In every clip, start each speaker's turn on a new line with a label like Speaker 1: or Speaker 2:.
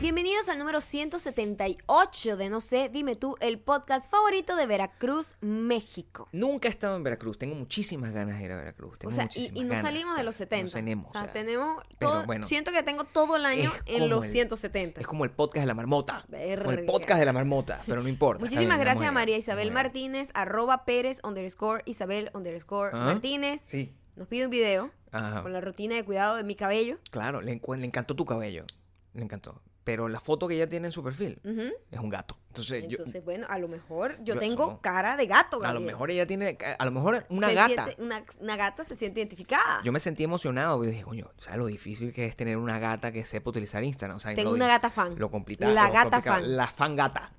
Speaker 1: Bienvenidos al número 178 de No sé, dime tú, el podcast favorito de Veracruz, México.
Speaker 2: Nunca he estado en Veracruz. Tengo muchísimas ganas de ir a Veracruz. Tengo
Speaker 1: o sea, y,
Speaker 2: muchísimas
Speaker 1: y no
Speaker 2: ganas,
Speaker 1: salimos de
Speaker 2: ¿sabes?
Speaker 1: los 70.
Speaker 2: No salimos.
Speaker 1: O sea,
Speaker 2: o sea,
Speaker 1: tenemos
Speaker 2: pero
Speaker 1: todo-
Speaker 2: bueno,
Speaker 1: siento que tengo todo el año
Speaker 2: es
Speaker 1: en
Speaker 2: como
Speaker 1: los
Speaker 2: el-
Speaker 1: 170.
Speaker 2: Es como el podcast de la marmota. Como el
Speaker 1: Verga.
Speaker 2: podcast de la marmota, pero no importa. está
Speaker 1: Muchísimas
Speaker 2: bien,
Speaker 1: gracias
Speaker 2: vamos
Speaker 1: a María
Speaker 2: ver,
Speaker 1: Isabel
Speaker 2: vamos a ver.
Speaker 1: Martínez, arroba Pérez, underscore Isabel, underscore
Speaker 2: Ajá.
Speaker 1: Martínez.
Speaker 2: ¿Ah? Sí. Ah.
Speaker 1: Nos pide un video
Speaker 2: Ajá.
Speaker 1: con la rutina de cuidado de mi cabello.
Speaker 2: Claro, le, encu- le encantó tu cabello. Le encantó. Pero la foto que ella tiene en su perfil
Speaker 1: Ujú.
Speaker 2: es un gato. Entonces, Eh, yo-
Speaker 1: Entonces, bueno, a lo mejor yo,
Speaker 2: yo
Speaker 1: tengo
Speaker 2: asumo.
Speaker 1: cara de gato,
Speaker 2: a lo
Speaker 1: Gabriel.
Speaker 2: mejor ella tiene, a lo mejor una
Speaker 1: Se
Speaker 2: gata.
Speaker 1: siente- una, una gata se siente identificada.
Speaker 2: Yo me sentí emocionado y dije, coño, ¿sabes lo difícil que es tener una gata que sepa utilizar Instagram? O sea,
Speaker 1: Tengo
Speaker 2: lo
Speaker 1: una
Speaker 2: di-
Speaker 1: gata fan.
Speaker 2: Lo complicado.
Speaker 1: La
Speaker 2: lo
Speaker 1: gata
Speaker 2: complicado.
Speaker 1: fan.
Speaker 2: La fan gata.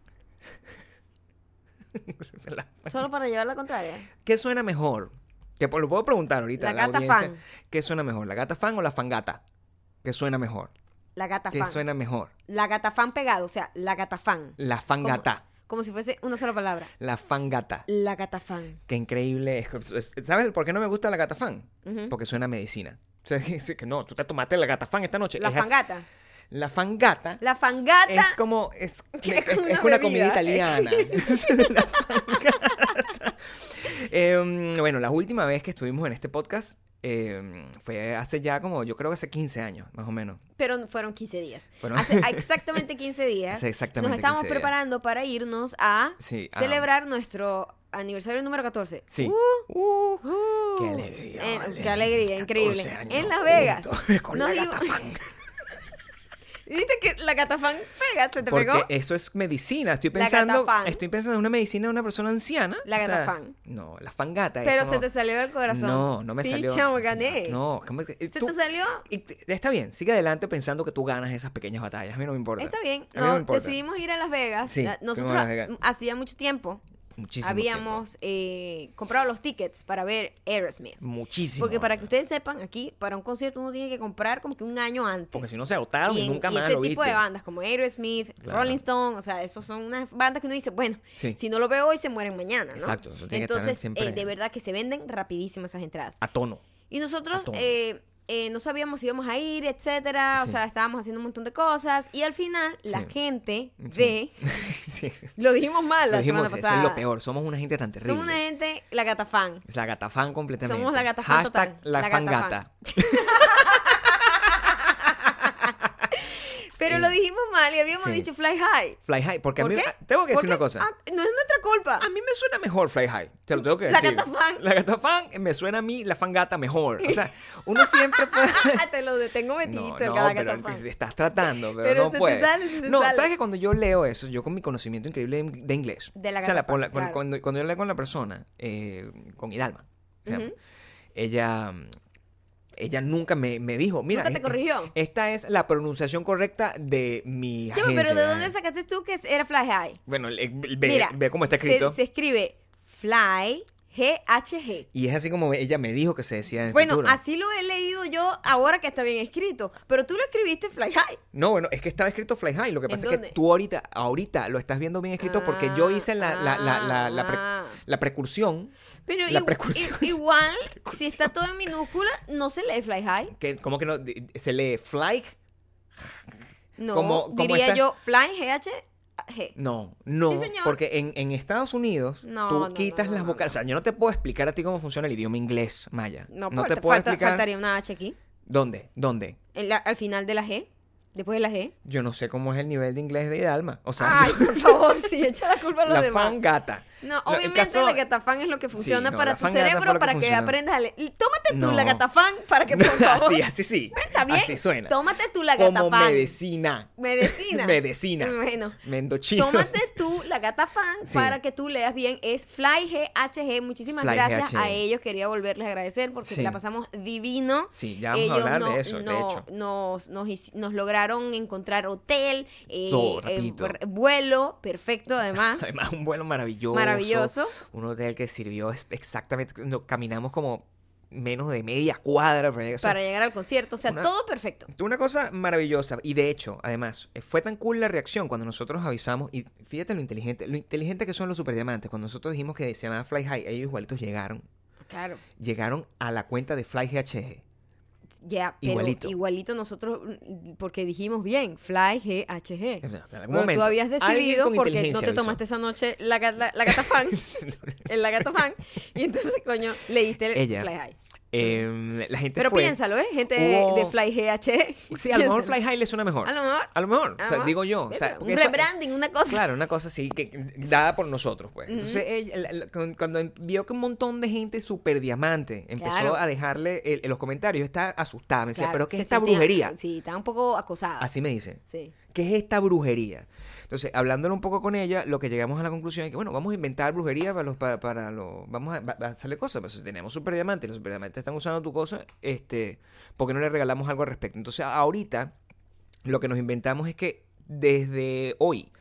Speaker 2: La-
Speaker 1: Solo para llevar la contraria.
Speaker 2: ¿Qué suena mejor? Que po- lo puedo preguntar ahorita.
Speaker 1: La
Speaker 2: a
Speaker 1: gata
Speaker 2: audiencia.
Speaker 1: fan.
Speaker 2: ¿Qué suena mejor? ¿La gata fan o la fangata? ¿Qué suena mejor?
Speaker 1: La gata
Speaker 2: ¿Qué
Speaker 1: fan.
Speaker 2: suena mejor?
Speaker 1: La gata fan pegado, o sea, la gata fan.
Speaker 2: La fangata.
Speaker 1: Como, como si fuese una sola palabra.
Speaker 2: La fangata.
Speaker 1: La gata fan.
Speaker 2: Qué increíble. es- es- ¿Sabes por qué no me gusta la gata fan?
Speaker 1: Ujú.
Speaker 2: Porque suena a medicina. O sea, es que no, tú te tomaste la gata fan esta noche.
Speaker 1: La
Speaker 2: Es así.
Speaker 1: fangata.
Speaker 2: La fangata.
Speaker 1: La fangata.
Speaker 2: Es como, es,
Speaker 1: Que es
Speaker 2: es- es
Speaker 1: una
Speaker 2: una,
Speaker 1: bebida.
Speaker 2: comida italiana. La fangata. Eh, bueno, la última vez que estuvimos en este podcast eh, fue hace ya como, yo creo que hace 15 años, más o menos.
Speaker 1: Pero fueron 15 días.
Speaker 2: Fueron-
Speaker 1: Hace exactamente 15 días.
Speaker 2: Hace exactamente
Speaker 1: Nos estamos
Speaker 2: 15 días.
Speaker 1: preparando para irnos a
Speaker 2: Sí, a-
Speaker 1: celebrar nuestro aniversario número 14.
Speaker 2: Sí.
Speaker 1: Uh,
Speaker 2: Uh,
Speaker 1: uh.
Speaker 2: ¡Qué alegría!
Speaker 1: Eh,
Speaker 2: vale.
Speaker 1: qué alegría,
Speaker 2: 14
Speaker 1: increíble.
Speaker 2: años
Speaker 1: En Las
Speaker 2: juntos,
Speaker 1: Vegas.
Speaker 2: Con
Speaker 1: nos
Speaker 2: la
Speaker 1: dimos-
Speaker 2: gata fan.
Speaker 1: ¿Viste que la gatafán pega? ¿Se te
Speaker 2: Porque
Speaker 1: pegó?
Speaker 2: eso es medicina. Estoy
Speaker 1: La gata
Speaker 2: pensando,
Speaker 1: fan.
Speaker 2: estoy pensando en una medicina de una persona anciana.
Speaker 1: La
Speaker 2: o
Speaker 1: gata
Speaker 2: sea,
Speaker 1: fan.
Speaker 2: No, la fangata. es
Speaker 1: Pero se
Speaker 2: como-
Speaker 1: te salió del corazón.
Speaker 2: No, no me salió.
Speaker 1: Sí, chamo, gané.
Speaker 2: No, ¿cómo es que-
Speaker 1: ¿Se
Speaker 2: tú-
Speaker 1: te salió?
Speaker 2: y te- está bien, sigue adelante pensando que tú ganas esas pequeñas batallas. A mí no me importa.
Speaker 1: Está bien.
Speaker 2: A mí no, me
Speaker 1: No,
Speaker 2: importa.
Speaker 1: decidimos ir a Las Vegas.
Speaker 2: Sí,
Speaker 1: La- Nosotros
Speaker 2: fuimos a Las Vegas.
Speaker 1: hacía mucho tiempo
Speaker 2: Muchísimo
Speaker 1: habíamos eh, comprado los tickets para ver Aerosmith.
Speaker 2: tiempo. Muchísimo.
Speaker 1: Porque para que
Speaker 2: tiempo.
Speaker 1: ustedes sepan, aquí para un concierto uno tiene que comprar como que un año antes.
Speaker 2: Porque si no se agotaron
Speaker 1: en-
Speaker 2: y, nunca más
Speaker 1: ese
Speaker 2: lo
Speaker 1: tipo
Speaker 2: viste.
Speaker 1: de bandas como Aerosmith,
Speaker 2: Claro.
Speaker 1: Rolling Stone, o sea, esos son unas bandas que uno dice, bueno,
Speaker 2: Sí.
Speaker 1: si no lo veo hoy se mueren mañana, ¿no?
Speaker 2: Exacto, eso tiene que estar
Speaker 1: Entonces,
Speaker 2: siempre-
Speaker 1: eh, de verdad que se venden rapidísimo esas entradas.
Speaker 2: A tono.
Speaker 1: Y nosotros
Speaker 2: A tono.
Speaker 1: eh, eh, no sabíamos si íbamos a ir, etcétera, o
Speaker 2: Sí.
Speaker 1: sea, estábamos haciendo un montón de cosas y al final la
Speaker 2: Sí.
Speaker 1: gente de
Speaker 2: Sí. sí.
Speaker 1: lo dijimos mal la
Speaker 2: Lo dijimos,
Speaker 1: semana
Speaker 2: eso es
Speaker 1: pasada.
Speaker 2: lo peor. Somos una gente tan terrible.
Speaker 1: Somos una gente la gatafán.
Speaker 2: Es la gatafan completamente.
Speaker 1: Somos la gatafan
Speaker 2: Hashtag
Speaker 1: total.
Speaker 2: la,
Speaker 1: La
Speaker 2: fangata.
Speaker 1: gatafan. Pero lo dijimos mal y habíamos
Speaker 2: Sí.
Speaker 1: dicho fly high.
Speaker 2: Fly high. Porque
Speaker 1: ¿Por
Speaker 2: a mí.
Speaker 1: qué?
Speaker 2: Tengo que
Speaker 1: Porque,
Speaker 2: decir una cosa.
Speaker 1: ah, no es nuestra culpa.
Speaker 2: A mí me suena mejor Fly High, te lo tengo que
Speaker 1: La
Speaker 2: decir.
Speaker 1: Gatafan.
Speaker 2: La Gatafan me suena a mí, la Fangata mejor. O sea, uno siempre puede...
Speaker 1: Ah, te lo detengo metido,
Speaker 2: No,
Speaker 1: el
Speaker 2: no,
Speaker 1: cada
Speaker 2: pero
Speaker 1: gatafán.
Speaker 2: te estás tratando, pero,
Speaker 1: Pero
Speaker 2: no
Speaker 1: se te
Speaker 2: puedes.
Speaker 1: sale, se te
Speaker 2: no,
Speaker 1: sale.
Speaker 2: ¿sabes que cuando yo leo eso, yo con mi conocimiento increíble de- de inglés,
Speaker 1: De la
Speaker 2: o sea,
Speaker 1: Gatafan,
Speaker 2: con la- con-
Speaker 1: claro.
Speaker 2: cuando, cuando yo leo con la persona, eh, con Hidalma, se llama,
Speaker 1: Ujú.
Speaker 2: ella, ella nunca me, me dijo, mira,
Speaker 1: Nunca te
Speaker 2: eh,
Speaker 1: corrigió.
Speaker 2: Esta es la pronunciación correcta de mi
Speaker 1: Ya, pero ¿de
Speaker 2: agencia".
Speaker 1: dónde sacaste tú que era fly high?
Speaker 2: Bueno, le- ve,
Speaker 1: Mira,
Speaker 2: ve cómo está
Speaker 1: se-
Speaker 2: escrito.
Speaker 1: Se, escribe fly G-H-G.
Speaker 2: Y es así como ella me dijo que se decía en el
Speaker 1: Bueno,
Speaker 2: futuro.
Speaker 1: así lo he leído yo ahora que está bien escrito. Pero tú lo escribiste fly high.
Speaker 2: No, bueno, es que estaba escrito Fly High. Lo que
Speaker 1: ¿En
Speaker 2: pasa es
Speaker 1: dónde?
Speaker 2: que tú ahorita, ahorita lo estás viendo bien escrito porque yo hice la, la, la, la, la, pre-
Speaker 1: Ah, ah.
Speaker 2: la precursión.
Speaker 1: Pero
Speaker 2: La
Speaker 1: igu-
Speaker 2: precursión.
Speaker 1: i- igual, si
Speaker 2: precursión.
Speaker 1: está todo en minúscula, no se lee fly high.
Speaker 2: Que, ¿Cómo que no? De- Se lee Fly.
Speaker 1: No,
Speaker 2: Como- como
Speaker 1: diría
Speaker 2: esta-
Speaker 1: yo fly G-H-G.
Speaker 2: No, no.
Speaker 1: Sí, señor.
Speaker 2: Porque en, en Estados Unidos
Speaker 1: No,
Speaker 2: tú
Speaker 1: no, no,
Speaker 2: quitas
Speaker 1: no,
Speaker 2: las
Speaker 1: no,
Speaker 2: vocales. O sea, yo no te puedo explicar a ti cómo funciona el idioma inglés, Maya.
Speaker 1: No,
Speaker 2: No,
Speaker 1: porque
Speaker 2: te
Speaker 1: te
Speaker 2: puedo
Speaker 1: falta-
Speaker 2: explicar.
Speaker 1: faltaría una H aquí.
Speaker 2: ¿Dónde? ¿Dónde?
Speaker 1: En la- al final de la G. Después de la G.
Speaker 2: Yo no sé cómo es el nivel de inglés de Hidalma. O sea,
Speaker 1: Ay, por favor, sí, echa la culpa a los
Speaker 2: la
Speaker 1: demás.
Speaker 2: fan gata.
Speaker 1: No,
Speaker 2: Lo- el
Speaker 1: obviamente
Speaker 2: caso-
Speaker 1: la gatafán es lo que funciona
Speaker 2: Sí, no,
Speaker 1: para
Speaker 2: la
Speaker 1: tu
Speaker 2: fan gata fue
Speaker 1: cerebro,
Speaker 2: lo que
Speaker 1: para que
Speaker 2: funcionó.
Speaker 1: aprendas a leer. Y Tómate tú
Speaker 2: No.
Speaker 1: la gatafán para que, por favor.
Speaker 2: así, así sí.
Speaker 1: Está bien.
Speaker 2: Así suena.
Speaker 1: Tómate tú la
Speaker 2: Como
Speaker 1: gatafán.
Speaker 2: medicina.
Speaker 1: Medicina.
Speaker 2: Medicina.
Speaker 1: Bueno.
Speaker 2: Mendochino.
Speaker 1: Tómate tú la gatafán
Speaker 2: Sí.
Speaker 1: para que tú leas bien. Es Fly GHG. Muchísimas
Speaker 2: Fly
Speaker 1: gracias
Speaker 2: GHG.
Speaker 1: a ellos. Quería volverles a agradecer porque
Speaker 2: Sí.
Speaker 1: la pasamos divino.
Speaker 2: Sí, ya vamos a hablar de eso, de hecho.
Speaker 1: Nos, nos, hici- nos lograron encontrar hotel, eh,
Speaker 2: Todo,
Speaker 1: eh,
Speaker 2: rapidito.
Speaker 1: r- vuelo, perfecto además.
Speaker 2: Además, un vuelo maravilloso.
Speaker 1: Maravilloso.
Speaker 2: Un hotel que sirvió es- exactamente. no, caminamos como menos de media cuadra para llegar. o sea,
Speaker 1: para llegar al concierto. O sea,
Speaker 2: una-
Speaker 1: todo perfecto.
Speaker 2: una cosa maravillosa. Y de hecho, además, eh, fue tan cool la reacción cuando nosotros avisamos. Y fíjate lo inteligente, lo inteligente que son los superdiamantes. Cuando nosotros dijimos que se llamaba Fly High, ellos igualitos llegaron.
Speaker 1: Claro.
Speaker 2: Llegaron a la cuenta de Fly GHG.
Speaker 1: Ya, pero
Speaker 2: Igualito.
Speaker 1: igualito. nosotros, mm, porque dijimos bien, Fly GHG.
Speaker 2: En algún
Speaker 1: Pero tú
Speaker 2: momento,
Speaker 1: habías
Speaker 2: alguien con
Speaker 1: decidido porque no
Speaker 2: inteligencia
Speaker 1: te
Speaker 2: lo hizo.
Speaker 1: tomaste esa noche la, ga- la, la gata fan, el la gata fan, y entonces, coño, le diste el
Speaker 2: Ella.
Speaker 1: Fly High.
Speaker 2: Em, la gente
Speaker 1: Pero
Speaker 2: fue-
Speaker 1: piénsalo, ¿eh? Gente de-
Speaker 2: Hubo-
Speaker 1: de Fly GHG.
Speaker 2: Sí, a lo mejor
Speaker 1: piénsalo.
Speaker 2: Fly High le suena mejor.
Speaker 1: A lo mejor.
Speaker 2: A lo mejor, o
Speaker 1: A lo
Speaker 2: sea,
Speaker 1: mejor.
Speaker 2: digo yo. o sea,
Speaker 1: Pero
Speaker 2: porque
Speaker 1: un
Speaker 2: eso-
Speaker 1: rebranding, una cosa.
Speaker 2: Claro, una cosa así, que, que- dada por nosotros, pues. Entonces, ella- la- la- cu- cuando em- vio que un montón de gente súper diamante empezó
Speaker 1: Claro.
Speaker 2: a dejarle el- en los comentarios, yo estaba asustada, me decía,
Speaker 1: Claro,
Speaker 2: pero ¿qué es
Speaker 1: se
Speaker 2: esta
Speaker 1: sentían-
Speaker 2: brujería?
Speaker 1: Sí, estaba un poco acosada.
Speaker 2: Así me dicen.
Speaker 1: Sí.
Speaker 2: ¿Qué es esta brujería? Entonces, hablándolo un poco con ella, lo que llegamos a la conclusión es que, bueno, vamos a inventar brujería para los, para, para los, vamos a, va- va a hacerle cosas, pero si tenemos super diamantes, los super diamantes están usando tu cosa, este, ¿por qué no le regalamos algo al respecto? Entonces, ahorita, lo que nos inventamos es que desde hoy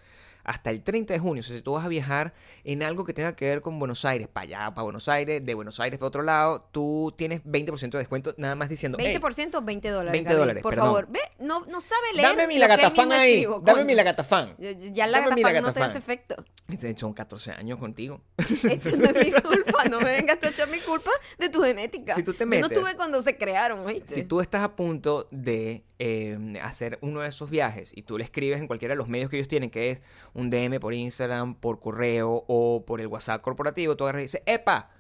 Speaker 2: hasta el 30 de junio, o sea, si tú vas a viajar en algo que tenga que ver con Buenos Aires, para allá, para Buenos Aires, de Buenos Aires para otro lado, tú tienes 20% de descuento nada más diciendo, "Hey,
Speaker 1: 20% o 20 dólares.
Speaker 2: 20
Speaker 1: Gabriel,
Speaker 2: eh, dólares,
Speaker 1: Por
Speaker 2: perdón.
Speaker 1: favor, ve, no, no sabe leer.
Speaker 2: dame mi
Speaker 1: lo que él
Speaker 2: lagatafán
Speaker 1: mismo
Speaker 2: ahí,
Speaker 1: escribo,
Speaker 2: dame
Speaker 1: coño.
Speaker 2: mi lagatafán.
Speaker 1: Ya- Ya la
Speaker 2: Dame mi
Speaker 1: gatafán no te
Speaker 2: lagatafán.
Speaker 1: hace efecto.
Speaker 2: Este, Son 14 años contigo.
Speaker 1: Eso no es mi culpa, no me vengas tú a echar mi culpa de tu genética.
Speaker 2: Si tú te
Speaker 1: Yo
Speaker 2: metes-
Speaker 1: no tuve cuando se crearon, ¿oíste?
Speaker 2: Si tú estás a punto de eh, hacer uno de esos viajes y tú le escribes en cualquiera de los medios que ellos tienen, que es un DM por Instagram, por correo o por el WhatsApp corporativo, tú agarras y dices, ¡epa!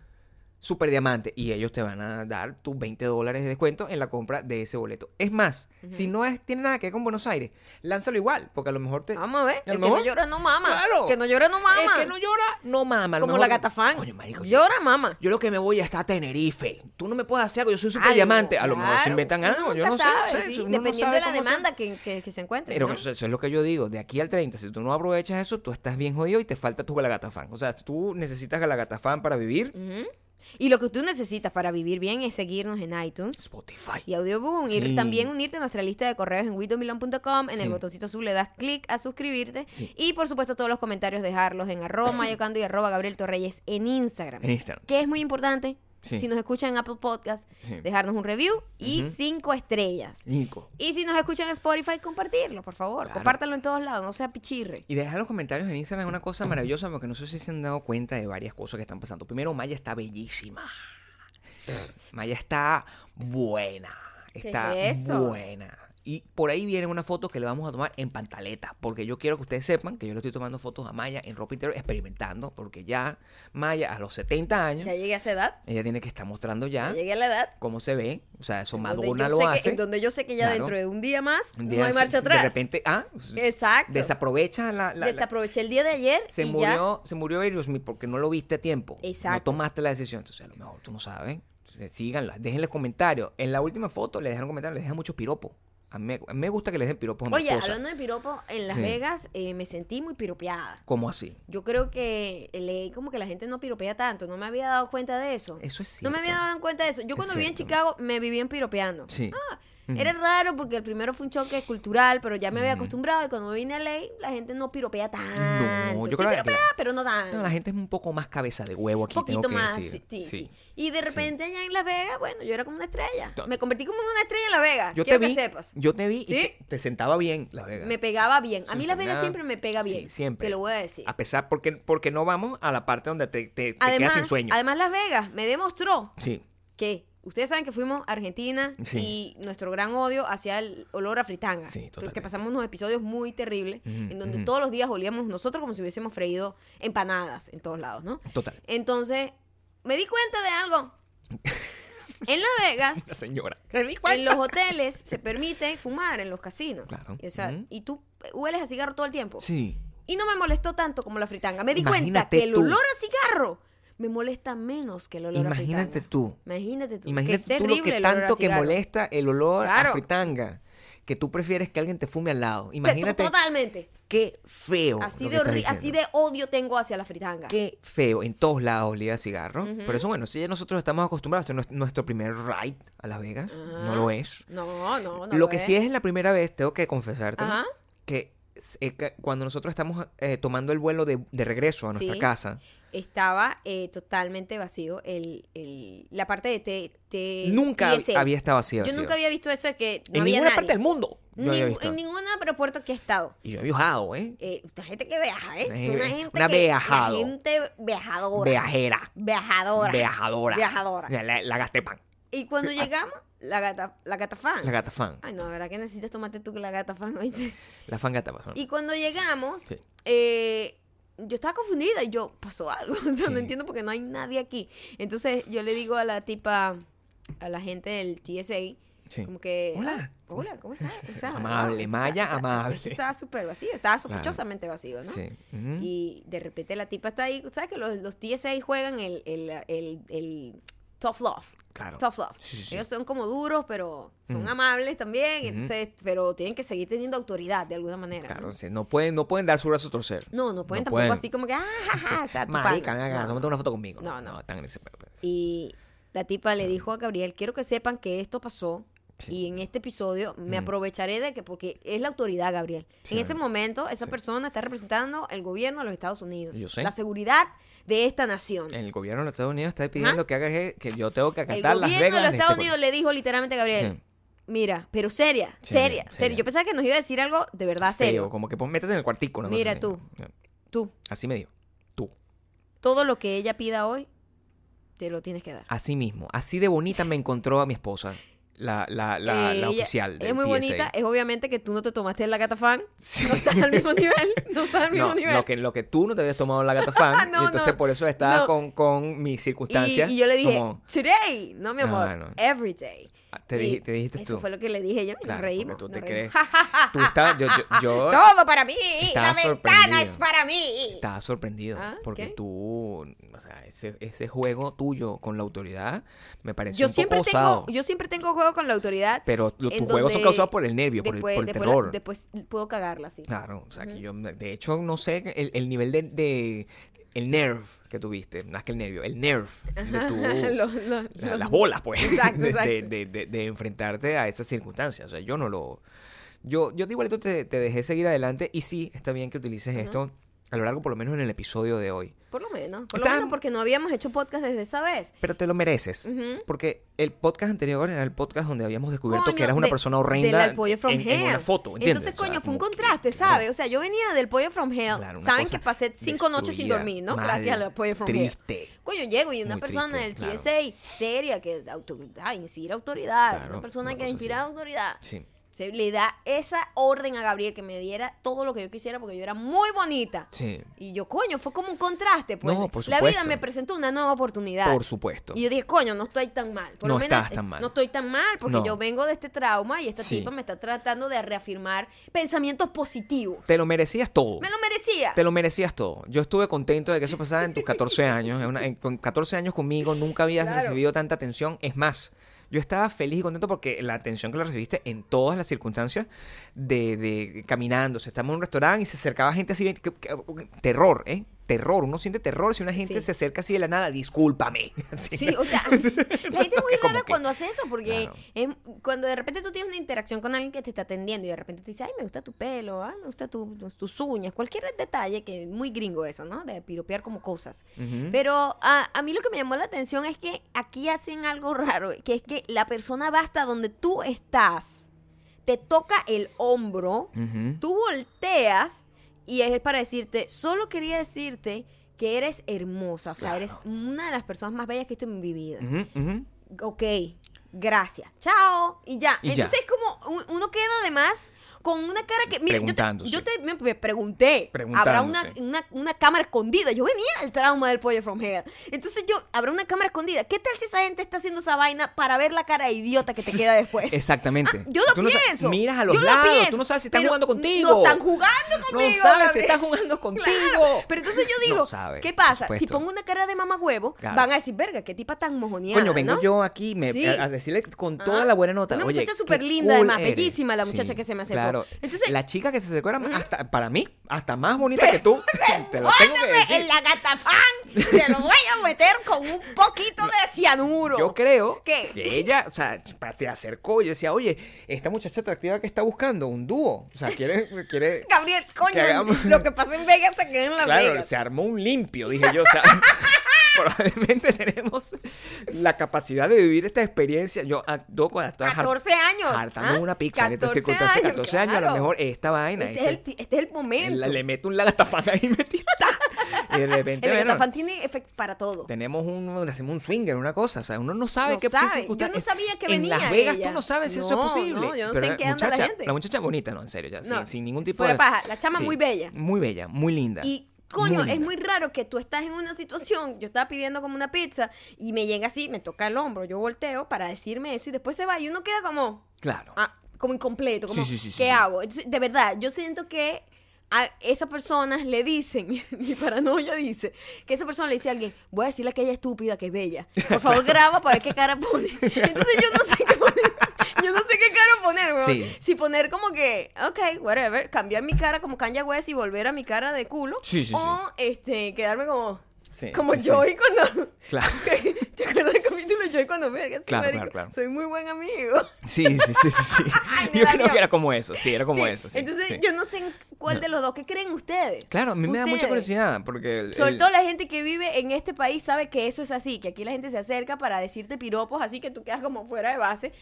Speaker 2: Super diamante. Y ellos te van a dar tus 20 dólares de descuento en la compra de ese boleto. Es más, si no es- tiene nada que ver con Buenos Aires, lánzalo igual, porque a lo mejor te.
Speaker 1: Vamos a ver,
Speaker 2: lo
Speaker 1: el que
Speaker 2: mejor-
Speaker 1: no llora no mama.
Speaker 2: Claro.
Speaker 1: Que no llora no mama.
Speaker 2: El que no llora, no mama. A lo
Speaker 1: Como
Speaker 2: mejor-
Speaker 1: la gatafán.
Speaker 2: Coño, marico, sí.
Speaker 1: llora mama.
Speaker 2: Yo lo que me voy hasta a Tenerife. Tú no me puedes hacer algo. Yo soy super
Speaker 1: Algo,
Speaker 2: diamante. A lo mejor se
Speaker 1: claro.
Speaker 2: inventan
Speaker 1: Uno
Speaker 2: algo. Yo
Speaker 1: nunca
Speaker 2: no sé.
Speaker 1: sabe,
Speaker 2: ¿sabes?
Speaker 1: sí,
Speaker 2: Uno no
Speaker 1: Dependiendo
Speaker 2: sabe
Speaker 1: de la
Speaker 2: cómo se-
Speaker 1: demanda que, que- que se encuentre.
Speaker 2: Pero
Speaker 1: ¿no?
Speaker 2: eso, eso es lo que yo digo. De aquí al 30, si tú no aprovechas eso, tú estás bien jodido y te falta tu galagatafán. O sea, tú necesitas galagatafán para vivir.
Speaker 1: Ujú. Y lo que tú necesitas para vivir bien es seguirnos en iTunes.
Speaker 2: Spotify.
Speaker 1: Y Audioboom, y
Speaker 2: Sí.
Speaker 1: también unirte a nuestra lista de correos en widomilon.com, en
Speaker 2: Sí.
Speaker 1: el botoncito azul le das clic a suscribirte
Speaker 2: Sí.
Speaker 1: y por supuesto todos los comentarios dejarlos en arroba mayocando y arroba Gabriel Torreyes en Instagram.
Speaker 2: En Instagram.
Speaker 1: que es muy importante,
Speaker 2: Sí.
Speaker 1: si nos escuchan en Apple Podcast,
Speaker 2: Sí.
Speaker 1: dejarnos un review y
Speaker 2: Ujú.
Speaker 1: cinco estrellas.
Speaker 2: Nico.
Speaker 1: Y si nos escuchan en Spotify, compartirlo, por favor.
Speaker 2: Claro.
Speaker 1: Compártanlo en todos lados, no sea pichirre.
Speaker 2: Y dejar los comentarios en Instagram es una cosa maravillosa porque no sé si se han dado cuenta de varias cosas que están pasando. Primero, Maya está bellísima. Maya está buena.
Speaker 1: ¿Qué
Speaker 2: Está
Speaker 1: es eso?
Speaker 2: buena. Y por ahí viene una foto que le vamos a tomar en pantaleta, porque yo quiero que ustedes sepan que yo le estoy tomando fotos a Maya en ropa interior, experimentando, porque ya Maya a los 70 años,
Speaker 1: Ya llegué a esa edad,
Speaker 2: ella tiene que estar mostrando
Speaker 1: ya
Speaker 2: ya
Speaker 1: llegué a la edad.
Speaker 2: cómo se ve, o sea, eso
Speaker 1: donde yo
Speaker 2: Madonna
Speaker 1: sé
Speaker 2: lo
Speaker 1: que-
Speaker 2: hace.
Speaker 1: en donde yo sé que ya
Speaker 2: Claro.
Speaker 1: dentro de un día más
Speaker 2: Un
Speaker 1: no
Speaker 2: día
Speaker 1: hay marcha
Speaker 2: de
Speaker 1: atrás.
Speaker 2: repente, ah,
Speaker 1: Exacto.
Speaker 2: desaprovecha la, la- la-
Speaker 1: Desaproveché el día de ayer
Speaker 2: se
Speaker 1: y ya.
Speaker 2: murió, se murió Aerosmith porque no lo viste a tiempo. No
Speaker 1: Exacto.
Speaker 2: tomaste la decisión. Entonces, a lo mejor tú no sabes. Entonces, síganla, déjenle comentarios. En la última foto le dejaron comentarios, le dejan muchos piropos. A mí, me- a mí me gusta que le dejen piropos a mi
Speaker 1: Oye,
Speaker 2: esposa.
Speaker 1: hablando de piropo, en Las
Speaker 2: Sí.
Speaker 1: Vegas eh, me sentí muy piropeada.
Speaker 2: ¿Cómo así?
Speaker 1: Yo creo que le, como que la gente no piropea tanto, no me había dado cuenta de eso.
Speaker 2: Eso es
Speaker 1: No me
Speaker 2: cierto.
Speaker 1: había dado cuenta de eso. Yo
Speaker 2: Es
Speaker 1: cuando vivía en
Speaker 2: cierto.
Speaker 1: Chicago me vivían piropeando.
Speaker 2: Sí.
Speaker 1: Ah.
Speaker 2: Ujú.
Speaker 1: Era raro porque el primero fue un choque cultural, pero ya me había acostumbrado y cuando me vine a ley la gente no piropea tanto.
Speaker 2: yo
Speaker 1: Sí
Speaker 2: creo que-
Speaker 1: piropea, pero no tanto.
Speaker 2: No, la gente es un poco más cabeza de huevo aquí,
Speaker 1: un poquito
Speaker 2: tengo que
Speaker 1: más,
Speaker 2: decir.
Speaker 1: sí, sí, sí. Y de repente allá en Las Vegas, bueno, yo era como una estrella.
Speaker 2: No.
Speaker 1: Me convertí como en una estrella en Las Vegas.
Speaker 2: Yo
Speaker 1: Ah, Quiero
Speaker 2: te vi,
Speaker 1: que sepas.
Speaker 2: yo te vi y
Speaker 1: ¿Sí?
Speaker 2: te, te sentaba bien, la Vega.
Speaker 1: Me pegaba bien. A mí
Speaker 2: Sí,
Speaker 1: Las Vegas
Speaker 2: nada.
Speaker 1: siempre me pega bien.
Speaker 2: Sí, siempre.
Speaker 1: Te lo voy a decir.
Speaker 2: A pesar, porque, porque no vamos a la parte donde te, te, te quedas sin sueño.
Speaker 1: además Las Vegas me demostró
Speaker 2: Sí.
Speaker 1: que ustedes saben que fuimos a Argentina
Speaker 2: Sí.
Speaker 1: y nuestro gran odio hacia el olor a fritanga.
Speaker 2: Sí, totalmente.
Speaker 1: Porque pasamos unos episodios muy terribles
Speaker 2: Ujú,
Speaker 1: en donde
Speaker 2: ujú.
Speaker 1: todos los días olíamos nosotros como si hubiésemos freído empanadas en todos lados, ¿no?
Speaker 2: Total.
Speaker 1: Entonces, me di cuenta de algo. En Las Vegas,
Speaker 2: La señora.
Speaker 1: en los hoteles se permite fumar en los casinos.
Speaker 2: Claro.
Speaker 1: Y, o sea,
Speaker 2: Ujú.
Speaker 1: y tú hueles a cigarro todo el tiempo.
Speaker 2: Sí.
Speaker 1: Y no me molestó tanto como la fritanga. Me di cuenta
Speaker 2: Imagínate
Speaker 1: que el
Speaker 2: tú.
Speaker 1: olor a cigarro me molesta menos que el olor a
Speaker 2: Imagínate
Speaker 1: fritanga.
Speaker 2: tú.
Speaker 1: Imagínate tú. que
Speaker 2: Imagínate
Speaker 1: es
Speaker 2: tú lo que
Speaker 1: terrible el olor a
Speaker 2: tanto que
Speaker 1: cigarro.
Speaker 2: molesta el olor a
Speaker 1: Claro.
Speaker 2: fritanga, que tú prefieres que alguien te fume al lado.
Speaker 1: Que to-
Speaker 2: Imagínate
Speaker 1: Totalmente.
Speaker 2: qué feo.
Speaker 1: Así
Speaker 2: lo
Speaker 1: de,
Speaker 2: que estás
Speaker 1: horri- así
Speaker 2: diciendo.
Speaker 1: de odio tengo hacia la fritanga.
Speaker 2: Qué feo, en todos lados olía a cigarro. Pero eso, bueno, si ya nosotros estamos acostumbrados, este no es nuestro primer ride a Las Vegas, no lo es.
Speaker 1: No, Ah. no, no.
Speaker 2: lo que sí
Speaker 1: es.
Speaker 2: es la primera vez, tengo que confesarte,
Speaker 1: Ajá.
Speaker 2: que eh, que cuando nosotros estamos eh, tomando el vuelo de, de regreso a nuestra
Speaker 1: Sí.
Speaker 2: casa,
Speaker 1: Estaba eh, totalmente vacío el, el- la parte de te, te-
Speaker 2: nunca hab-
Speaker 1: TSA.
Speaker 2: había estado así.
Speaker 1: Eh, Yo nunca había visto eso de que no
Speaker 2: en
Speaker 1: había
Speaker 2: ninguna
Speaker 1: nadie.
Speaker 2: parte del mundo. yo había
Speaker 1: Ningú-
Speaker 2: visto.
Speaker 1: En ningún aeropuerto que he estado.
Speaker 2: Y yo he viajado, ¿eh?
Speaker 1: Eh, la gente que viaja, ¿eh?
Speaker 2: Una
Speaker 1: Una
Speaker 2: gente-
Speaker 1: gente,
Speaker 2: una
Speaker 1: que-
Speaker 2: viajado.
Speaker 1: la gente viajadora.
Speaker 2: Viajera.
Speaker 1: Viajadora.
Speaker 2: Viajadora.
Speaker 1: Viajadora.
Speaker 2: La, la gasté pan.
Speaker 1: Y cuando llegamos, La gata, la gata fan.
Speaker 2: La gata fan.
Speaker 1: Ay, no, la verdad que necesitas tomarte tú la gata fan, ¿oíste?
Speaker 2: La fan gata pasó.
Speaker 1: Y cuando llegamos,
Speaker 2: Sí.
Speaker 1: eh, yo estaba confundida y yo, pasó algo. O sea,
Speaker 2: Sí.
Speaker 1: no entiendo porque no hay nadie aquí. Entonces yo le digo a la tipa, a la gente del TSA,
Speaker 2: Sí.
Speaker 1: como que. "Ah,
Speaker 2: Hola.
Speaker 1: hola, ¿cómo estás? O sea,
Speaker 2: Amable,
Speaker 1: esto
Speaker 2: Maya,
Speaker 1: esto
Speaker 2: amable.
Speaker 1: esto Estaba súper vacío, estaba sospechosamente vacío, ¿no?
Speaker 2: Sí. Ujú.
Speaker 1: Y de repente la tipa está ahí. ¿Sabes que los, los TSA juegan el, el, el, el tough love?
Speaker 2: Claro.
Speaker 1: Tough love.
Speaker 2: Sí, sí, sí.
Speaker 1: Ellos son como duros, pero son amables también.
Speaker 2: Ujú.
Speaker 1: Entonces, pero tienen que seguir teniendo autoridad de alguna manera.
Speaker 2: Claro,
Speaker 1: ¿no?
Speaker 2: sí, no pueden, no pueden dar su brazo a torcer.
Speaker 1: No, no pueden
Speaker 2: No
Speaker 1: tampoco
Speaker 2: pueden.
Speaker 1: así como que, ah, ja, ja", o sea, tu
Speaker 2: Marica,
Speaker 1: pana.
Speaker 2: ven acá,
Speaker 1: No,
Speaker 2: tómate
Speaker 1: no.
Speaker 2: una foto conmigo.
Speaker 1: No, no.
Speaker 2: están en ese pues. pe- pe-
Speaker 1: Y la tipa le dijo a Gabriel, quiero que sepan que esto pasó y en este episodio me aprovecharé de que, porque es la autoridad, Gabriel.
Speaker 2: Mm. Sí.
Speaker 1: En ese momento, esa persona está representando el gobierno de los Estados Unidos.
Speaker 2: Yo sé.
Speaker 1: La seguridad de esta nación.
Speaker 2: El gobierno de los Estados Unidos está pidiendo que haga je- que yo tengo que
Speaker 1: El
Speaker 2: acatar las
Speaker 1: gobierno de
Speaker 2: reglas.
Speaker 1: los
Speaker 2: este
Speaker 1: Estados
Speaker 2: co-
Speaker 1: Unidos le dijo literalmente a Gabriel,
Speaker 2: Sí.
Speaker 1: mira, pero seria,
Speaker 2: Sí,
Speaker 1: seria,
Speaker 2: seria.
Speaker 1: seria. Yo pensaba que nos iba a decir algo de verdad
Speaker 2: Feo,
Speaker 1: serio.
Speaker 2: como que pon- métete en el cuartico. una cosa
Speaker 1: Mira
Speaker 2: así.
Speaker 1: tú. Tú,
Speaker 2: Así me dijo. Tú.
Speaker 1: todo lo que ella pida hoy, te lo tienes que dar.
Speaker 2: Así mismo. Así de bonita me encontró a mi esposa. La, la, la,
Speaker 1: Eh,
Speaker 2: la
Speaker 1: ella
Speaker 2: oficial.
Speaker 1: Es
Speaker 2: del
Speaker 1: muy
Speaker 2: TSA.
Speaker 1: bonita. Es obviamente que tú no te tomaste la gata fan. No estás al mismo nivel. No estás al mismo
Speaker 2: No,
Speaker 1: nivel.
Speaker 2: lo que, lo que tú no te habías tomado la gata fan.
Speaker 1: No,
Speaker 2: y entonces
Speaker 1: no,
Speaker 2: por eso estaba
Speaker 1: no.
Speaker 2: con, con mis
Speaker 1: y,
Speaker 2: circunstancias.
Speaker 1: y yo le dije,
Speaker 2: como-
Speaker 1: today. No, mi amor.
Speaker 2: Ah, no.
Speaker 1: Every day.
Speaker 2: te,
Speaker 1: Y
Speaker 2: dije- te dijiste
Speaker 1: Eso
Speaker 2: tú.
Speaker 1: fue lo que le dije yo. Y
Speaker 2: Claro,
Speaker 1: nos reímos.
Speaker 2: porque tú
Speaker 1: nos
Speaker 2: te
Speaker 1: reímos.
Speaker 2: crees. tú estabas. Yo, yo, yo
Speaker 1: Todo para mí. La
Speaker 2: Estaba
Speaker 1: ventana
Speaker 2: sorprendido.
Speaker 1: es para mí.
Speaker 2: estaba sorprendido.
Speaker 1: Ah,
Speaker 2: porque
Speaker 1: ok.
Speaker 2: tú. O sea, ese, ese juego tuyo con la autoridad me pareció
Speaker 1: Yo
Speaker 2: un
Speaker 1: siempre,
Speaker 2: poco osado.
Speaker 1: tengo, yo siempre tengo juego con la autoridad.
Speaker 2: Pero lo-
Speaker 1: en
Speaker 2: tus juegos
Speaker 1: donde
Speaker 2: son causados por el nervio, por el- por el
Speaker 1: después,
Speaker 2: terror. Ah,
Speaker 1: la- Después, puedo cagarla, sí.
Speaker 2: Claro, o sea, que yo, de hecho, no sé el, el nivel de, de- el nerve que tuviste, más que el nervio, el nerve de tu,
Speaker 1: Los- los-
Speaker 2: la-
Speaker 1: los-
Speaker 2: las bolas, pues,
Speaker 1: Exacto,
Speaker 2: de,
Speaker 1: exacto.
Speaker 2: de- de- de- de enfrentarte a esas circunstancias. O sea, yo no lo, yo, yo de igualito te, te dejé seguir adelante y sí, está bien que utilices esto a lo largo, por lo menos en el episodio de hoy.
Speaker 1: Por lo menos. Por lo
Speaker 2: Está-
Speaker 1: menos porque no habíamos hecho podcast desde esa vez.
Speaker 2: Pero te lo mereces,
Speaker 1: Ujú.
Speaker 2: porque el podcast anterior era el podcast donde habíamos descubierto
Speaker 1: Coño,
Speaker 2: que eras una
Speaker 1: de-
Speaker 2: persona
Speaker 1: Del
Speaker 2: horrenda
Speaker 1: al pollo from
Speaker 2: en, en
Speaker 1: hell.
Speaker 2: una foto, ¿entiendes?
Speaker 1: Entonces,
Speaker 2: O sea,
Speaker 1: coño, fue un
Speaker 2: como que-
Speaker 1: contraste,
Speaker 2: claro.
Speaker 1: ¿sabes? O sea, yo venía del pollo from hell.
Speaker 2: Claro, una
Speaker 1: Saben
Speaker 2: cosa
Speaker 1: que pasé cinco noches sin
Speaker 2: destruida,
Speaker 1: dormir, ¿no?
Speaker 2: mal,
Speaker 1: Gracias al pollo from
Speaker 2: Triste.
Speaker 1: hell. Coño, llego y una
Speaker 2: Muy
Speaker 1: persona
Speaker 2: triste,
Speaker 1: del
Speaker 2: claro.
Speaker 1: TSA seria que auto- ah, inspira autoridad.
Speaker 2: Claro,
Speaker 1: una persona
Speaker 2: una
Speaker 1: que
Speaker 2: cosa
Speaker 1: inspira
Speaker 2: así.
Speaker 1: autoridad.
Speaker 2: Sí.
Speaker 1: Se le da esa orden a Gabriel que me diera todo lo que yo quisiera porque yo era muy bonita.
Speaker 2: Sí.
Speaker 1: Y yo, coño, fue como un contraste. Pues.
Speaker 2: No, por
Speaker 1: La vida
Speaker 2: supuesto.
Speaker 1: me presentó una nueva oportunidad.
Speaker 2: Por supuesto.
Speaker 1: Y yo dije, coño, no estoy tan mal. Por
Speaker 2: No
Speaker 1: lo menos,
Speaker 2: estás tan mal.
Speaker 1: No estoy tan mal porque
Speaker 2: No.
Speaker 1: yo vengo de este trauma y esta
Speaker 2: Sí.
Speaker 1: tipa me está tratando de reafirmar pensamientos positivos.
Speaker 2: Te lo merecías todo.
Speaker 1: Me lo merecía.
Speaker 2: Te lo merecías todo. Yo estuve contento de que eso pasara en tus 14 años. Es una- en- con 14 años conmigo nunca habías
Speaker 1: Claro.
Speaker 2: recibido tanta atención. Es más, yo estaba feliz y contento porque la atención que la recibiste en todas las circunstancias de, de caminando. O sea, estamos en un restaurante y se acercaba gente así. bien- que- que- terror, ¿eh? Terror. Uno siente terror si una gente
Speaker 1: Sí.
Speaker 2: se acerca así de la nada. Discúlpame. Así.
Speaker 1: Sí, o sea, la gente es muy
Speaker 2: Es como
Speaker 1: rara
Speaker 2: que-
Speaker 1: cuando hace eso, porque
Speaker 2: Claro.
Speaker 1: es cuando de repente tú tienes una interacción con alguien que te está atendiendo y de repente te dice, ay, me gusta tu pelo, ay, me gusta tu- tus, tus uñas, cualquier detalle que es muy gringo eso, ¿no? De piropear como cosas.
Speaker 2: Ujú.
Speaker 1: Pero a, a mí lo que me llamó la atención es que aquí hacen algo raro, que es que la persona va hasta donde tú estás, te toca el hombro,
Speaker 2: Ujú.
Speaker 1: tú volteas y es para decirte, solo quería decirte que eres hermosa, o sea,
Speaker 2: Claro.
Speaker 1: eres una de las personas más bellas que he visto en mi vida.
Speaker 2: Ujú, ujú.
Speaker 1: Ok, gracias, chao y ya.
Speaker 2: Y ya.
Speaker 1: Entonces es como un- uno queda además con una cara que... Mira, yo te,
Speaker 2: Preguntándose.
Speaker 1: yo te- me, me pregunté, habrá una,
Speaker 2: Preguntándose.
Speaker 1: una, una cámara escondida. Yo venía al trauma del pollo from hell. Entonces yo, habrá una cámara escondida. ¿Qué tal si esa gente está haciendo esa vaina para ver la cara de idiota que te queda después?
Speaker 2: Exactamente.
Speaker 1: Ah, Yo lo
Speaker 2: Tú no sa-
Speaker 1: pienso.
Speaker 2: miras a los
Speaker 1: yo lo
Speaker 2: lados.
Speaker 1: pienso,
Speaker 2: tú no sabes si están
Speaker 1: pero
Speaker 2: jugando contigo.
Speaker 1: No están jugando conmigo.
Speaker 2: No sabes si
Speaker 1: Gabriel.
Speaker 2: están jugando contigo.
Speaker 1: Claro, Pero entonces yo digo,
Speaker 2: No sabes,
Speaker 1: ¿qué
Speaker 2: por
Speaker 1: pasa? Si
Speaker 2: supuesto.
Speaker 1: pongo una cara de mamá huevo,
Speaker 2: Claro.
Speaker 1: van a decir, verga, qué tipa tan mojoneada.
Speaker 2: Coño, vengo
Speaker 1: ¿no?
Speaker 2: yo aquí me,
Speaker 1: Sí.
Speaker 2: a, a decirle con
Speaker 1: Ah,
Speaker 2: toda la buena nota.
Speaker 1: una
Speaker 2: Oye,
Speaker 1: muchacha
Speaker 2: qué
Speaker 1: súper linda, además,
Speaker 2: eres.
Speaker 1: bellísima la muchacha que se me acercó.
Speaker 2: Claro.
Speaker 1: Entonces-
Speaker 2: la chica que se acercó era hasta, para mí, hasta más bonita que tú. Te lo tengo que
Speaker 1: Póngame
Speaker 2: decir.
Speaker 1: en la gatafán, te lo voy a meter con un poquito de cianuro.
Speaker 2: Yo creo
Speaker 1: ¿Qué?
Speaker 2: que ella, o sea, pa- se acercó y decía, oye, esta muchacha atractiva que está buscando, un dúo. O sea, quiere, quiere.
Speaker 1: Gabriel, coño,
Speaker 2: Que hagamos-
Speaker 1: lo que pasa en Vegas se queda en la
Speaker 2: Claro,
Speaker 1: Vegas.
Speaker 2: se armó un limpio, dije yo. O sea, probablemente tenemos la capacidad de vivir esta experiencia. Yo, ah, yo cuando estaba har-
Speaker 1: 14 años.
Speaker 2: hartando
Speaker 1: ¿ah?
Speaker 2: una pizza en esta
Speaker 1: 14
Speaker 2: circunstancia, 14 años, a
Speaker 1: claro.
Speaker 2: lo mejor esta vaina.
Speaker 1: Este es el, ti- este es el
Speaker 2: este-
Speaker 1: momento.
Speaker 2: le meto un lagatafán ahí metida. Y de repente,
Speaker 1: El
Speaker 2: bueno,
Speaker 1: Gatafán tiene efecto para todo.
Speaker 2: tenemos un, hacemos un swinger, una cosa. O sea, uno no sabe
Speaker 1: No
Speaker 2: qué
Speaker 1: sabe.
Speaker 2: qué circunstancia-
Speaker 1: Yo no sabía que
Speaker 2: en
Speaker 1: venía
Speaker 2: Las Vegas
Speaker 1: ella.
Speaker 2: tú no sabes si eso es
Speaker 1: No,
Speaker 2: posible.
Speaker 1: no, yo no
Speaker 2: Pero
Speaker 1: sé en qué anda la
Speaker 2: muchacha-
Speaker 1: gente.
Speaker 2: muchacha bonita, no, en serio, ya,
Speaker 1: No,
Speaker 2: sin, sin ningún tipo
Speaker 1: fuera
Speaker 2: de.
Speaker 1: paja, la chama muy bella.
Speaker 2: Muy bella, muy linda.
Speaker 1: Y coño, es
Speaker 2: linda.
Speaker 1: muy raro que tú estás en una situación, yo estaba pidiendo como una pizza y me llega así, me toca el hombro, yo volteo para decirme eso y después se va y uno queda como
Speaker 2: Claro.
Speaker 1: ah, como incompleto, como
Speaker 2: Sí, sí, sí, sí,
Speaker 1: ¿qué
Speaker 2: sí.
Speaker 1: hago? Entonces, de verdad, yo siento que a esas personas le dicen, mi paranoia dice, que esa persona le dice a alguien, voy a decirle que ella es estúpida, que es bella. Por favor, graba para ver qué cara pone. Entonces yo no sé qué poner. Yo no sé qué cara poner, weón.
Speaker 2: Sí.
Speaker 1: Si poner como que, ok, whatever, cambiar mi cara como Kanye West y volver a mi cara de culo.
Speaker 2: Sí, sí, sí.
Speaker 1: o este, quedarme como,
Speaker 2: Sí,
Speaker 1: como
Speaker 2: sí, sí.
Speaker 1: Joy cuando...
Speaker 2: Claro.
Speaker 1: ¿Te acuerdas del capítulo de Joy cuando verga? sí,
Speaker 2: Claro,
Speaker 1: marico,
Speaker 2: claro, claro.
Speaker 1: Soy muy buen amigo.
Speaker 2: Sí, sí, sí, sí. sí.
Speaker 1: Ay, me
Speaker 2: yo
Speaker 1: da
Speaker 2: creo
Speaker 1: miedo.
Speaker 2: que era como eso, sí, era como
Speaker 1: Sí,
Speaker 2: eso. sí,
Speaker 1: Entonces,
Speaker 2: sí.
Speaker 1: yo no sé en cuál de los dos. ¿Qué creen ustedes?
Speaker 2: Claro, a mí me da mucha
Speaker 1: Ustedes.
Speaker 2: curiosidad porque. el-
Speaker 1: Sobre
Speaker 2: el-
Speaker 1: todo la gente que vive en este país sabe que eso es así, que aquí la gente se acerca para decirte piropos así que tú quedas como fuera de base.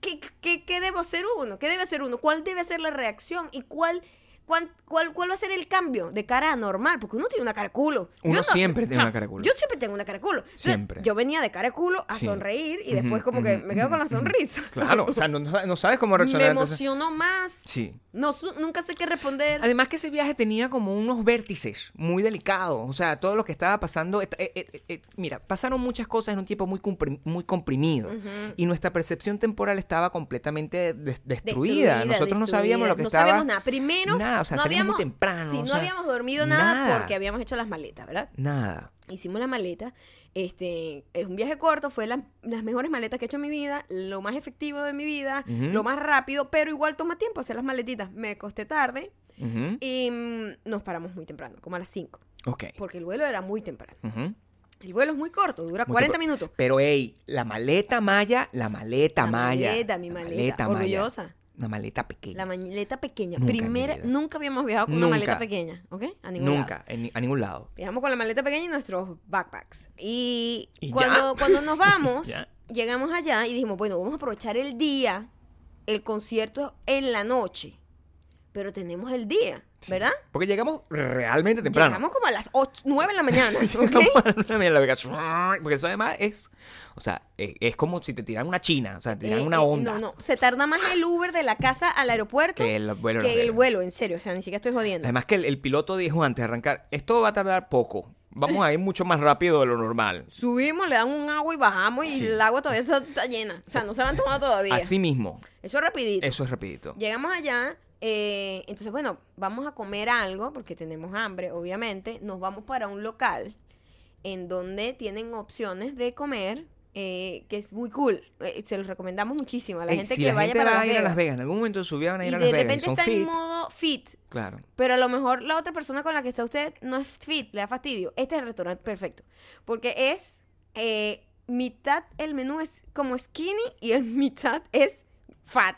Speaker 1: ¿Qué, qué, qué debo ser uno? ¿Qué debe ser uno? ¿Cuál debe ser la reacción? ¿Y cuál, cuán- cuál, cuál va a ser el cambio de cara a normal? Porque uno tiene una cara de culo. Yo
Speaker 2: Uno siempre tiene una cara de culo.
Speaker 1: Yo siempre tengo una cara de culo. Entonces,
Speaker 2: Siempre.
Speaker 1: Yo venía de cara de culo a
Speaker 2: Sí.
Speaker 1: sonreír y
Speaker 2: Ujú,
Speaker 1: después como que
Speaker 2: ujú,
Speaker 1: me quedo con la
Speaker 2: ujú, ujú.
Speaker 1: sonrisa.
Speaker 2: Claro, o sea, no, no sabes cómo
Speaker 1: me
Speaker 2: reaccionar. entonces-
Speaker 1: emocionó más.
Speaker 2: Sí.
Speaker 1: No, su- nunca sé qué responder.
Speaker 2: Además que ese viaje tenía como unos vértices muy delicados, o sea, todo lo que estaba pasando, eh, et- et- et- et- mira, pasaron muchas cosas en un tiempo muy, compri- muy comprimido y nuestra percepción temporal estaba completamente des- destruida.
Speaker 1: Destruida,
Speaker 2: Nosotros no
Speaker 1: destruida.
Speaker 2: sabíamos lo que
Speaker 1: no
Speaker 2: estaba.
Speaker 1: sabíamos nada. Primero,
Speaker 2: nada, o sea,
Speaker 1: no
Speaker 2: salimos
Speaker 1: habíamos,
Speaker 2: muy temprano,
Speaker 1: sí,
Speaker 2: o
Speaker 1: no
Speaker 2: sea,
Speaker 1: habíamos dormido nada,
Speaker 2: nada.
Speaker 1: porque habíamos hecho las maletas, ¿verdad?
Speaker 2: Nada.
Speaker 1: Hicimos la maleta. Este, es un viaje corto, fue la- las mejores maletas que he hecho en mi vida, lo más efectivo de mi vida,
Speaker 2: Ujú.
Speaker 1: lo más rápido, pero igual toma tiempo hacer las maletitas. Me costé tarde
Speaker 2: Ujú.
Speaker 1: y mm, nos paramos muy temprano, como a las 5,
Speaker 2: Ok.
Speaker 1: porque el vuelo era muy temprano.
Speaker 2: Ujú.
Speaker 1: El vuelo es muy corto, dura
Speaker 2: Muy
Speaker 1: 40
Speaker 2: temprano.
Speaker 1: minutos.
Speaker 2: Pero, hey, la maleta maya, la maleta
Speaker 1: La
Speaker 2: maya.
Speaker 1: maleta, mi maleta, orgullosa.
Speaker 2: Una maleta pequeña.
Speaker 1: La maleta pequeña,
Speaker 2: Nunca en mi
Speaker 1: primera,
Speaker 2: vida.
Speaker 1: nunca habíamos viajado con una
Speaker 2: Nunca.
Speaker 1: maleta pequeña, ¿ok? A ningún lado.
Speaker 2: Nunca, en ni- a ningún lado.
Speaker 1: Viajamos con la maleta pequeña y nuestros backpacks. Y,
Speaker 2: Y ya.
Speaker 1: cuando, cuando nos vamos,
Speaker 2: Ya.
Speaker 1: llegamos allá y dijimos, bueno, vamos a aprovechar el día. El concierto es en la noche. Pero tenemos el día, ¿verdad?
Speaker 2: Porque llegamos realmente temprano.
Speaker 1: Llegamos como a las 9 de la mañana.
Speaker 2: Como
Speaker 1: ¿ok? Eh,
Speaker 2: una mierda, venga, Porque eso además es, o sea, es, es como si te tiran una china, o sea, te tiran
Speaker 1: Eh,
Speaker 2: una
Speaker 1: eh,
Speaker 2: onda.
Speaker 1: No, no. Se tarda más el Uber de la casa al aeropuerto
Speaker 2: Que el vuelo
Speaker 1: que
Speaker 2: no
Speaker 1: el
Speaker 2: llega.
Speaker 1: vuelo, en serio. O sea, ni siquiera estoy jodiendo.
Speaker 2: Además que el, el piloto dijo antes de arrancar, esto va a tardar poco, vamos a ir mucho más rápido de lo normal.
Speaker 1: Subimos, le dan un agua y bajamos y
Speaker 2: Sí.
Speaker 1: el agua todavía está, está llena. O sea, no se la han tomado todavía.
Speaker 2: Así mismo,
Speaker 1: Eso es rapidito.
Speaker 2: eso es rapidito.
Speaker 1: Llegamos allá, eh, entonces bueno, vamos a comer algo porque tenemos hambre, obviamente. Nos vamos para un local en donde tienen opciones de comer, eh, que es muy cool. Eh, se los recomendamos muchísimo a la
Speaker 2: Ey,
Speaker 1: gente
Speaker 2: si
Speaker 1: que
Speaker 2: la
Speaker 1: vaya
Speaker 2: gente
Speaker 1: para
Speaker 2: va
Speaker 1: Las
Speaker 2: a ir a
Speaker 1: Vegas.
Speaker 2: Las Vegas, en algún momento de su vida van a
Speaker 1: Y
Speaker 2: ir a
Speaker 1: de
Speaker 2: Las Vegas, y
Speaker 1: repente
Speaker 2: son
Speaker 1: está en
Speaker 2: fit,
Speaker 1: modo fit,
Speaker 2: claro.
Speaker 1: pero a lo mejor la otra persona con la que está usted no es fit, le da fastidio. Este es el restaurante perfecto. Porque es eh, mitad el menú es como skinny y el mitad es fat.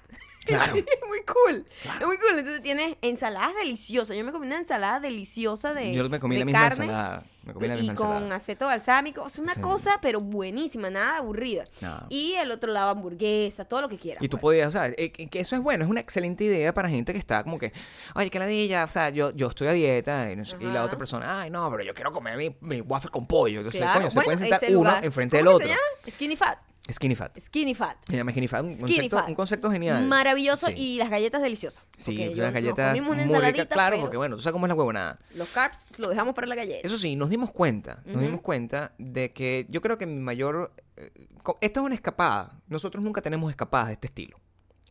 Speaker 2: Claro.
Speaker 1: es muy cool. Es muy cool. Entonces tienes ensaladas deliciosas. Yo me comí una ensalada deliciosa de.
Speaker 2: Yo me comí
Speaker 1: de
Speaker 2: la misma
Speaker 1: carne
Speaker 2: ensalada, me comí la
Speaker 1: y
Speaker 2: misma
Speaker 1: con
Speaker 2: ensalada.
Speaker 1: aceto balsámico. O sea, una
Speaker 2: Sí.
Speaker 1: cosa, pero buenísima, nada aburrida.
Speaker 2: Nada.
Speaker 1: Y el otro lado, hamburguesa, todo lo que quieras.
Speaker 2: Y tú
Speaker 1: pues.
Speaker 2: podías, o sea, eh, que que eso es bueno, es una excelente idea para gente que está como que, ay, qué ladilla, o sea, yo, yo estoy a dieta, y, no sé- y
Speaker 1: Ajá.
Speaker 2: la otra persona, ay, no, pero yo quiero comer mi, mi waffle con pollo. Entonces,
Speaker 1: Claro.
Speaker 2: coño, se
Speaker 1: Bueno,
Speaker 2: pueden sentar
Speaker 1: ese
Speaker 2: uno
Speaker 1: lugar.
Speaker 2: enfrente del
Speaker 1: ¿Cómo que se
Speaker 2: otro.
Speaker 1: llama? Skinny fat.
Speaker 2: Skinny fat.
Speaker 1: Skinny fat.
Speaker 2: Se llama skinny fat, un,
Speaker 1: Skinny
Speaker 2: concepto,
Speaker 1: fat.
Speaker 2: un concepto genial.
Speaker 1: Maravilloso
Speaker 2: Sí.
Speaker 1: y las galletas deliciosas.
Speaker 2: Sí,
Speaker 1: Porque yo- nos
Speaker 2: las galletas
Speaker 1: comimos una
Speaker 2: muy ricas,
Speaker 1: ensaladita,
Speaker 2: claro,
Speaker 1: pero
Speaker 2: porque bueno, tú sabes cómo es la huevonada.
Speaker 1: Los carbs lo dejamos para la galleta.
Speaker 2: Eso sí, nos dimos cuenta, nos dimos cuenta de que yo creo que mi mayor... eh, co- esto es una escapada, nosotros nunca tenemos escapadas de este estilo.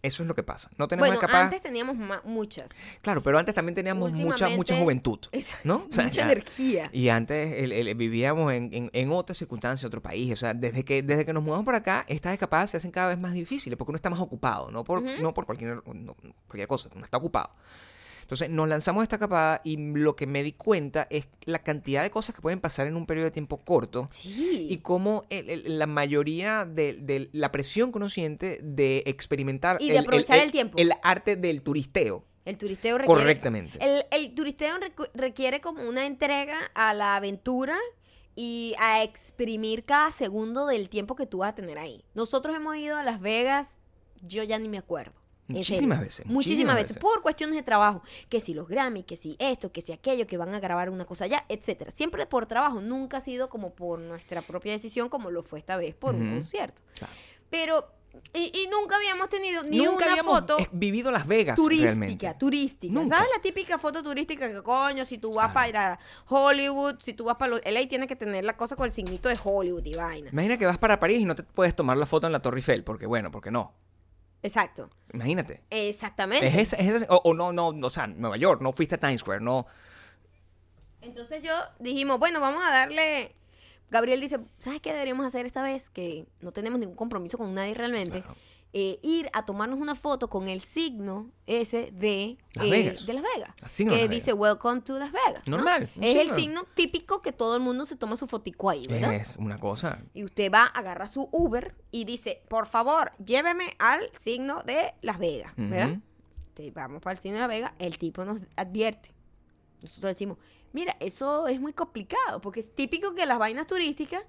Speaker 2: Eso es lo que pasa. No tenemos
Speaker 1: Bueno,
Speaker 2: escapadas...
Speaker 1: antes teníamos ma- muchas.
Speaker 2: Claro, pero antes también teníamos mucha, mucha
Speaker 1: Últimamente-
Speaker 2: juventud,
Speaker 1: Esa-
Speaker 2: ¿no? O sea,
Speaker 1: mucha
Speaker 2: ya-
Speaker 1: energía.
Speaker 2: Y antes el- el- vivíamos en, en, en otra circunstancia, otro país. O sea, desde que, desde que nos mudamos para acá, estas escapadas se hacen cada vez más difíciles porque uno está más ocupado, no por, no por cualquier, no- cualquier cosa, uno está ocupado. Entonces nos lanzamos a esta escapada y lo que me di cuenta es la cantidad de cosas que pueden pasar en un periodo de tiempo corto
Speaker 1: Sí.
Speaker 2: y cómo el- el- la mayoría de, de la presión que uno siente de experimentar
Speaker 1: Y de aprovechar el tiempo.
Speaker 2: el arte del turisteo.
Speaker 1: el turisteo requiere.
Speaker 2: Correctamente.
Speaker 1: El, el turisteo recu- requiere como una entrega a la aventura y a exprimir cada segundo del tiempo que tú vas a tener ahí. Nosotros hemos ido a Las Vegas, yo ya ni me acuerdo. En
Speaker 2: Muchísimas
Speaker 1: serio.
Speaker 2: veces, muchísimas
Speaker 1: Muchísimas veces.
Speaker 2: veces.
Speaker 1: Por cuestiones de trabajo. Que si los Grammy, que si esto, que si aquello, que van a grabar una cosa allá, etcétera. Siempre por trabajo. Nunca ha sido como por nuestra propia decisión, como lo fue esta vez por un
Speaker 2: Ujú.
Speaker 1: concierto.
Speaker 2: Claro.
Speaker 1: Pero, y, y nunca habíamos tenido ni
Speaker 2: Nunca
Speaker 1: una
Speaker 2: habíamos
Speaker 1: foto
Speaker 2: eh, vivido Las Vegas
Speaker 1: turística,
Speaker 2: realmente.
Speaker 1: turística.
Speaker 2: Nunca.
Speaker 1: ¿Sabes la típica foto turística que coño, si tú vas para ir a Hollywood, si tú vas para los LA tienes que tener la cosa con el signito de Hollywood y vaina.
Speaker 2: Imagina que vas para París y no te puedes tomar la foto en la Torre Eiffel, porque bueno, porque no.
Speaker 1: Exacto.
Speaker 2: Imagínate.
Speaker 1: Exactamente.
Speaker 2: Es esa- es esa- o, o no, no, no, o sea, Nueva York, no fuiste a Times Square, no.
Speaker 1: Entonces yo dijimos, bueno, vamos a darle. Gabriel dice, ¿sabes qué deberíamos hacer esta vez? Que no tenemos ningún compromiso con nadie realmente.
Speaker 2: Claro.
Speaker 1: Eh, ir a tomarnos una foto con el signo ese de
Speaker 2: Las
Speaker 1: eh,
Speaker 2: Vegas.
Speaker 1: de Las Vegas.
Speaker 2: El signo de
Speaker 1: que
Speaker 2: Las
Speaker 1: dice Welcome to Las Vegas. ¿no?
Speaker 2: Normal, un
Speaker 1: Es el
Speaker 2: signo.
Speaker 1: signo típico que todo el mundo se toma su fotico ahí, ¿verdad?
Speaker 2: Es una cosa.
Speaker 1: Y usted va, agarra su Uber y dice, por favor, lléveme al signo de Las Vegas, ¿verdad?
Speaker 2: Ujú.
Speaker 1: Te- vamos para el signo de Las Vegas, el tipo nos advierte. Nosotros decimos, mira, eso es muy complicado, porque es típico que las vainas turísticas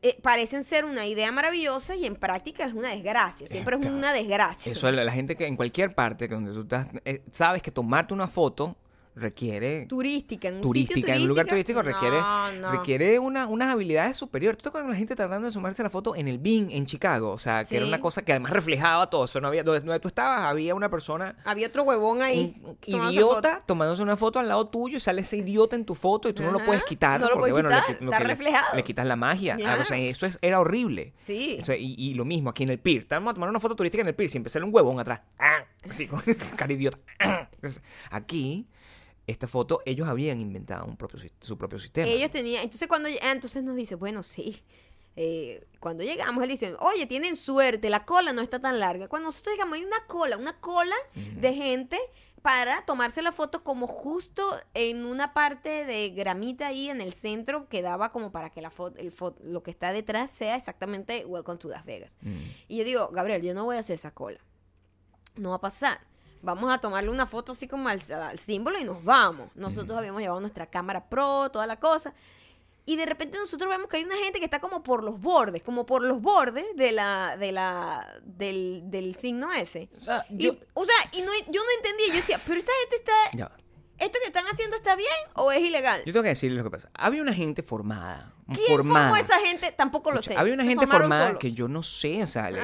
Speaker 1: eh, parecen ser una idea maravillosa y en práctica es una desgracia, siempre es
Speaker 2: Claro.
Speaker 1: una desgracia.
Speaker 2: Eso la, la gente que en cualquier parte que donde tú estás, eh, sabes que tomarte una foto requiere
Speaker 1: turística, en un sitio
Speaker 2: turística, en un lugar turístico requiere,
Speaker 1: No, no.
Speaker 2: requiere una, unas habilidades superiores. ¿Tú te acuerdas de la gente tratando de sumarse a la foto en el Bing en Chicago? O sea, que era
Speaker 1: Sí.
Speaker 2: una cosa que además reflejaba todo eso. No había, donde, donde tú estabas había una persona,
Speaker 1: Había otro huevón ahí.
Speaker 2: un
Speaker 1: tomándose
Speaker 2: idiota, tomándose una foto al lado tuyo y sale ese idiota en tu foto y tú no lo
Speaker 1: Ajá,
Speaker 2: puedes quitar.
Speaker 1: no lo puedes
Speaker 2: porque, bueno, le
Speaker 1: quitar,
Speaker 2: qui- lo
Speaker 1: está
Speaker 2: que le-
Speaker 1: reflejado.
Speaker 2: Le, quitas la magia. Ah, o sea,
Speaker 1: Claro.
Speaker 2: eso es- era horrible.
Speaker 1: fotos. Sí.
Speaker 2: O sea, y, y lo mismo aquí en el PIR. Vamos a tomar una foto turística en el PIR. Siempre sale un huevón atrás. ¡Ah! Así, con cara idiota. ¡Ah! Entonces, Aquí, esta foto, ellos habían inventado un propio, sis- su propio sistema.
Speaker 1: Ellos tenían, entonces cuando ah, entonces nos dice, bueno, sí. eh, cuando llegamos, él dice, oye, tienen suerte, la cola no está tan larga. Cuando nosotros llegamos, hay una cola, una cola de gente para tomarse la foto como justo en una parte de gramita ahí en el centro que daba como para que la foto, el fo- lo que está detrás sea exactamente Welcome to Las Vegas.
Speaker 2: Mm.
Speaker 1: Y yo digo, Gabriel, yo no voy a hacer esa cola. No va a pasar. Vamos a tomarle una foto así como al, al símbolo y nos vamos. Nosotros habíamos llevado nuestra cámara pro, toda la cosa. Y de repente nosotros vemos que hay una gente que está como por los bordes, como por los bordes de la, de la, del, del signo ese.
Speaker 2: O sea,
Speaker 1: Y,
Speaker 2: yo...
Speaker 1: o sea, y no, yo no entendía. Yo decía, pero esta gente está.
Speaker 2: Ya va.
Speaker 1: ¿Esto que están haciendo está bien o es ilegal?
Speaker 2: Yo tengo que decirles lo que pasa. Había una gente formada.
Speaker 1: ¿Quién
Speaker 2: formada.
Speaker 1: formó esa gente? Tampoco lo
Speaker 2: Escucha,
Speaker 1: sé.
Speaker 2: Había una
Speaker 1: Se
Speaker 2: gente
Speaker 1: formaron
Speaker 2: formada
Speaker 1: solos.
Speaker 2: que yo no sé, o sea, le-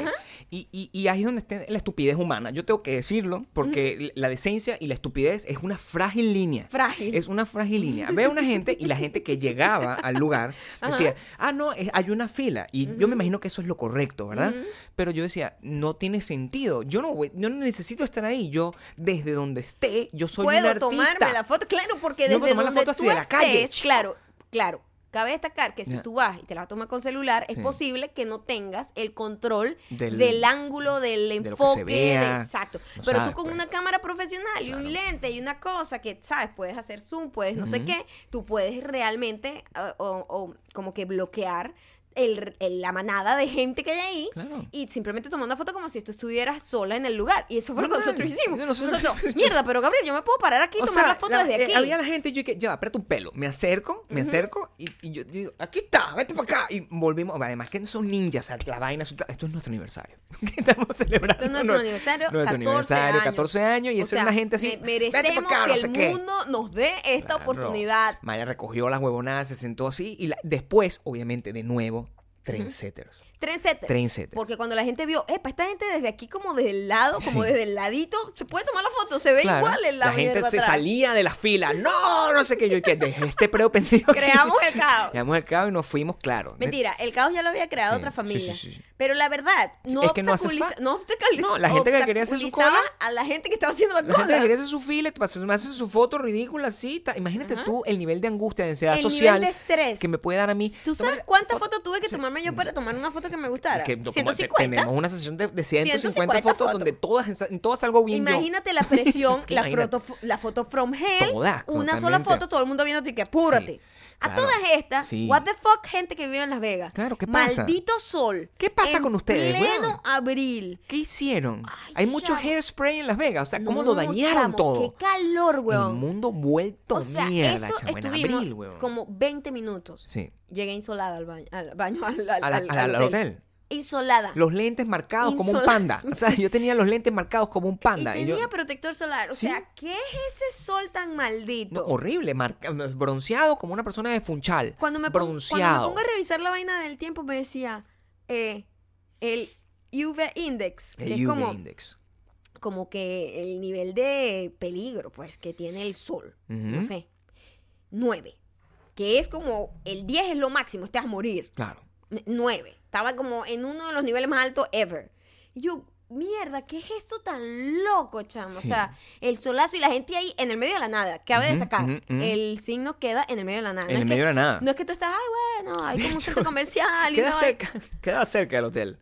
Speaker 2: y, y, y ahí es donde está la estupidez humana. Yo tengo que decirlo porque la decencia y la estupidez es una frágil línea.
Speaker 1: Frágil.
Speaker 2: Es una frágil línea. Ve a una gente y la gente que llegaba al lugar decía, ah, no, es- hay una fila. Y yo me imagino que eso es lo correcto, ¿verdad? Pero yo decía, no tiene sentido. Yo no, voy- yo no necesito estar ahí. Yo, desde donde esté, yo soy un
Speaker 1: puedo
Speaker 2: artista.
Speaker 1: tomarme la foto. Claro, porque
Speaker 2: No
Speaker 1: desde
Speaker 2: puedo tomar la
Speaker 1: donde
Speaker 2: foto así
Speaker 1: tú
Speaker 2: de la calle,
Speaker 1: estés,
Speaker 2: chico.
Speaker 1: claro, claro. Cabe destacar que si
Speaker 2: Ya.
Speaker 1: tú vas y te la vas a tomar con celular, es
Speaker 2: Sí.
Speaker 1: posible que no tengas el control
Speaker 2: Del-
Speaker 1: del, ángulo, del
Speaker 2: lo que se
Speaker 1: enfoque,
Speaker 2: vea.
Speaker 1: de- exacto.
Speaker 2: No
Speaker 1: Pero
Speaker 2: sabes,
Speaker 1: tú con
Speaker 2: pues.
Speaker 1: una cámara profesional y un lente y una cosa que, sabes, puedes hacer zoom, puedes no sé qué, tú puedes realmente ah, o, o como que bloquear el- el- la manada de gente que hay ahí
Speaker 2: Claro.
Speaker 1: y simplemente tomar una foto como si tú estuvieras sola en el lugar. Y eso fue lo que
Speaker 2: Normal.
Speaker 1: nosotros hicimos.
Speaker 2: Yo- nosotros-
Speaker 1: Nosotros, mierda, pero Gabriel, yo me puedo parar aquí y tomar la foto
Speaker 2: la-
Speaker 1: desde
Speaker 2: eh,
Speaker 1: aquí.
Speaker 2: había la gente y yo que, ya, espérate un pelo. Me acerco, me acerco y, y yo digo, aquí está, vete para acá. Y volvimos. Además, que no son ninjas, o sea, la vaina. eso está- Esto es nuestro aniversario. que estamos celebrando.
Speaker 1: Este es nuestro
Speaker 2: nue-
Speaker 1: aniversario,
Speaker 2: nuestro
Speaker 1: 14
Speaker 2: aniversario,
Speaker 1: años.
Speaker 2: 14 años. Y
Speaker 1: O
Speaker 2: eso es
Speaker 1: sea,
Speaker 2: una gente así.
Speaker 1: me-
Speaker 2: "Vete pa'
Speaker 1: merecemos
Speaker 2: acá", no
Speaker 1: que
Speaker 2: sé
Speaker 1: el
Speaker 2: qué.
Speaker 1: mundo nos dé esta
Speaker 2: Claro.
Speaker 1: oportunidad.
Speaker 2: Maya recogió las huevonadas, se sentó así. Y la- después, obviamente, de nuevo, trendsetters.
Speaker 1: Trendsetter.
Speaker 2: Trendsetter.
Speaker 1: Porque cuando la gente vio, epa, esta gente desde aquí como desde el lado, como
Speaker 2: Sí.
Speaker 1: desde el ladito, se puede tomar la foto, se ve
Speaker 2: Claro,
Speaker 1: igual en la
Speaker 2: la gente
Speaker 1: mierda
Speaker 2: se
Speaker 1: atrás.
Speaker 2: salía de la fila. No, no sé qué. Yo y que dejé este preo pendiente.
Speaker 1: Creamos el caos.
Speaker 2: Creamos el caos y nos fuimos, claro.
Speaker 1: Mentira, el caos ya lo había creado
Speaker 2: Sí,
Speaker 1: otra
Speaker 2: sí,
Speaker 1: familia.
Speaker 2: sí, sí.
Speaker 1: Pero la verdad, no
Speaker 2: Es que no hace
Speaker 1: obstaculiza-
Speaker 2: fa-
Speaker 1: no obstaculiz-
Speaker 2: No, la gente que quería hacer su cola-
Speaker 1: obstaculizaba a la gente que estaba haciendo la,
Speaker 2: La
Speaker 1: cola.
Speaker 2: gente debería hacer su fila, te pasas- me haces su foto ridícula, así. ta- Imagínate tú el nivel de angustia, de ansiedad
Speaker 1: El nivel
Speaker 2: social
Speaker 1: de estrés.
Speaker 2: que me puede dar a mí.
Speaker 1: ¿Tú sabes
Speaker 2: Tomar-
Speaker 1: cuántas fotos tuve que tomarme yo para tomar una foto que me gustara?
Speaker 2: que no, como te-
Speaker 1: 150.
Speaker 2: tenemos una sesión de, de 150,
Speaker 1: 150
Speaker 2: fotos,
Speaker 1: fotos.
Speaker 2: donde todas, en- en todas salgo bien. yo.
Speaker 1: Imagínate la presión,
Speaker 2: Es que
Speaker 1: la,
Speaker 2: imagínate.
Speaker 1: foto, la foto from hell,
Speaker 2: Todas,
Speaker 1: una sola
Speaker 2: completamente.
Speaker 1: foto, todo el mundo viéndote y que apúrate.
Speaker 2: Sí,
Speaker 1: A
Speaker 2: claro.
Speaker 1: todas estas,
Speaker 2: Sí.
Speaker 1: what the fuck, gente que vive en Las Vegas.
Speaker 2: Claro, ¿qué pasa?
Speaker 1: Maldito sol.
Speaker 2: ¿Qué pasa
Speaker 1: en
Speaker 2: con ustedes,
Speaker 1: pleno
Speaker 2: weón?
Speaker 1: abril.
Speaker 2: ¿Qué hicieron?
Speaker 1: Ay,
Speaker 2: Hay mucho
Speaker 1: chamo.
Speaker 2: hairspray en Las Vegas. O sea, ¿cómo
Speaker 1: No,
Speaker 2: lo dañaron
Speaker 1: chamo,
Speaker 2: todo?
Speaker 1: Qué calor, weón.
Speaker 2: El mundo vuelto
Speaker 1: o sea,
Speaker 2: mierda,
Speaker 1: eso
Speaker 2: chamo, en
Speaker 1: estuvimos
Speaker 2: abril, weón.
Speaker 1: como 20 minutos.
Speaker 2: Sí.
Speaker 1: Llegué insolada al baño, al baño, al, al-
Speaker 2: A la-
Speaker 1: al-
Speaker 2: a la-
Speaker 1: al
Speaker 2: al hotel.
Speaker 1: Insolada.
Speaker 2: Los lentes marcados como un
Speaker 1: Insola-
Speaker 2: panda. O sea, yo tenía los lentes marcados como un panda.
Speaker 1: y
Speaker 2: y yo-
Speaker 1: tenía protector solar. O
Speaker 2: Sí.
Speaker 1: sea, ¿qué es ese sol tan maldito?
Speaker 2: No, horrible, marca- bronceado como una persona de funchal.
Speaker 1: cuando, me pon- cuando me
Speaker 2: bronceado.
Speaker 1: pongo a revisar la vaina del tiempo, me decía eh, el UV index, que
Speaker 2: El
Speaker 1: es
Speaker 2: UV
Speaker 1: como,
Speaker 2: index.
Speaker 1: como que el nivel de peligro pues que tiene el sol. No
Speaker 2: Ujú.
Speaker 1: sé. 9. Que es como el 10 es lo máximo, te vas a morir.
Speaker 2: Claro.
Speaker 1: Ah, 9. Estaba como en uno de los niveles más altos ever. Y yo, mierda, ¿qué es esto tan loco, chamo?
Speaker 2: Sí.
Speaker 1: O sea, el solazo y la gente ahí en el medio de la nada. Cabe
Speaker 2: Ujú,
Speaker 1: destacar,
Speaker 2: ujú, ujú.
Speaker 1: el signo queda en el medio de la nada.
Speaker 2: en
Speaker 1: no
Speaker 2: el
Speaker 1: es
Speaker 2: medio
Speaker 1: que,
Speaker 2: de la nada.
Speaker 1: No es que tú estás, ay, bueno, hay como un centro comercial. y
Speaker 2: queda
Speaker 1: una vaina".
Speaker 2: cerca, queda cerca del hotel.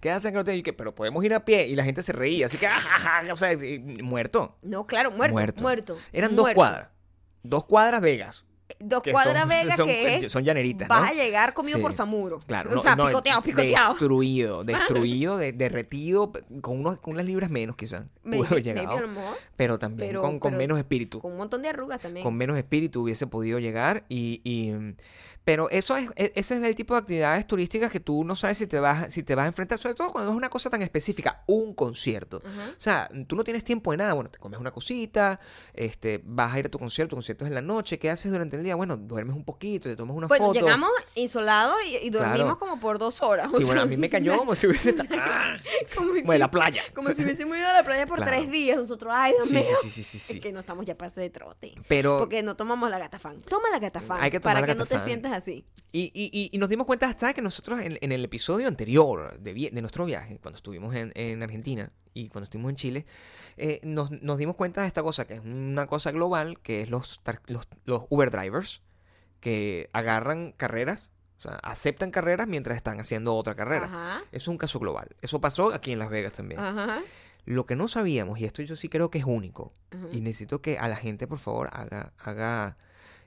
Speaker 2: Queda cerca del hotel. Y que, pero podemos ir a pie. Y la gente se reía. Así que, ah, ajaja, o sea, y- muerto.
Speaker 1: No, claro, muerto. Muerto.
Speaker 2: Eran dos
Speaker 1: muerto.
Speaker 2: cuadras. Dos cuadras Vegas.
Speaker 1: Dos
Speaker 2: que
Speaker 1: cuadras
Speaker 2: son-
Speaker 1: Vega
Speaker 2: son- eh,
Speaker 1: que es.
Speaker 2: son llaneritas,
Speaker 1: Vas
Speaker 2: ¿no?
Speaker 1: a llegar comido
Speaker 2: Sí.
Speaker 1: por Samuro.
Speaker 2: Claro.
Speaker 1: O
Speaker 2: no-
Speaker 1: sea,
Speaker 2: no,
Speaker 1: picoteado, picoteado.
Speaker 2: Destruido, destruido, de- derretido, con, unos, con unas libras menos quizás.
Speaker 1: Me-
Speaker 2: Pudo haber
Speaker 1: maybe
Speaker 2: llegado,
Speaker 1: a lo mejor.
Speaker 2: pero también
Speaker 1: Pero-
Speaker 2: con, con
Speaker 1: pero-
Speaker 2: menos espíritu.
Speaker 1: Con un montón de arrugas también.
Speaker 2: con menos espíritu hubiese podido llegar y, y, mm, pero eso es e- ese es el tipo de actividades turísticas que tú no sabes si te vas si te vas a enfrentar sobre todo cuando es una cosa tan específica un concierto
Speaker 1: Ajá.
Speaker 2: o sea tú no tienes tiempo de nada bueno te comes una cosita este vas a ir a tu concierto tu concierto es en la noche qué haces durante el día bueno duermes un poquito te tomas una
Speaker 1: Bueno,
Speaker 2: foto
Speaker 1: llegamos insolados y, y dormimos
Speaker 2: Claro.
Speaker 1: como por dos horas. o
Speaker 2: sí bueno a
Speaker 1: sea,
Speaker 2: mí me cayó como si hubiese estado- ¡Ah!
Speaker 1: como
Speaker 2: como de la playa
Speaker 1: Como si hubiésemos ido a la playa por
Speaker 2: Claro.
Speaker 1: tres días. Nosotros, ay, Dios
Speaker 2: sí
Speaker 1: mío.
Speaker 2: sí sí sí, sí, sí.
Speaker 1: Es que no estamos ya para ese trote.
Speaker 2: pero
Speaker 1: Porque no tomamos la gatafán. Toma la gatafán.
Speaker 2: Hay que tomar
Speaker 1: para
Speaker 2: la
Speaker 1: que no te
Speaker 2: Gatafán.
Speaker 1: sientas así.
Speaker 2: Y, y- y- y nos dimos cuenta hasta que nosotros en, en el episodio anterior de, vi- de nuestro viaje, cuando estuvimos en, en Argentina y cuando estuvimos en Chile, eh, nos, nos dimos cuenta de esta cosa, que es una cosa global, que es los, tar- los, los Uber drivers, que agarran carreras, o sea, aceptan carreras mientras están haciendo otra carrera.
Speaker 1: Ajá. Ah.
Speaker 2: Es un caso global. Eso pasó aquí en Las Vegas también.
Speaker 1: Ajá.
Speaker 2: Lo que no sabíamos, y esto yo sí creo que es único,
Speaker 1: Ajá.
Speaker 2: y necesito que a la gente, por favor, haga, haga,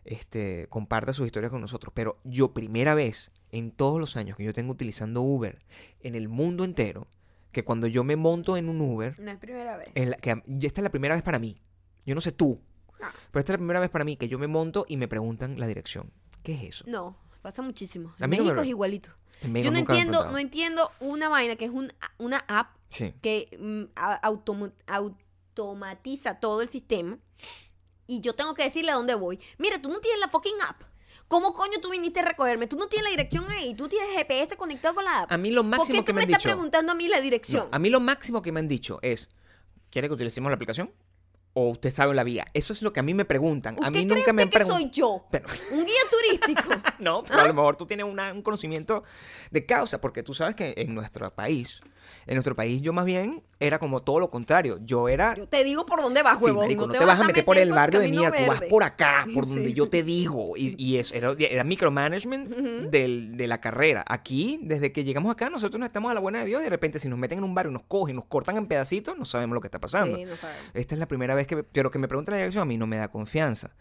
Speaker 2: este, comparta sus historias con nosotros. Pero yo, primera vez en todos los años que yo tengo utilizando Uber en el mundo entero, que cuando yo me monto en un Uber,
Speaker 1: No es primera vez.
Speaker 2: es la- que a- y esta es la primera vez para mí. Yo no sé tú,
Speaker 1: Ah.
Speaker 2: pero esta es la primera vez para mí que yo me monto y me preguntan la dirección. ¿Qué es eso?
Speaker 1: No, pasa muchísimo.
Speaker 2: A
Speaker 1: En
Speaker 2: mí no me
Speaker 1: México
Speaker 2: lo-
Speaker 1: es igualito.
Speaker 2: En México
Speaker 1: Yo no
Speaker 2: nunca me han
Speaker 1: entiendo, no
Speaker 2: preguntado.
Speaker 1: entiendo una vaina que es un- una app
Speaker 2: Sí.
Speaker 1: que mm, a- automo- automatiza todo el sistema y yo tengo que decirle a dónde voy. Mira, tú no tienes la fucking app. ¿Cómo coño tú viniste a recogerme? Tú no tienes la dirección ahí. Tú tienes GPS conectado con la app.
Speaker 2: A mí lo
Speaker 1: ¿Por qué
Speaker 2: máximo
Speaker 1: tú
Speaker 2: que
Speaker 1: me,
Speaker 2: me han
Speaker 1: estás
Speaker 2: dicho...
Speaker 1: preguntando a mí la
Speaker 2: No,
Speaker 1: dirección?
Speaker 2: a mí lo máximo que me han dicho es, ¿quiere que utilicemos la aplicación? ¿O usted sabe la vía? Eso es lo que a mí me preguntan.
Speaker 1: ¿Usted
Speaker 2: A mí
Speaker 1: cree
Speaker 2: nunca me han
Speaker 1: usted que
Speaker 2: preguntado.
Speaker 1: soy ¿Ah? yo?
Speaker 2: Pero-
Speaker 1: Un guía turístico.
Speaker 2: No, pero a lo mejor tú tienes una- un conocimiento de causa, porque tú sabes que en nuestro país, en nuestro país yo más bien era como todo lo contrario. Yo era...
Speaker 1: Yo te digo por dónde vas,
Speaker 2: Sí,
Speaker 1: huevón.
Speaker 2: marico, no, te vas a meter por el barrio de mierda, tú vas por acá, por donde
Speaker 1: Sí.
Speaker 2: yo te digo. Y, y eso, era, era micromanagement del- de la carrera. Aquí, desde que llegamos acá, nosotros nos estamos a la buena de Dios y de repente si nos meten en un barrio, nos cogen, nos cortan en pedacitos, no sabemos lo que está pasando.
Speaker 1: Sí, no sabemos.
Speaker 2: Esta es la primera vez que, pero que me preguntan la dirección, a mí no me da confianza.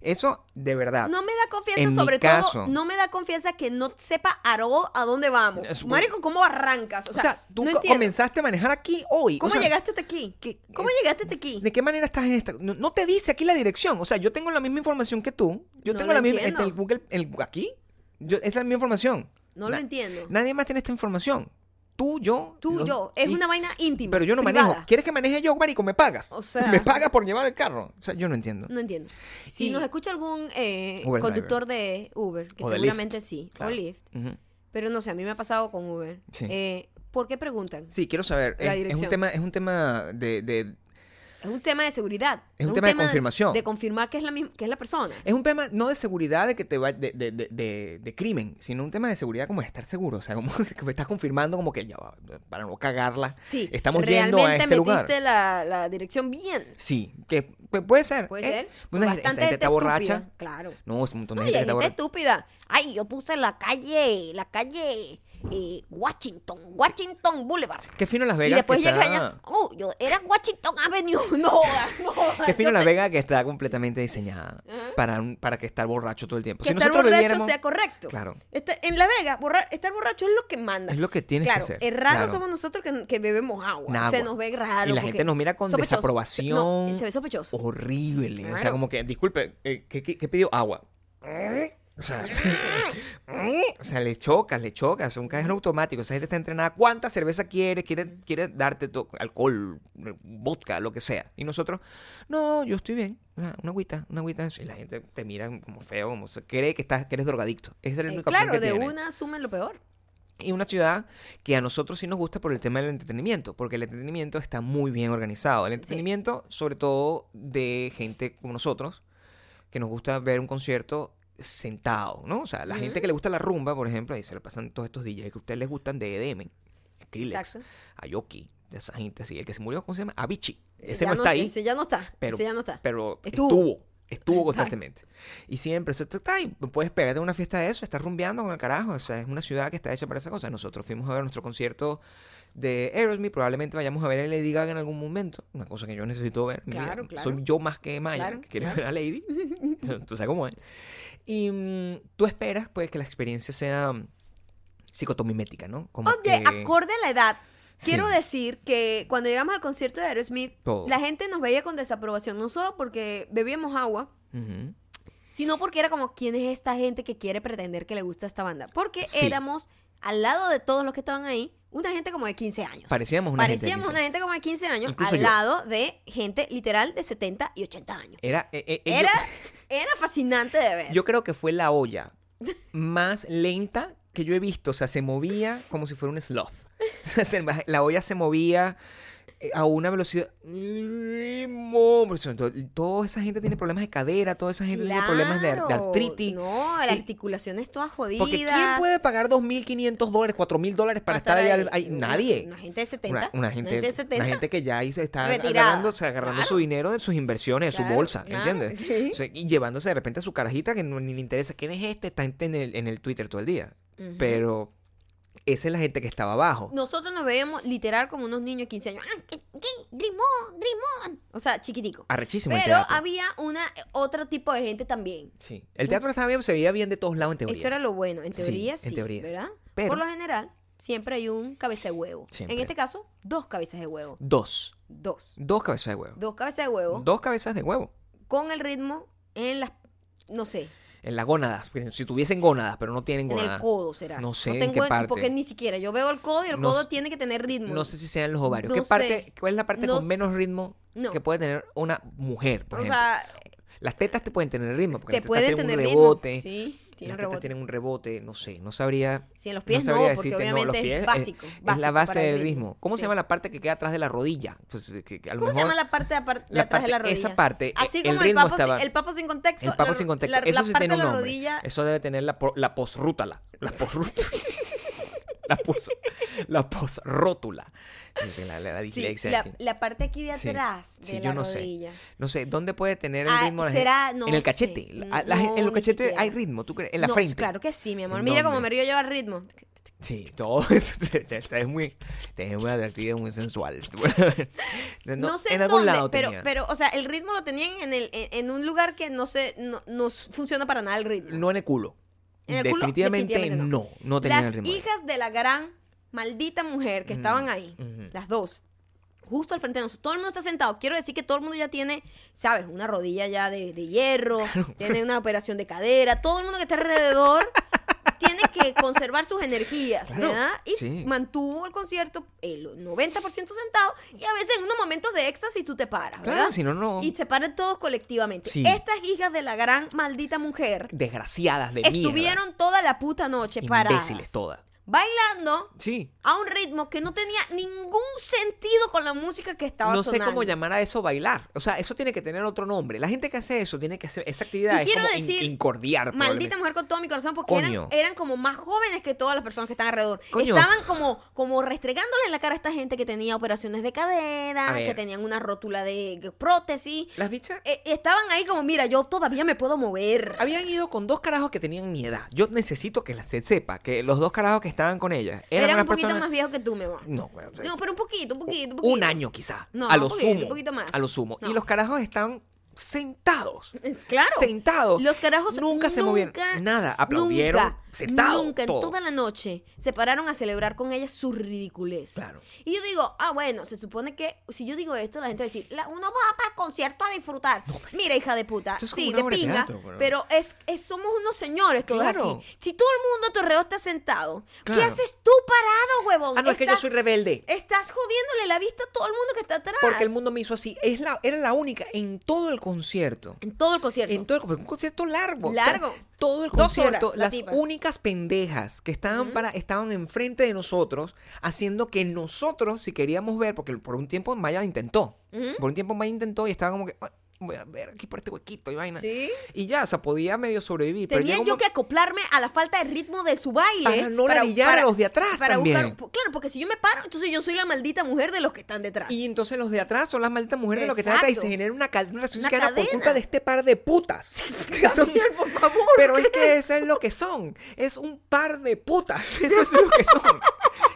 Speaker 2: Eso, de verdad.
Speaker 1: No me da confianza,
Speaker 2: Ah, En mi
Speaker 1: sobre
Speaker 2: caso-
Speaker 1: todo, no me da confianza que no sepa a, ro- a dónde vamos.
Speaker 2: Es-
Speaker 1: Marico, ¿cómo arrancas? O
Speaker 2: o
Speaker 1: sea,
Speaker 2: sea, tú
Speaker 1: no
Speaker 2: co-
Speaker 1: entiendo.
Speaker 2: comenzaste a manejar aquí hoy. o
Speaker 1: ¿Cómo
Speaker 2: sea,
Speaker 1: llegaste hasta aquí?
Speaker 2: ¿qué-
Speaker 1: ¿Cómo
Speaker 2: eh,
Speaker 1: llegaste hasta aquí?
Speaker 2: ¿De qué manera estás en esta? No, no te dice aquí la dirección. O sea, yo tengo la misma información que tú. Yo
Speaker 1: No
Speaker 2: tengo
Speaker 1: lo
Speaker 2: la misma.
Speaker 1: entiendo.
Speaker 2: El, Google, el- aquí. Yo, es la misma información.
Speaker 1: No lo
Speaker 2: Na-
Speaker 1: entiendo.
Speaker 2: Nadie más tiene esta información. Tú, yo.
Speaker 1: Tú,
Speaker 2: los-
Speaker 1: yo. Es
Speaker 2: y-
Speaker 1: una vaina íntima.
Speaker 2: Pero yo no
Speaker 1: privada.
Speaker 2: manejo. ¿Quieres que maneje yo, marico? Me pagas.
Speaker 1: O sea-
Speaker 2: Me pagas por llevar el carro. O sea, yo no entiendo.
Speaker 1: No entiendo. Si
Speaker 2: Y-
Speaker 1: nos escucha algún eh,
Speaker 2: Uber
Speaker 1: conductor de Uber, que
Speaker 2: O de
Speaker 1: seguramente sí,
Speaker 2: Claro.
Speaker 1: o Lyft,
Speaker 2: Ujú.
Speaker 1: pero no sé, a mí me ha pasado con Uber.
Speaker 2: Sí.
Speaker 1: Eh, ¿Por qué preguntan?
Speaker 2: Sí, quiero saber.
Speaker 1: La
Speaker 2: es- Es, un
Speaker 1: dirección.
Speaker 2: tema, es un tema de- de,
Speaker 1: Es un tema de seguridad.
Speaker 2: Es un tema de confirmación.
Speaker 1: De confirmar que es la, misma, que es la persona.
Speaker 2: Es un tema no de seguridad de que te va de, de, de, de- de crimen, sino un tema de seguridad como de estar seguro. O sea, como que me estás confirmando como que ya va, para no cagarla.
Speaker 1: Sí,
Speaker 2: estamos
Speaker 1: realmente
Speaker 2: yendo a este lugar.
Speaker 1: metiste la, la dirección bien.
Speaker 2: Sí, que pu- puede ser.
Speaker 1: Puede
Speaker 2: ¿eh?
Speaker 1: ser.
Speaker 2: Una gente- esa
Speaker 1: Bastante
Speaker 2: gente está borracha.
Speaker 1: estúpida, Claro.
Speaker 2: No, es un montón de
Speaker 1: No, y
Speaker 2: gente que
Speaker 1: la
Speaker 2: está
Speaker 1: gente
Speaker 2: borracha.
Speaker 1: estúpida. Ay, yo puse la calle, la calle eh, Washington, Washington Boulevard.
Speaker 2: Qué fino Las
Speaker 1: Y
Speaker 2: Vegas.
Speaker 1: después
Speaker 2: que
Speaker 1: llega
Speaker 2: está-
Speaker 1: allá, oh, yo era Washington Avenue, no, jodas, no. jodas.
Speaker 2: Qué fino
Speaker 1: Yo
Speaker 2: Las
Speaker 1: te-
Speaker 2: Vegas que está completamente diseñada para, un- para que estar borracho todo el tiempo.
Speaker 1: Que
Speaker 2: si
Speaker 1: estar
Speaker 2: nosotros
Speaker 1: borracho
Speaker 2: bebiéramos-
Speaker 1: sea correcto.
Speaker 2: Claro.
Speaker 1: Este- en La Vega, borra- estar borracho es lo que manda.
Speaker 2: Es lo que tienes que
Speaker 1: claro,
Speaker 2: hacer,
Speaker 1: Es raro
Speaker 2: claro.
Speaker 1: somos nosotros que, que bebemos agua.
Speaker 2: Nada,
Speaker 1: Se
Speaker 2: agua.
Speaker 1: nos ve raro.
Speaker 2: Y la
Speaker 1: porque-
Speaker 2: gente nos mira con
Speaker 1: sospechoso.
Speaker 2: desaprobación.
Speaker 1: No, se ve sospechoso.
Speaker 2: Horrible. O sea,
Speaker 1: Claro.
Speaker 2: como que, disculpe, eh, ¿qué, qué- qué pidió? Agua. O sea,
Speaker 1: Eh,
Speaker 2: o sea, le chocas, le chocas, es un cajón automático. Esa gente está entrenada. ¿Cuánta cerveza quiere? Quiere, quiere darte to- alcohol, vodka, lo que sea. Y nosotros, no, yo estoy bien. Una, una agüita, una agüita. Y la gente te mira como feo, como se cree que, estás, que eres drogadicto. Esa es la
Speaker 1: Eh,
Speaker 2: única opción
Speaker 1: claro,
Speaker 2: que
Speaker 1: de
Speaker 2: tiene.
Speaker 1: una asumen lo peor.
Speaker 2: Y una ciudad que a nosotros sí nos gusta por el tema del entretenimiento, porque el entretenimiento está muy bien organizado. El entretenimiento, sobre todo de gente como nosotros, que nos gusta ver un concierto sentado, ¿no? O sea, la gente que le gusta la rumba, por ejemplo, ahí se le pasan todos estos DJs que a ustedes les gustan de EDM, Skrillex,
Speaker 1: Exacto.
Speaker 2: Ayoki, de esa gente así. El que se murió, ¿cómo se llama? Avicii.
Speaker 1: Eh,
Speaker 2: Ese
Speaker 1: ya
Speaker 2: no está ahí
Speaker 1: Ese ya no está.
Speaker 2: pero,
Speaker 1: ese ya no está.
Speaker 2: pero
Speaker 1: Estuvo.
Speaker 2: estuvo. Estuvo,
Speaker 1: Exacto.
Speaker 2: constantemente. Y siempre, eso está ahí. Puedes pegarte a una fiesta de eso, estás rumbeando con el carajo. O sea, es una ciudad que está hecha para esa cosa. Nosotros fuimos a ver nuestro concierto de Aerosmith. Probablemente vayamos a ver a Lady Gaga en algún momento. Una cosa que yo necesito ver. en mi
Speaker 1: Claro,
Speaker 2: vida.
Speaker 1: claro.
Speaker 2: Soy yo más que Maya,
Speaker 1: Claro,
Speaker 2: que quiere ver a Lady. Eso, Tú sabes cómo es. Y mm, tú esperas, pues, que la experiencia sea mm, psicotomimética, ¿no? Como
Speaker 1: Oye,
Speaker 2: que-
Speaker 1: acorde a la edad.
Speaker 2: Sí.
Speaker 1: Quiero decir que cuando llegamos al concierto de Aerosmith,
Speaker 2: Todo.
Speaker 1: la gente nos veía con desaprobación, no solo porque bebíamos agua,
Speaker 2: Ujú.
Speaker 1: sino porque era como, ¿quién es esta gente que quiere pretender que le gusta esta banda? Porque
Speaker 2: Sí.
Speaker 1: éramos, al lado de todos los que estaban ahí, una gente como de 15 años.
Speaker 2: Parecíamos una gente de
Speaker 1: Parecíamos
Speaker 2: 15.
Speaker 1: una gente como de 15 años,
Speaker 2: Incluso
Speaker 1: al
Speaker 2: yo.
Speaker 1: lado de gente literal de 70 y 80 años.
Speaker 2: Era, eh, eh, ellos-
Speaker 1: Era, era fascinante de ver.
Speaker 2: Yo creo que fue la olla más lenta que yo he visto. O sea, se movía como si fuera un sloth. Se- la olla se movía eh, a una velocidad. Mo- por eso, entonces, Toda esa gente tiene problemas de cadera, toda esa gente tiene problemas de, ar- de
Speaker 1: Claro.
Speaker 2: artritis.
Speaker 1: No, la
Speaker 2: Y-
Speaker 1: articulación es toda jodida.
Speaker 2: Porque ¿quién puede pagar 2.500 dólares, 4.000 dólares para estar allá? al- ahí? Nadie.
Speaker 1: Una, gente de 70.
Speaker 2: Una, una gente,
Speaker 1: de 70.
Speaker 2: una gente que ya ahí se está
Speaker 1: Retirada.
Speaker 2: agarrando, se agarrando
Speaker 1: Claro.
Speaker 2: su dinero de sus inversiones, de su
Speaker 1: Claro,
Speaker 2: bolsa,
Speaker 1: claro,
Speaker 2: ¿entiendes?
Speaker 1: sí.
Speaker 2: O sea, y llevándose de repente a su carajita que no- ni le interesa quién es este, está en, en el, en el Twitter todo el día. Pero esa es la gente que estaba abajo.
Speaker 1: Nosotros nos veíamos literal como unos niños de 15 años. ¡Ah, qué, qué! ¡Grimón! ¡Grimón! O sea, chiquitico.
Speaker 2: Arrechísimo el
Speaker 1: Pero
Speaker 2: teatro.
Speaker 1: había una otro tipo de gente también.
Speaker 2: Sí. El teatro estaba bien, se veía bien de todos lados en teoría.
Speaker 1: Eso era lo bueno, en
Speaker 2: Sí,
Speaker 1: teoría
Speaker 2: en
Speaker 1: sí,
Speaker 2: teoría.
Speaker 1: ¿verdad?
Speaker 2: Pero-
Speaker 1: Por lo general, siempre hay un cabeza de huevo.
Speaker 2: Siempre.
Speaker 1: En este caso, dos cabezas de huevo.
Speaker 2: Dos.
Speaker 1: Dos.
Speaker 2: Dos cabezas de huevo.
Speaker 1: Dos cabezas de huevo
Speaker 2: Dos cabezas de huevo.
Speaker 1: con el ritmo en las no sé,
Speaker 2: En las gónadas. Si tuviesen gónadas, pero no tienen
Speaker 1: en el
Speaker 2: gónadas.
Speaker 1: codo será.
Speaker 2: No sé
Speaker 1: te
Speaker 2: en qué
Speaker 1: encuentro-
Speaker 2: parte.
Speaker 1: Porque ni siquiera yo veo el codo y el
Speaker 2: No
Speaker 1: codo
Speaker 2: sé-
Speaker 1: tiene que tener ritmo.
Speaker 2: No sé si sean los ovarios.
Speaker 1: No
Speaker 2: ¿Qué
Speaker 1: sé.
Speaker 2: parte, ¿Cuál es la parte
Speaker 1: No
Speaker 2: con
Speaker 1: sé.
Speaker 2: menos ritmo
Speaker 1: No.
Speaker 2: que puede tener una mujer? Por
Speaker 1: o
Speaker 2: ejemplo?
Speaker 1: sea,
Speaker 2: Las tetas te pueden tener ritmo, porque
Speaker 1: te
Speaker 2: las tetas
Speaker 1: puede
Speaker 2: tienen
Speaker 1: tener
Speaker 2: un
Speaker 1: ritmo.
Speaker 2: rebote.
Speaker 1: Sí, tiene
Speaker 2: las
Speaker 1: un
Speaker 2: tetas
Speaker 1: rebote.
Speaker 2: tienen un rebote, no sé, no sabría.
Speaker 1: Sí, en los pies no,
Speaker 2: sabría
Speaker 1: porque
Speaker 2: decirte,
Speaker 1: obviamente
Speaker 2: los
Speaker 1: es
Speaker 2: pies eh,
Speaker 1: básico,
Speaker 2: es
Speaker 1: básico
Speaker 2: la
Speaker 1: para
Speaker 2: base
Speaker 1: el
Speaker 2: del
Speaker 1: ritmo.
Speaker 2: ritmo. ¿Cómo
Speaker 1: Sí.
Speaker 2: se llama la parte que queda atrás de la rodilla? Pues, que- que a lo
Speaker 1: ¿Cómo se
Speaker 2: mejor
Speaker 1: llama la parte de, apar- de
Speaker 2: la
Speaker 1: atrás de la
Speaker 2: parte-
Speaker 1: rodilla?
Speaker 2: esa parte,
Speaker 1: Así
Speaker 2: eh,
Speaker 1: como
Speaker 2: el
Speaker 1: el,
Speaker 2: ritmo
Speaker 1: papo, sin-
Speaker 2: estaba-
Speaker 1: el papo sin contexto.
Speaker 2: el papo
Speaker 1: la-
Speaker 2: sin contexto.
Speaker 1: La,
Speaker 2: Eso
Speaker 1: la
Speaker 2: sí
Speaker 1: parte
Speaker 2: tiene un
Speaker 1: de la
Speaker 2: nombre.
Speaker 1: rodilla.
Speaker 2: Eso debe tener la, por- la posrútala. La posrútula. la, pos, la posrótula. No sé, La, la- la
Speaker 1: sí,
Speaker 2: dislexia
Speaker 1: la,
Speaker 2: aquí.
Speaker 1: la parte aquí de
Speaker 2: Sí,
Speaker 1: atrás
Speaker 2: sí,
Speaker 1: de
Speaker 2: yo
Speaker 1: la
Speaker 2: no sé.
Speaker 1: rodilla.
Speaker 2: No sé, ¿dónde puede tener el
Speaker 1: Ah,
Speaker 2: ritmo? la
Speaker 1: será-
Speaker 2: gente?
Speaker 1: no
Speaker 2: en el
Speaker 1: sé.
Speaker 2: cachete. La- la-
Speaker 1: No,
Speaker 2: en los
Speaker 1: ni
Speaker 2: cachetes
Speaker 1: siquiera.
Speaker 2: hay ritmo, ¿tú crees? En la
Speaker 1: No,
Speaker 2: frente.
Speaker 1: Claro que sí, mi amor.
Speaker 2: ¿En
Speaker 1: Mira
Speaker 2: dónde?
Speaker 1: cómo me río yo al ritmo.
Speaker 2: Sí, todo eso te- te- te- es muy, te- es muy atractivo, muy sensual. no,
Speaker 1: No, sé
Speaker 2: en
Speaker 1: en
Speaker 2: algún
Speaker 1: dónde,
Speaker 2: lado
Speaker 1: pero,
Speaker 2: tenía.
Speaker 1: pero, o sea, el ritmo lo tenían en, el, en, en un lugar que no sé, no, no funciona para nada el ritmo.
Speaker 2: no en el culo.
Speaker 1: En el culo,
Speaker 2: definitivamente,
Speaker 1: definitivamente
Speaker 2: no. No, tenía
Speaker 1: las
Speaker 2: el ritmo.
Speaker 1: hijas de la gran maldita mujer que estaban ahí,
Speaker 2: ujú.
Speaker 1: las dos, justo al frente de nosotros, todo el mundo está sentado. Quiero decir que todo el mundo ya tiene, ¿sabes? Una rodilla ya de, de hierro, tiene una operación de cadera, todo el mundo que está alrededor. Tiene que conservar sus energías,
Speaker 2: Claro,
Speaker 1: ¿verdad? Y
Speaker 2: sí.
Speaker 1: mantuvo el concierto el 90% sentado y a veces en unos momentos de éxtasis tú te paras,
Speaker 2: Claro,
Speaker 1: ¿verdad?
Speaker 2: si no, no.
Speaker 1: Y se paran todos colectivamente.
Speaker 2: Sí.
Speaker 1: Estas hijas de la gran maldita mujer
Speaker 2: Desgraciadas de mierda.
Speaker 1: estuvieron toda la puta noche paradas.
Speaker 2: Imbéciles todas.
Speaker 1: Bailando
Speaker 2: Sí.
Speaker 1: a un ritmo que no tenía ningún sentido con la música que estaba
Speaker 2: No sé
Speaker 1: sonando.
Speaker 2: cómo llamar a eso bailar. O sea, eso tiene que tener otro nombre. La gente que hace eso tiene que hacer esa actividad.
Speaker 1: Y
Speaker 2: es
Speaker 1: quiero
Speaker 2: como in-
Speaker 1: decir,
Speaker 2: incordiar.
Speaker 1: Maldita
Speaker 2: probablemente.
Speaker 1: mujer con todo mi corazón porque eran,
Speaker 2: Coño.
Speaker 1: eran como más jóvenes que todas las personas que estaban alrededor.
Speaker 2: Coño.
Speaker 1: Estaban como, como restregándole en la cara a esta gente que tenía operaciones de cadera,
Speaker 2: A ver.
Speaker 1: que tenían una rótula de de prótesis.
Speaker 2: Las bichas
Speaker 1: Eh, estaban ahí como, mira, yo todavía me puedo mover.
Speaker 2: habían ido con dos carajos que tenían mi edad. Yo necesito que la- se sepa que los dos carajos que estaban con ella eran,
Speaker 1: Eran
Speaker 2: unas
Speaker 1: un poquito
Speaker 2: personas-
Speaker 1: más viejos que tú, mi amor.
Speaker 2: No, bueno, o sea,
Speaker 1: No, pero un poquito, un poquito, un poquito.
Speaker 2: un año quizá.
Speaker 1: No,
Speaker 2: a
Speaker 1: un
Speaker 2: lo
Speaker 1: poquito,
Speaker 2: sumo.
Speaker 1: un poquito más.
Speaker 2: A lo sumo.
Speaker 1: No.
Speaker 2: Y los carajos están sentados.
Speaker 1: Es claro.
Speaker 2: Sentados.
Speaker 1: Los carajos
Speaker 2: nunca se movieron.
Speaker 1: nunca,
Speaker 2: Nada, aplaudieron.
Speaker 1: nunca,
Speaker 2: sentados.
Speaker 1: Nunca, en
Speaker 2: todo.
Speaker 1: toda la noche, se pararon a celebrar con ella su ridiculez.
Speaker 2: Claro.
Speaker 1: Y yo digo, ah, bueno, se supone que si yo digo esto, la gente va a decir, "La- uno va para el concierto a disfrutar. Mira, hija de puta,
Speaker 2: Esto es
Speaker 1: sí,
Speaker 2: como una
Speaker 1: de
Speaker 2: obra de
Speaker 1: pinga,
Speaker 2: teatro, pero-
Speaker 1: pero es, es- somos unos señores todos
Speaker 2: Claro.
Speaker 1: aquí. Si todo el mundo a tu alrededor está sentado,
Speaker 2: Claro.
Speaker 1: ¿qué haces tú parado, huevón?
Speaker 2: Ah, no, es que yo
Speaker 1: Estás-
Speaker 2: soy rebelde.
Speaker 1: Estás jodiéndole la vista a todo el mundo que está atrás.
Speaker 2: Porque el mundo me hizo así. Es la, era la única en todo el concierto.
Speaker 1: En todo el concierto.
Speaker 2: En todo el- porque un concierto largo. o sea,
Speaker 1: Largo.
Speaker 2: todo el
Speaker 1: Dos
Speaker 2: concierto,
Speaker 1: horas, la
Speaker 2: las
Speaker 1: tipa.
Speaker 2: únicas pendejas que estaban para estaban enfrente de nosotros, haciendo que nosotros, si queríamos ver, porque por un tiempo Maya intentó. Por un tiempo Maya intentó y estaba como que. "Ah, Voy a ver aquí por este huequito y vaina.
Speaker 1: Sí.
Speaker 2: Y ya, o sea, podía medio sobrevivir. pero
Speaker 1: Tenía
Speaker 2: llega un
Speaker 1: yo
Speaker 2: mo-
Speaker 1: que acoplarme a la falta de ritmo de su baile.
Speaker 2: Para no ladillar a los de atrás también.
Speaker 1: buscar- claro, porque si yo me paro, entonces yo soy la maldita mujer de los que están detrás.
Speaker 2: Y entonces los de atrás son las malditas mujeres de lo que están atrás y se
Speaker 1: Exacto.
Speaker 2: genera una, cal- una relación
Speaker 1: Una
Speaker 2: que era por
Speaker 1: cadena.
Speaker 2: culpa de este par de putas. Que son-
Speaker 1: Gabriel, por favor,
Speaker 2: Pero es
Speaker 1: ¿qué
Speaker 2: que eso es lo que son. Es un par de putas. Eso es lo que son.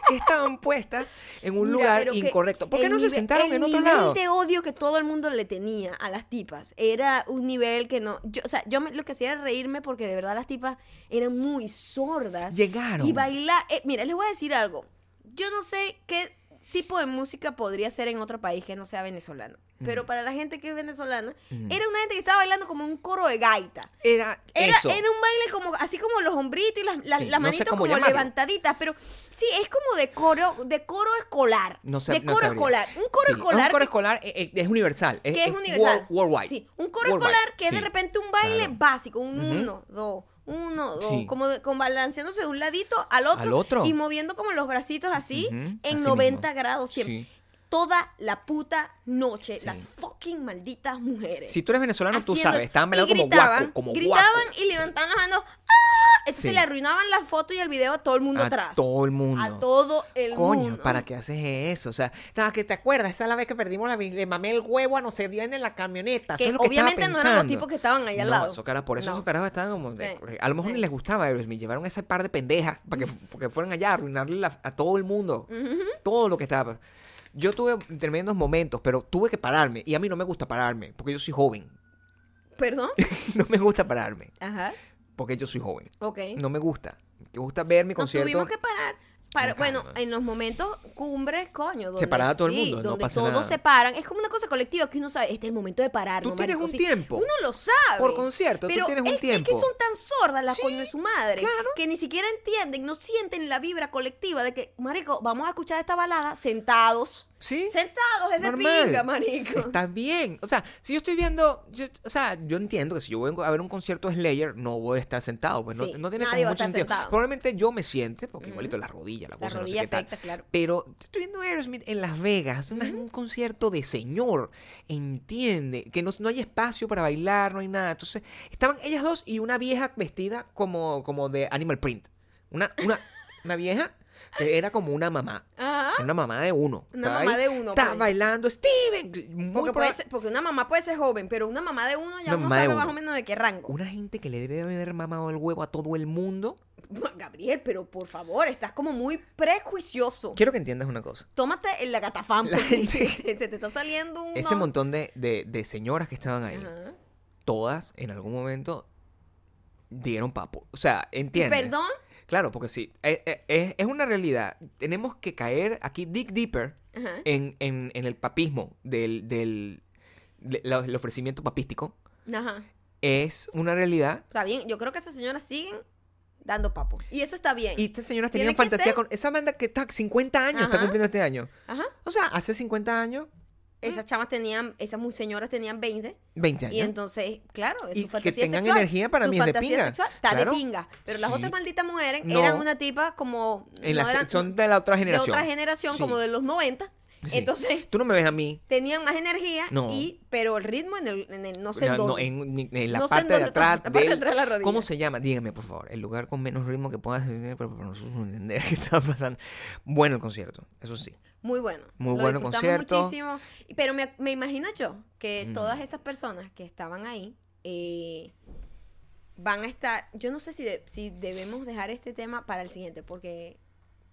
Speaker 2: Que Estaban puestas en un
Speaker 1: Mira, pero
Speaker 2: lugar
Speaker 1: que
Speaker 2: incorrecto. ¿Por qué
Speaker 1: el
Speaker 2: no se
Speaker 1: nive-
Speaker 2: sentaron
Speaker 1: el
Speaker 2: en otro
Speaker 1: nivel
Speaker 2: lado?
Speaker 1: de odio que todo el mundo le tenía a las tipas era un nivel que no. Yo, o sea, yo me- lo que hacía era reírme porque de verdad las tipas eran muy sordas.
Speaker 2: Llegaron.
Speaker 1: Y bailar. eh, mira, les voy a decir algo. Yo no sé qué tipo de música podría ser en otro país que no sea venezolano.
Speaker 2: Mm.
Speaker 1: Pero para la gente que es venezolana, era una gente que estaba bailando como un coro de gaita.
Speaker 2: Era,
Speaker 1: Era,
Speaker 2: eso.
Speaker 1: era un baile como así como los hombritos y las, las-
Speaker 2: Sí,
Speaker 1: las
Speaker 2: no sé
Speaker 1: manitos
Speaker 2: cómo
Speaker 1: como
Speaker 2: llamarlo.
Speaker 1: levantaditas, pero sí, es como de coro, de coro escolar.
Speaker 2: No sé,
Speaker 1: de
Speaker 2: no
Speaker 1: coro
Speaker 2: sabría.
Speaker 1: escolar. Un coro
Speaker 2: Sí,
Speaker 1: escolar.
Speaker 2: Un coro
Speaker 1: que-
Speaker 2: escolar eh, eh, es universal.
Speaker 1: que, es, universal.
Speaker 2: wor- worldwide.
Speaker 1: Sí, un coro
Speaker 2: Worldwide,
Speaker 1: escolar que es de
Speaker 2: sí.
Speaker 1: repente un baile
Speaker 2: Claro.
Speaker 1: básico, un uno, dos, uno, dos,
Speaker 2: Sí.
Speaker 1: como de- como balanceándose de un ladito al otro,
Speaker 2: Al otro.
Speaker 1: y moviendo como los bracitos así
Speaker 2: Ujú,
Speaker 1: en
Speaker 2: así
Speaker 1: 90
Speaker 2: mismo.
Speaker 1: grados siempre.
Speaker 2: Sí.
Speaker 1: Toda la puta noche,
Speaker 2: Sí.
Speaker 1: las fucking malditas mujeres.
Speaker 2: Si tú eres venezolano, tú
Speaker 1: haciendo
Speaker 2: sabes.
Speaker 1: eso.
Speaker 2: Estaban
Speaker 1: Y
Speaker 2: bailando como
Speaker 1: gritaban,
Speaker 2: guaco. Como
Speaker 1: gritaban
Speaker 2: guaco.
Speaker 1: y levantaban las manos. ¡Ah! Entonces
Speaker 2: Sí.
Speaker 1: le arruinaban la foto y el video a todo el mundo
Speaker 2: A
Speaker 1: atrás.
Speaker 2: todo el mundo.
Speaker 1: A todo el
Speaker 2: Coño,
Speaker 1: mundo.
Speaker 2: ¿para qué haces eso? O sea, nada, que te acuerdas, esa es la vez que perdimos la bi- le mamé el huevo a no sé bien en la camioneta.
Speaker 1: Que
Speaker 2: eso es lo que estaba
Speaker 1: obviamente no eran los
Speaker 2: pensando.
Speaker 1: tipos que estaban ahí al
Speaker 2: No,
Speaker 1: lado.
Speaker 2: esos caras- por eso
Speaker 1: No.
Speaker 2: esos carajos estaban como. de- eh,
Speaker 1: Sí.
Speaker 2: A lo mejor
Speaker 1: Sí.
Speaker 2: ni les gustaba Aerosmith. Llevaron ese par de pendejas para que, porque fueran allá a arruinarle la- a todo el mundo. Todo lo que estaba. Yo tuve tremendos momentos, pero tuve que pararme. Y a mí no me gusta pararme, porque yo soy joven.
Speaker 1: Perdón.
Speaker 2: no me gusta pararme,
Speaker 1: Ajá.
Speaker 2: porque yo soy joven.
Speaker 1: Ok.
Speaker 2: No me gusta. Me gusta ver mi
Speaker 1: Nos
Speaker 2: este concierto.
Speaker 1: tuvimos que parar. para-
Speaker 2: Con
Speaker 1: bueno,
Speaker 2: calma.
Speaker 1: en los momentos cumbres, coño, donde
Speaker 2: Separada todo el
Speaker 1: sí,
Speaker 2: mundo, no
Speaker 1: donde
Speaker 2: pasa
Speaker 1: todos
Speaker 2: nada.
Speaker 1: se paran, es como una cosa colectiva que uno sabe, este es el momento de parar.
Speaker 2: Tú
Speaker 1: no,
Speaker 2: tienes
Speaker 1: marico,
Speaker 2: un
Speaker 1: sí.
Speaker 2: tiempo.
Speaker 1: Uno lo sabe.
Speaker 2: Por concierto, tú
Speaker 1: Pero
Speaker 2: tienes un
Speaker 1: es- Es
Speaker 2: tiempo.
Speaker 1: que son tan sordas las coño de su madre
Speaker 2: claro.
Speaker 1: que ni siquiera entienden, no sienten la vibra colectiva de que, marico, vamos a escuchar esta balada sentados.
Speaker 2: Sí.
Speaker 1: Sentados es de
Speaker 2: Normal.
Speaker 1: pinga, marico.
Speaker 2: Está bien. O sea, si yo estoy viendo. yo- o sea, yo entiendo que si yo vengo a ver un concierto de Slayer, no voy a estar sentado. Pues no-
Speaker 1: Sí,
Speaker 2: no, tiene
Speaker 1: nadie
Speaker 2: como
Speaker 1: va a
Speaker 2: mucho
Speaker 1: estar
Speaker 2: sentido.
Speaker 1: sentado.
Speaker 2: Probablemente yo me siente, porque igualito la rodilla,
Speaker 1: La
Speaker 2: la, cosa,
Speaker 1: rodilla
Speaker 2: no sé qué
Speaker 1: afecta,
Speaker 2: tal.
Speaker 1: claro.
Speaker 2: Pero yo estoy viendo a Aerosmith en Las Vegas, una- un concierto de señor. Entiende que no, no hay espacio para bailar, no hay nada. Entonces, estaban ellas dos y una vieja vestida como, como de Animal Print. Una, una, una vieja que era como una mamá.
Speaker 1: Ajá.
Speaker 2: Era Una mamá de uno.
Speaker 1: ¿Ah? Una
Speaker 2: Estaba
Speaker 1: mamá
Speaker 2: ahí,
Speaker 1: de uno,
Speaker 2: Estaba
Speaker 1: pues.
Speaker 2: bailando Steven. Muy
Speaker 1: Porque,
Speaker 2: proba-
Speaker 1: puede ser- porque una mamá puede ser joven, pero una mamá de uno ya
Speaker 2: Una
Speaker 1: uno
Speaker 2: mamá de
Speaker 1: sabe
Speaker 2: uno.
Speaker 1: más o menos de qué rango.
Speaker 2: Una gente que le debe haber mamado el huevo a todo el mundo.
Speaker 1: Gabriel, pero por favor, estás como muy prejuicioso.
Speaker 2: Quiero que entiendas una cosa.
Speaker 1: Tómate el lagatafán,
Speaker 2: La
Speaker 1: porque
Speaker 2: gente-
Speaker 1: se, se te está saliendo un.
Speaker 2: Ese montón de, de- de señoras que estaban ahí,
Speaker 1: Ajá.
Speaker 2: todas en algún momento dieron papo. O sea,
Speaker 1: ¿Y
Speaker 2: entiendes.
Speaker 1: perdón?
Speaker 2: Claro, porque sí. eh, eh, Es, es una realidad. Tenemos que caer aquí, dig deeper,
Speaker 1: Ajá.
Speaker 2: en, en- en el papismo del, del de- la- el ofrecimiento papístico.
Speaker 1: Ajá.
Speaker 2: Es una realidad
Speaker 1: Está bien, yo creo que esas señoras siguen dando papo. Y eso está bien.
Speaker 2: Y este estas señoras
Speaker 1: Tiene
Speaker 2: tenían
Speaker 1: que
Speaker 2: fantasía
Speaker 1: ser.
Speaker 2: con. Esa banda que está 50 años, está
Speaker 1: Ajá.
Speaker 2: cumpliendo este año.
Speaker 1: Ajá.
Speaker 2: O sea, hace 50 años, Ah.
Speaker 1: Esas chamas tenían, esas mu- señoras tenían 20.
Speaker 2: 20 años.
Speaker 1: Y entonces, claro, es
Speaker 2: Y
Speaker 1: su
Speaker 2: que
Speaker 1: fantasía
Speaker 2: tengan
Speaker 1: sexual.
Speaker 2: energía para
Speaker 1: su
Speaker 2: mí es de
Speaker 1: fantasía
Speaker 2: pinga,
Speaker 1: sexual está
Speaker 2: claro.
Speaker 1: de pinga. Pero las
Speaker 2: Sí.
Speaker 1: otras malditas mujeres
Speaker 2: No.
Speaker 1: eran una tipa como.
Speaker 2: En
Speaker 1: no
Speaker 2: la
Speaker 1: eran-
Speaker 2: son de la otra generación.
Speaker 1: De otra generación,
Speaker 2: Sí.
Speaker 1: como de los 90.
Speaker 2: Sí.
Speaker 1: Entonces,
Speaker 2: Tú no me ves a mí.
Speaker 1: tenían más energía.
Speaker 2: No.
Speaker 1: Y, pero el ritmo en el, en el- no sé
Speaker 2: no,
Speaker 1: en dónde.
Speaker 2: no, en, ni- en la
Speaker 1: No sé en
Speaker 2: parte de
Speaker 1: dónde está,
Speaker 2: atrás.
Speaker 1: la parte de
Speaker 2: del-
Speaker 1: atrás de la rodilla.
Speaker 2: ¿Cómo se llama? Dígame, por favor. El lugar con menos ritmo que puedas entender, pero para nosotros entender qué estaba pasando. Bueno, el concierto, eso sí.
Speaker 1: Muy bueno.
Speaker 2: Muy
Speaker 1: Lo
Speaker 2: bueno
Speaker 1: disfrutamos
Speaker 2: concierto. Mm.
Speaker 1: muchísimo. Pero me, me imagino yo que todas esas personas que estaban ahí eh, van a estar. Yo no sé si, de- si debemos dejar este tema para el siguiente, porque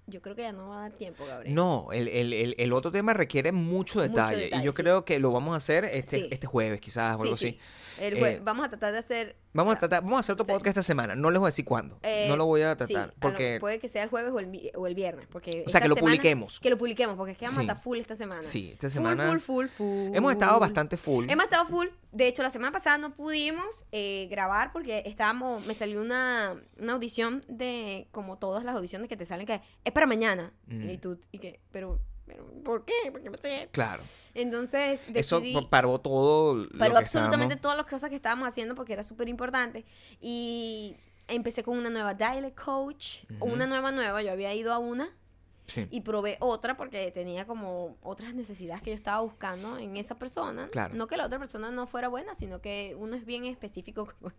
Speaker 1: Yo creo que ya no va a dar tiempo, Gabriel.
Speaker 2: No, el, el- el- el otro tema requiere mucho detalle. y
Speaker 1: detalle,
Speaker 2: yo
Speaker 1: sí.
Speaker 2: creo que lo vamos a hacer este,
Speaker 1: Sí.
Speaker 2: este jueves, quizás, o
Speaker 1: Sí,
Speaker 2: algo
Speaker 1: sí.
Speaker 2: así.
Speaker 1: El jue-
Speaker 2: Eh,
Speaker 1: vamos a tratar de hacer.
Speaker 2: Vamos a tratar, vamos a hacer otro
Speaker 1: Sí.
Speaker 2: podcast esta semana. No les voy a decir cuándo.
Speaker 1: eh,
Speaker 2: no lo voy a
Speaker 1: sí,
Speaker 2: tratar.
Speaker 1: lo-
Speaker 2: porque
Speaker 1: puede que sea el jueves o el, vi- o el viernes. Porque
Speaker 2: O sea,
Speaker 1: esta
Speaker 2: que lo
Speaker 1: semana-
Speaker 2: publiquemos.
Speaker 1: Que lo publiquemos, porque es que vamos
Speaker 2: Sí.
Speaker 1: a estar full esta semana.
Speaker 2: Sí, esta
Speaker 1: Full,
Speaker 2: semana-
Speaker 1: Full, full, full,
Speaker 2: hemos estado bastante full.
Speaker 1: Hemos estado full. De hecho, la semana pasada no pudimos eh, grabar porque estábamos. Me salió una, una audición de. Como todas las audiciones que te salen, que es para mañana.
Speaker 2: Mm.
Speaker 1: Y tú, y que, pero, pero, ¿por qué? ¿Por qué me hace esto?
Speaker 2: Claro.
Speaker 1: Entonces,
Speaker 2: Eso
Speaker 1: decidí.
Speaker 2: pa- paró todo.
Speaker 1: Pero
Speaker 2: lo que
Speaker 1: absolutamente
Speaker 2: estábamos-
Speaker 1: todas las cosas que estábamos haciendo porque era súper importante. Y empecé con una nueva dialect coach, una nueva nueva, yo había ido a una
Speaker 2: Sí.
Speaker 1: y probé otra porque tenía como otras necesidades que yo estaba buscando en esa persona.
Speaker 2: Claro.
Speaker 1: No que la otra persona no fuera buena, sino que uno es bien específico, con-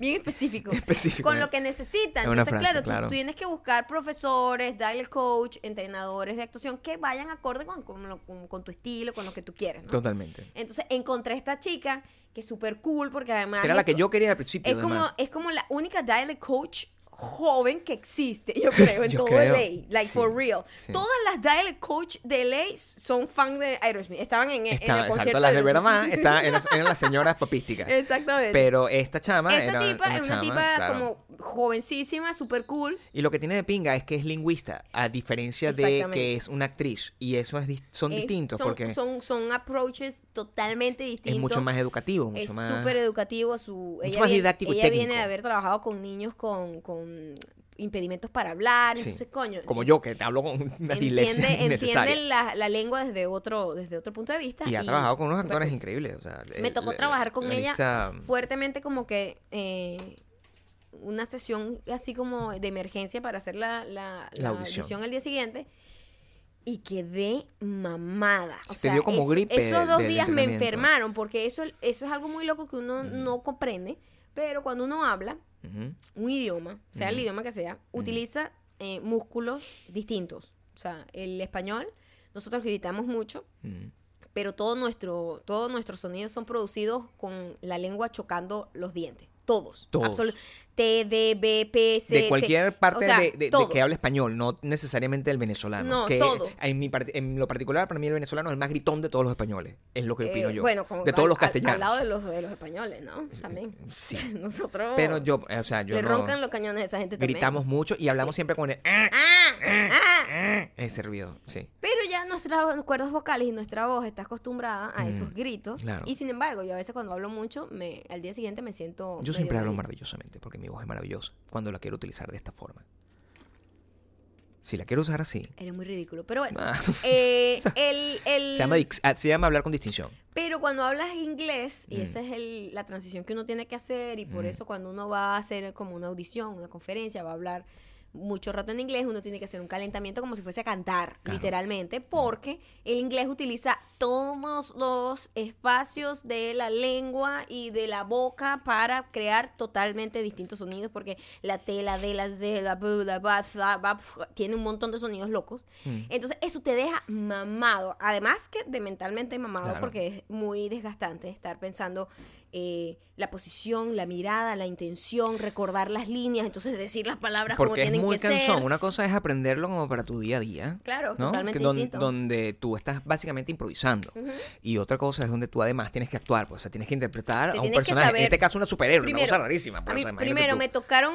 Speaker 1: bien específico,
Speaker 2: Específico,
Speaker 1: con
Speaker 2: eh.
Speaker 1: lo que necesita.
Speaker 2: Es una
Speaker 1: Entonces,
Speaker 2: frase,
Speaker 1: claro, tú-
Speaker 2: claro.
Speaker 1: tú tienes que buscar profesores, dialect coach, entrenadores de actuación que vayan acorde con, con, lo- con- con tu estilo, con lo que tú quieres. ¿no?
Speaker 2: eh, Totalmente.
Speaker 1: Entonces encontré esta chica que es súper cool porque además...
Speaker 2: Que era la
Speaker 1: es
Speaker 2: que
Speaker 1: co-
Speaker 2: yo quería al principio.
Speaker 1: Es como, eh,
Speaker 2: además.
Speaker 1: es como la única dialect coach joven que existe, yo creo, en
Speaker 2: Yo
Speaker 1: todo
Speaker 2: creo,
Speaker 1: LA. Like,
Speaker 2: sí,
Speaker 1: for real.
Speaker 2: sí.
Speaker 1: Todas las dialect coach de LA son fan de Aerosmith. Estaban en, en
Speaker 2: Está-
Speaker 1: el
Speaker 2: exacto,
Speaker 1: concierto
Speaker 2: las
Speaker 1: de
Speaker 2: de
Speaker 1: Aerosmith.
Speaker 2: Verama está, eran, eran las señoras papísticas.
Speaker 1: Exactamente.
Speaker 2: Pero esta chama
Speaker 1: esta
Speaker 2: era
Speaker 1: tipa
Speaker 2: era
Speaker 1: es una
Speaker 2: chama,
Speaker 1: tipa
Speaker 2: claro.
Speaker 1: como jovencísima, súper cool.
Speaker 2: Y lo que tiene de pinga es que es lingüista, a diferencia de que
Speaker 1: Exactamente.
Speaker 2: es una actriz. Y eso es dis- son
Speaker 1: Eh,
Speaker 2: distintos
Speaker 1: son,
Speaker 2: porque
Speaker 1: son, son approaches totalmente distintos.
Speaker 2: es mucho más educativo, mucho
Speaker 1: es
Speaker 2: más...
Speaker 1: súper educativo su ella
Speaker 2: más
Speaker 1: viene-
Speaker 2: didáctico y
Speaker 1: ella
Speaker 2: técnico.
Speaker 1: viene de haber trabajado con niños con, con impedimentos para hablar
Speaker 2: Sí.
Speaker 1: entonces coño
Speaker 2: Como yo, que te hablo con una dislexia
Speaker 1: entiende
Speaker 2: innecesaria.
Speaker 1: entiende la, la lengua desde otro desde otro punto de vista
Speaker 2: Y ha trabajado con unos
Speaker 1: súper
Speaker 2: actores
Speaker 1: cool.
Speaker 2: increíbles. o sea,
Speaker 1: me
Speaker 2: el-
Speaker 1: tocó
Speaker 2: Eh, la-
Speaker 1: trabajar con
Speaker 2: la
Speaker 1: ella
Speaker 2: lista-
Speaker 1: fuertemente como que eh, una sesión así como de emergencia para hacer la, la,
Speaker 2: La
Speaker 1: la
Speaker 2: audición.
Speaker 1: audición. al día siguiente y quedé mamada. O
Speaker 2: Te
Speaker 1: sea,
Speaker 2: dio como
Speaker 1: eso-
Speaker 2: gripe
Speaker 1: Esos dos
Speaker 2: del
Speaker 1: días me
Speaker 2: entrenamiento.
Speaker 1: enfermaron porque eso, eso es algo muy loco que uno no comprende, pero cuando uno habla
Speaker 2: Ujú.
Speaker 1: un idioma, sea el
Speaker 2: Ujú.
Speaker 1: idioma que sea, utiliza eh, músculos distintos. O sea, el español, nosotros gritamos mucho,
Speaker 2: Ujú.
Speaker 1: pero todo nuestro, todos nuestros sonidos son producidos con la lengua chocando los dientes. Todos.
Speaker 2: Todos.
Speaker 1: Absolu- T, D, B, P, C.
Speaker 2: de cualquier
Speaker 1: C.
Speaker 2: parte
Speaker 1: O sea,
Speaker 2: de, de- de
Speaker 1: todos.
Speaker 2: que hable español, no necesariamente del venezolano.
Speaker 1: No,
Speaker 2: que
Speaker 1: todo.
Speaker 2: En, mi parte- en lo particular, para mí el venezolano es el más gritón de todos los españoles. Es lo que
Speaker 1: Eh,
Speaker 2: opino yo.
Speaker 1: Bueno, como
Speaker 2: de
Speaker 1: al-
Speaker 2: todos los
Speaker 1: al- Al,
Speaker 2: castellanos.
Speaker 1: lado de los, de los españoles, ¿no? También.
Speaker 2: Sí.
Speaker 1: Nosotros.
Speaker 2: Pero yo, eh, o sea, yo
Speaker 1: le
Speaker 2: no-
Speaker 1: roncan los cañones a esa gente también.
Speaker 2: gritamos mucho y hablamos siempre con el... "Ah",
Speaker 1: ¡Ah! ¡Ah!
Speaker 2: Ese ruido, sí.
Speaker 1: Pero ya nuestras cuerdas vocales y nuestra voz está acostumbrada a
Speaker 2: Mm,
Speaker 1: esos gritos.
Speaker 2: claro.
Speaker 1: Y sin embargo, yo a veces cuando hablo mucho, me, al día siguiente me siento.
Speaker 2: Yo
Speaker 1: medio
Speaker 2: siempre hablo
Speaker 1: malita.
Speaker 2: maravillosamente porque mi voz es maravillosa cuando la quiero utilizar de esta forma. Si la quiero usar así,
Speaker 1: Eres muy ridículo. Pero bueno.
Speaker 2: Ah.
Speaker 1: eh, el, el-
Speaker 2: se llama, dix- ah, se llama hablar con distinción.
Speaker 1: Pero cuando hablas inglés, y
Speaker 2: Mm.
Speaker 1: esa es el- la transición que uno tiene que hacer, y por
Speaker 2: Mm.
Speaker 1: eso cuando uno va a hacer como una audición, una conferencia, va a hablar mucho rato en inglés, uno tiene que hacer un calentamiento como si fuese a cantar,
Speaker 2: Claro. Mm.
Speaker 1: literalmente, porque el inglés utiliza todos los espacios de la lengua y de la boca para crear totalmente distintos sonidos, porque la T, la D, la Z, la B, la ba, za, ba, pf, tiene un montón de sonidos locos.
Speaker 2: Mm.
Speaker 1: Entonces, eso te deja mamado, además que de mentalmente mamado,
Speaker 2: Claro.
Speaker 1: porque es muy desgastante estar pensando eh, la posición, la mirada, la intención, recordar las líneas, entonces decir las palabras
Speaker 2: Porque
Speaker 1: como
Speaker 2: es
Speaker 1: tienen
Speaker 2: muy
Speaker 1: que
Speaker 2: cansón.
Speaker 1: ser.
Speaker 2: Una cosa es aprenderlo como para tu día a día.
Speaker 1: Claro,
Speaker 2: ¿no?
Speaker 1: totalmente
Speaker 2: Que don-
Speaker 1: distinto.
Speaker 2: Donde tú estás básicamente improvisando. Y otra cosa es donde tú además tienes que actuar. Pues, o sea, tienes que interpretar
Speaker 1: Te
Speaker 2: a un
Speaker 1: tienes que
Speaker 2: personaje. En
Speaker 1: saber-
Speaker 2: este caso, una superhéroe. una
Speaker 1: Primero,
Speaker 2: cosa rarísima. pues,
Speaker 1: a
Speaker 2: o
Speaker 1: mí
Speaker 2: sea, imagínate
Speaker 1: primero
Speaker 2: tú.
Speaker 1: me tocaron,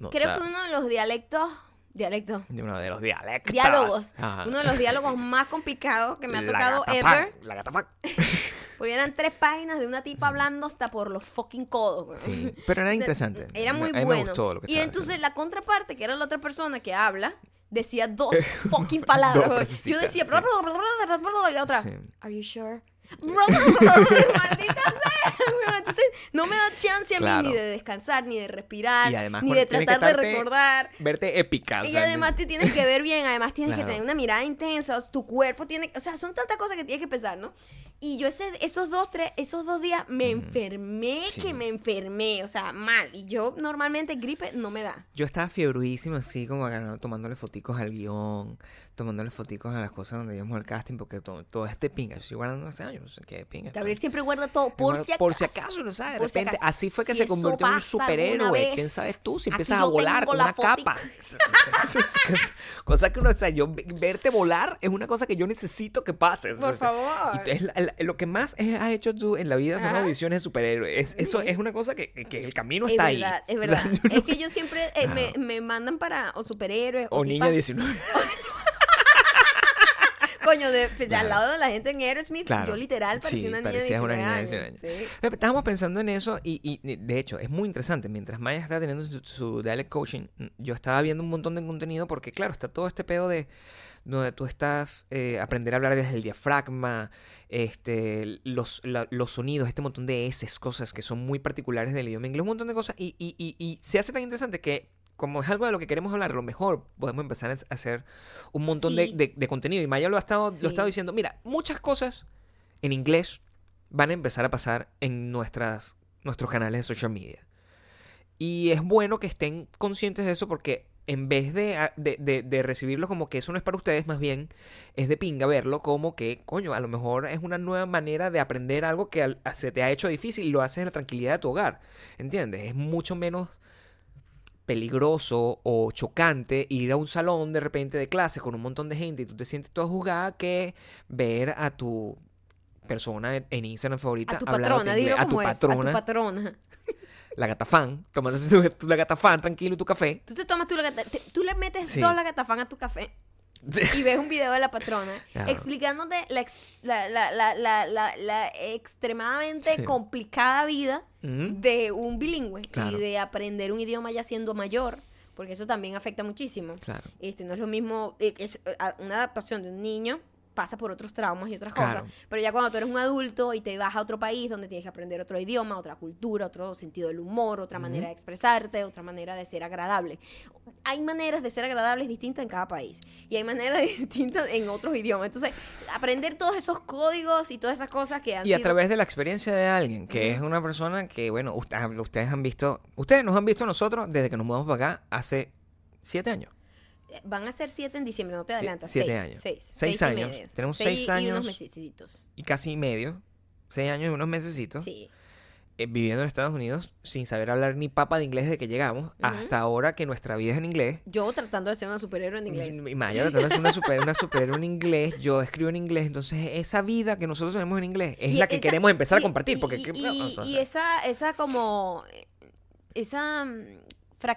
Speaker 2: No, o
Speaker 1: creo
Speaker 2: sea-
Speaker 1: que uno de los dialectos, dialectos,
Speaker 2: De uno de los dialectos.
Speaker 1: diálogos,
Speaker 2: Ajá.
Speaker 1: uno de los diálogos más complicados que me ha
Speaker 2: La
Speaker 1: tocado
Speaker 2: gatapac,
Speaker 1: ever.
Speaker 2: La gatapac.
Speaker 1: Porque eran tres páginas de una tipa hablando hasta por los fucking codos. güey.
Speaker 2: Sí, pero era
Speaker 1: De-
Speaker 2: interesante.
Speaker 1: Era
Speaker 2: Me-
Speaker 1: muy
Speaker 2: a mí me
Speaker 1: bueno.
Speaker 2: gustó lo que
Speaker 1: y
Speaker 2: estaba
Speaker 1: entonces
Speaker 2: haciendo.
Speaker 1: la contraparte, que era la otra persona que habla, decía dos fucking palabras. güey. Yo
Speaker 2: frasecitas,
Speaker 1: decía,
Speaker 2: sí.
Speaker 1: bla, bla, bla, bla, bla, bla, y la otra,
Speaker 2: Sí.
Speaker 1: ¿Are you sure? Maldita sea, güey. Entonces no me da chance a mí
Speaker 2: Claro.
Speaker 1: ni de descansar, ni de respirar,
Speaker 2: Y además,
Speaker 1: ni
Speaker 2: con-
Speaker 1: de
Speaker 2: tienes que
Speaker 1: tratar de
Speaker 2: estarte-
Speaker 1: recordar.
Speaker 2: Verte épica. o
Speaker 1: Y
Speaker 2: sea,
Speaker 1: además te tienes que ver bien, además tienes
Speaker 2: Claro.
Speaker 1: que tener una mirada intensa, o sea, tu cuerpo tiene, o sea, son tantas cosas que tienes que pensar, ¿no? Y yo ese, esos dos, tres, esos dos días me enfermé,
Speaker 2: Sí.
Speaker 1: que me enfermé, o sea, mal. Y yo normalmente gripe no me da.
Speaker 2: Yo estaba fiebruísimo así, como agarrando- tomándole foticos al guión, tomándole foticos a las cosas donde íbamos al casting, porque todo, todo este pinga, yo estoy guardando hace años, no sé qué pinga.
Speaker 1: Gabriel siempre guarda todo por si acaso.
Speaker 2: Por si acaso, ¿no sabes? De
Speaker 1: Por si
Speaker 2: repente,
Speaker 1: acaso.
Speaker 2: así fue que
Speaker 1: Si
Speaker 2: se
Speaker 1: eso
Speaker 2: convirtió en un
Speaker 1: pasa alguna
Speaker 2: superhéroe.
Speaker 1: vez,
Speaker 2: ¿Quién sabes tú? Si
Speaker 1: aquí
Speaker 2: empiezas a
Speaker 1: yo
Speaker 2: volar
Speaker 1: tengo
Speaker 2: con
Speaker 1: la
Speaker 2: una
Speaker 1: fotica.
Speaker 2: capa. cosa que uno, o sea, yo ve- verte volar es una cosa que yo necesito que pase.
Speaker 1: Por
Speaker 2: O sea,
Speaker 1: favor.
Speaker 2: y es la- la- lo que más es- has hecho tú en la vida son
Speaker 1: Ajá.
Speaker 2: audiciones de superhéroes. Es- eso es una cosa que, que el camino
Speaker 1: Es
Speaker 2: está
Speaker 1: verdad, es
Speaker 2: ahí. O sea,
Speaker 1: verdad.
Speaker 2: yo no-
Speaker 1: Es que yo siempre eh, me, me mandan para o superhéroes o,
Speaker 2: o niña
Speaker 1: tipas-
Speaker 2: 19.
Speaker 1: Coño, de, pues,
Speaker 2: Claro.
Speaker 1: al lado de la gente en Aerosmith, yo literal parecía
Speaker 2: sí,
Speaker 1: una niña de
Speaker 2: parecías
Speaker 1: 19
Speaker 2: una niña de
Speaker 1: años.
Speaker 2: 19 años.
Speaker 1: Sí.
Speaker 2: Pero Estábamos pensando en eso y, y, de hecho es muy interesante. Mientras Maya está teniendo su, su dialect coaching, mm, yo estaba viendo un montón de contenido porque, claro, está todo este pedo de donde tú estás eh, aprender a hablar desde el diafragma, este, los, la- los sonidos, este montón de eses, cosas que son muy particulares del idioma inglés, un montón de cosas y, y, y, y se hace tan interesante que como es algo de lo que queremos hablar, a lo mejor podemos empezar a hacer un montón de,
Speaker 1: Sí.
Speaker 2: de- de contenido. Y Maya lo ha estado, lo ha estado
Speaker 1: Sí.
Speaker 2: diciendo, mira, muchas cosas en inglés van a empezar a pasar en nuestras, nuestros canales de social media. Y es bueno que estén conscientes de eso porque en vez de, a- de, de- de recibirlo como que eso no es para ustedes, más bien es de pinga verlo como que, coño, a lo mejor es una nueva manera de aprender algo que al- se te ha hecho difícil y lo haces en la tranquilidad de tu hogar. ¿Entiendes? Es mucho menos peligroso o chocante ir a un salón de repente de clase con un montón de gente y tú te sientes toda jugada que ver a tu persona en- en Instagram favorita
Speaker 1: A tu
Speaker 2: hablándote
Speaker 1: patrona,
Speaker 2: inglés,
Speaker 1: dilo
Speaker 2: a tu
Speaker 1: como es.
Speaker 2: patrona,
Speaker 1: A tu patrona.
Speaker 2: la gatafán, tomándose tu, tu- la gatafán tranquilo y tu café.
Speaker 1: Tú te tomas tu lagata- te- tú le metes
Speaker 2: Sí.
Speaker 1: dos lagatafán a tu café y ves un video de la patrona
Speaker 2: Claro.
Speaker 1: explicándote la, ex- la, la, la, la, la- la extremadamente
Speaker 2: Sí.
Speaker 1: complicada vida
Speaker 2: Ujú.
Speaker 1: de un bilingüe
Speaker 2: Claro.
Speaker 1: y de aprender un idioma ya siendo mayor, porque eso también afecta muchísimo.
Speaker 2: Claro.
Speaker 1: Este, no es lo mismo, eh, es, eh, a- una adaptación de un niño pasa por otros traumas y otras
Speaker 2: Claro.
Speaker 1: cosas, pero ya cuando tú eres un adulto y te vas a otro país donde tienes que aprender otro idioma, otra cultura, otro sentido del humor, otra manera de expresarte, otra manera de ser agradable. Hay maneras de ser agradables distintas en cada país y hay maneras distintas en otros idiomas. Entonces, aprender todos esos códigos y todas esas cosas que han
Speaker 2: Y a
Speaker 1: sido-
Speaker 2: través de la experiencia de alguien, que es una persona que, bueno, ust- ah, ustedes han visto, ustedes nos han visto a nosotros desde que nos mudamos para acá hace siete años.
Speaker 1: Van a ser siete en diciembre, no te
Speaker 2: Sie-
Speaker 1: adelantas.
Speaker 2: siete
Speaker 1: seis,
Speaker 2: años.
Speaker 1: Seis,
Speaker 2: Seis
Speaker 1: y
Speaker 2: años.
Speaker 1: medio.
Speaker 2: Tenemos seis
Speaker 1: Y
Speaker 2: años.
Speaker 1: unos mesecitos.
Speaker 2: y casi medio, seis años y unos mesecitos,
Speaker 1: Sí.
Speaker 2: eh, viviendo en Estados Unidos sin saber hablar ni papa de inglés desde que llegamos, hasta ahora que nuestra vida es en inglés.
Speaker 1: Yo tratando de ser una superhéroe en inglés.
Speaker 2: Y Maya tratando de ser una, super, una superhéroe en inglés, yo escribo en inglés, entonces esa vida que nosotros tenemos en inglés es
Speaker 1: Y
Speaker 2: la que
Speaker 1: esa-
Speaker 2: queremos empezar
Speaker 1: y-
Speaker 2: a compartir. Porque,
Speaker 1: y,
Speaker 2: ¿qué-
Speaker 1: y-
Speaker 2: no, no, no,
Speaker 1: y
Speaker 2: o sea,
Speaker 1: esa, esa como... eh, Esa mm,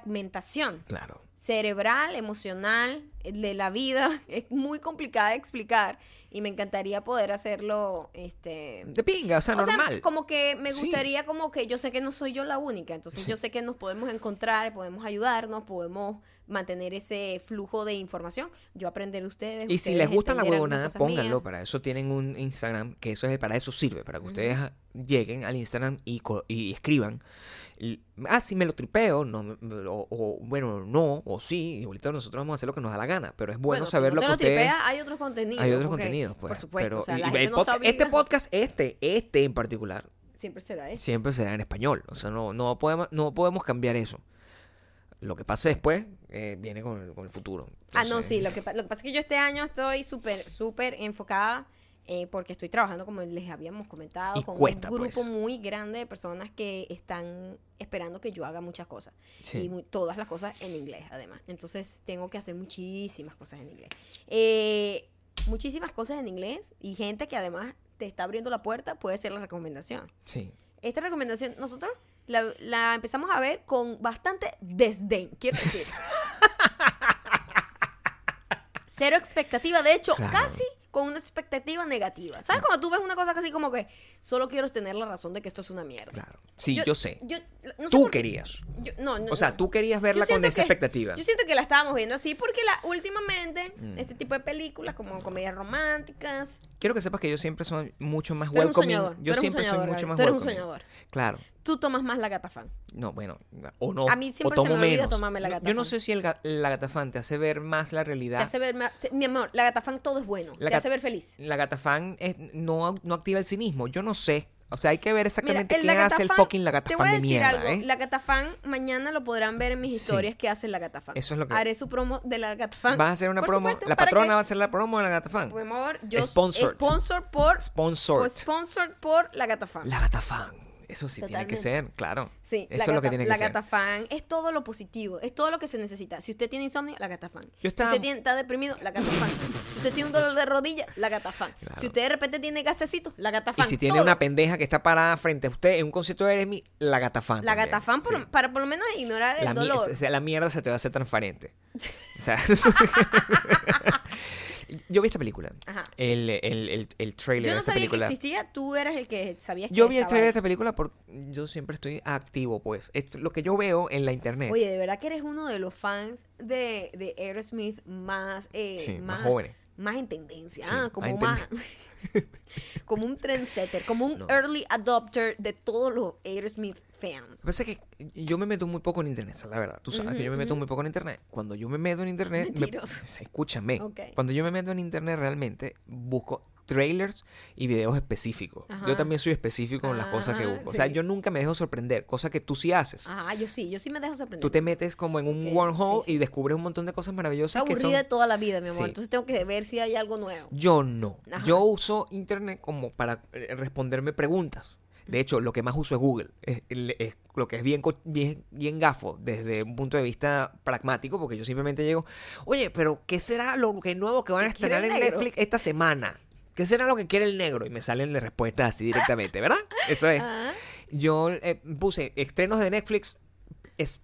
Speaker 1: fragmentación
Speaker 2: Claro.
Speaker 1: cerebral, emocional, eh, de la vida, es muy complicada de explicar y me encantaría poder hacerlo, este...
Speaker 2: De pinga, o sea,
Speaker 1: O sea,
Speaker 2: normal.
Speaker 1: como que me
Speaker 2: Sí.
Speaker 1: gustaría como que yo sé que no soy yo la única, entonces yo sé que nos podemos encontrar, podemos ayudarnos, podemos mantener ese flujo de información. Yo aprender de ustedes.
Speaker 2: Y si
Speaker 1: ustedes
Speaker 2: les gusta la
Speaker 1: entender
Speaker 2: huevonada,
Speaker 1: algunas cosas mías.
Speaker 2: pónganlo. Para eso tienen un Instagram, que eso es, para eso sirve, para que ustedes ah, lleguen al Instagram y, co- y escriban. l- Ah, si me lo tripeo, no, me- me- o, o, bueno, no, o sí, y ahorita nosotros vamos a hacer lo que nos da la gana, pero es bueno,
Speaker 1: si
Speaker 2: saber
Speaker 1: no
Speaker 2: lo
Speaker 1: te
Speaker 2: que ustedes...
Speaker 1: tripea, hay otros contenidos.
Speaker 2: Hay otros
Speaker 1: porque,
Speaker 2: contenidos, pues.
Speaker 1: Por supuesto.
Speaker 2: pero-
Speaker 1: o sea,
Speaker 2: y-
Speaker 1: la
Speaker 2: y
Speaker 1: gente
Speaker 2: el
Speaker 1: no está
Speaker 2: podcast- este
Speaker 1: obligada-
Speaker 2: podcast, este, este en particular,
Speaker 1: Siempre será eso.
Speaker 2: siempre será en español. O sea, no, no, podemos, no podemos cambiar eso. Lo que pase después eh, viene con el, con el futuro.
Speaker 1: Ah, no,
Speaker 2: Entonces,
Speaker 1: sí, lo que, pa- lo que pasa es que yo este año estoy súper, súper enfocada eh, porque estoy trabajando, como les habíamos comentado,
Speaker 2: Y
Speaker 1: con
Speaker 2: cuesta,
Speaker 1: un grupo
Speaker 2: pues.
Speaker 1: muy grande de personas que están esperando que yo haga muchas cosas.
Speaker 2: Sí.
Speaker 1: Y muy- todas las cosas en inglés, además. Entonces, tengo que hacer muchísimas cosas en inglés. Eh, muchísimas cosas en inglés y gente que además te está abriendo la puerta puede ser la recomendación.
Speaker 2: Sí.
Speaker 1: Esta recomendación, nosotros la, la empezamos a ver con bastante desdén, quiero decir. Cero expectativa, de hecho,
Speaker 2: Claro.
Speaker 1: casi con una expectativa negativa. ¿Sabes cuando tú ves una cosa casi como que solo quiero tener la razón de que esto es una mierda?
Speaker 2: Claro. Sí, yo, sé.
Speaker 1: yo- no sé
Speaker 2: Tú
Speaker 1: por qué-
Speaker 2: querías.
Speaker 1: yo- no, no,
Speaker 2: O sea,
Speaker 1: no.
Speaker 2: tú querías
Speaker 1: Yo
Speaker 2: verla con
Speaker 1: siento
Speaker 2: esa
Speaker 1: que-
Speaker 2: expectativa. Mm.
Speaker 1: Yo siento que la estábamos viendo así porque la, últimamente ese tipo de películas como comedias románticas,
Speaker 2: Quiero que sepas que yo siempre soy mucho más
Speaker 1: Tú eres un
Speaker 2: welcoming.
Speaker 1: soñador, tú
Speaker 2: Yo
Speaker 1: eres un
Speaker 2: siempre soy
Speaker 1: soñador, Gabriel,
Speaker 2: mucho más
Speaker 1: tú eres un
Speaker 2: welcoming.
Speaker 1: soñador.
Speaker 2: Claro.
Speaker 1: tú tomas más la gatafán.
Speaker 2: No, bueno, o no.
Speaker 1: A mí siempre
Speaker 2: o
Speaker 1: se
Speaker 2: tomo
Speaker 1: me olvida
Speaker 2: menos.
Speaker 1: tomarme la
Speaker 2: No, Yo no
Speaker 1: Gatafan.
Speaker 2: sé si el ga- la gatafán te hace ver más la realidad.
Speaker 1: Te hace ver, ma- te- mi amor, la gatafán todo es bueno.
Speaker 2: La
Speaker 1: te
Speaker 2: gat-
Speaker 1: hace ver feliz.
Speaker 2: La gatafán es- no, no activa el cinismo. Yo no sé. O sea, hay que ver exactamente
Speaker 1: Mira,
Speaker 2: qué hace el
Speaker 1: Lagatafán-
Speaker 2: fucking lagatafán de mierda,
Speaker 1: Te voy a decir
Speaker 2: ¿eh?
Speaker 1: algo. La Gatafán, mañana lo podrán ver en mis
Speaker 2: Sí.
Speaker 1: historias que hace la Gatafán.
Speaker 2: Eso es lo que-
Speaker 1: Haré su promo de la Gatafán.
Speaker 2: Vas a hacer una
Speaker 1: Por
Speaker 2: promo.
Speaker 1: supuesto,
Speaker 2: la
Speaker 1: para Pues,
Speaker 2: patrona
Speaker 1: que-
Speaker 2: va a hacer la promo de la gatafán.
Speaker 1: Por favor, yo...
Speaker 2: Sponsored.
Speaker 1: Sponsor por...
Speaker 2: Sponsor.
Speaker 1: o Sponsored por la Gatafán.
Speaker 2: La gatafán. Eso sí tiene que
Speaker 1: Totalmente.
Speaker 2: ser, claro.
Speaker 1: Sí,
Speaker 2: Eso es lo que tiene que
Speaker 1: la
Speaker 2: ser.
Speaker 1: gatafán es todo lo positivo, es todo lo que se necesita. Si usted tiene insomnio, la gatafán.
Speaker 2: Yo estaba-
Speaker 1: Si usted tiene- está deprimido, la gatafán. si usted tiene un dolor de rodilla, la gatafán.
Speaker 2: Claro.
Speaker 1: Si usted de repente tiene gasecito, la
Speaker 2: Y
Speaker 1: gatafán.
Speaker 2: si tiene
Speaker 1: Todo.
Speaker 2: una pendeja que está parada frente a usted en un concierto de Eremi, la gatafán.
Speaker 1: La
Speaker 2: también.
Speaker 1: gatafán por-
Speaker 2: Sí.
Speaker 1: para por lo menos ignorar el
Speaker 2: la, mi-
Speaker 1: dolor.
Speaker 2: o sea, la mierda se te va a hacer transparente. O sea, yo vi esta película.
Speaker 1: Ajá.
Speaker 2: El, el, el, el trailer
Speaker 1: Yo
Speaker 2: de
Speaker 1: no
Speaker 2: esta
Speaker 1: sabía
Speaker 2: película.
Speaker 1: que existía, tú eras el que sabías que
Speaker 2: Yo vi el
Speaker 1: estaba
Speaker 2: trailer de
Speaker 1: ahí.
Speaker 2: esta película porque yo siempre estoy activo, pues. Es lo que yo veo en la internet.
Speaker 1: Oye, de verdad que eres uno de los fans de, de Aerosmith más, eh,
Speaker 2: Sí, más jóvenes.
Speaker 1: Más en tendencia,
Speaker 2: Sí,
Speaker 1: ah,
Speaker 2: más
Speaker 1: como
Speaker 2: en
Speaker 1: más. como un trendsetter, como un
Speaker 2: No.
Speaker 1: early adopter de todos los Aerosmith
Speaker 2: Lo
Speaker 1: fans.
Speaker 2: que pasa es que yo me meto muy poco en internet, esa es la verdad. Tú sabes que yo me meto muy poco en internet. Cuando yo me meto en internet. me-
Speaker 1: Mentiroso.
Speaker 2: escúchame.
Speaker 1: Ok.
Speaker 2: Cuando yo me meto en internet, realmente busco trailers y videos específicos. Yo
Speaker 1: Ajá.
Speaker 2: también soy específico en las cosas que
Speaker 1: Ajá,
Speaker 2: busco. O sea,
Speaker 1: sí.
Speaker 2: yo nunca me dejo sorprender, cosa que tú sí haces.
Speaker 1: Ajá, yo sí, yo sí me dejo sorprender.
Speaker 2: Tú te metes como en un
Speaker 1: Ok,
Speaker 2: wormhole
Speaker 1: sí, sí.
Speaker 2: y descubres un montón de cosas maravillosas que
Speaker 1: aburrida
Speaker 2: son...
Speaker 1: de toda la vida, mi amor.
Speaker 2: Sí.
Speaker 1: Entonces tengo que ver si hay algo nuevo.
Speaker 2: Yo no.
Speaker 1: Ajá.
Speaker 2: Yo uso internet como para eh, responderme preguntas. De hecho, lo que más uso es Google. Es, el- es lo que es bien, co- bien, bien gafo desde un punto de vista pragmático, porque yo simplemente llego, oye, pero ¿qué será lo que nuevo que van a
Speaker 1: ¿Qué quiere
Speaker 2: estrenar
Speaker 1: el
Speaker 2: en
Speaker 1: negro?"
Speaker 2: Netflix esta semana? ¿Qué será lo que quiere el negro? Y me salen las respuestas así directamente, ¿verdad? Eso es.
Speaker 1: Ajá.
Speaker 2: Yo eh, puse estrenos de Netflix es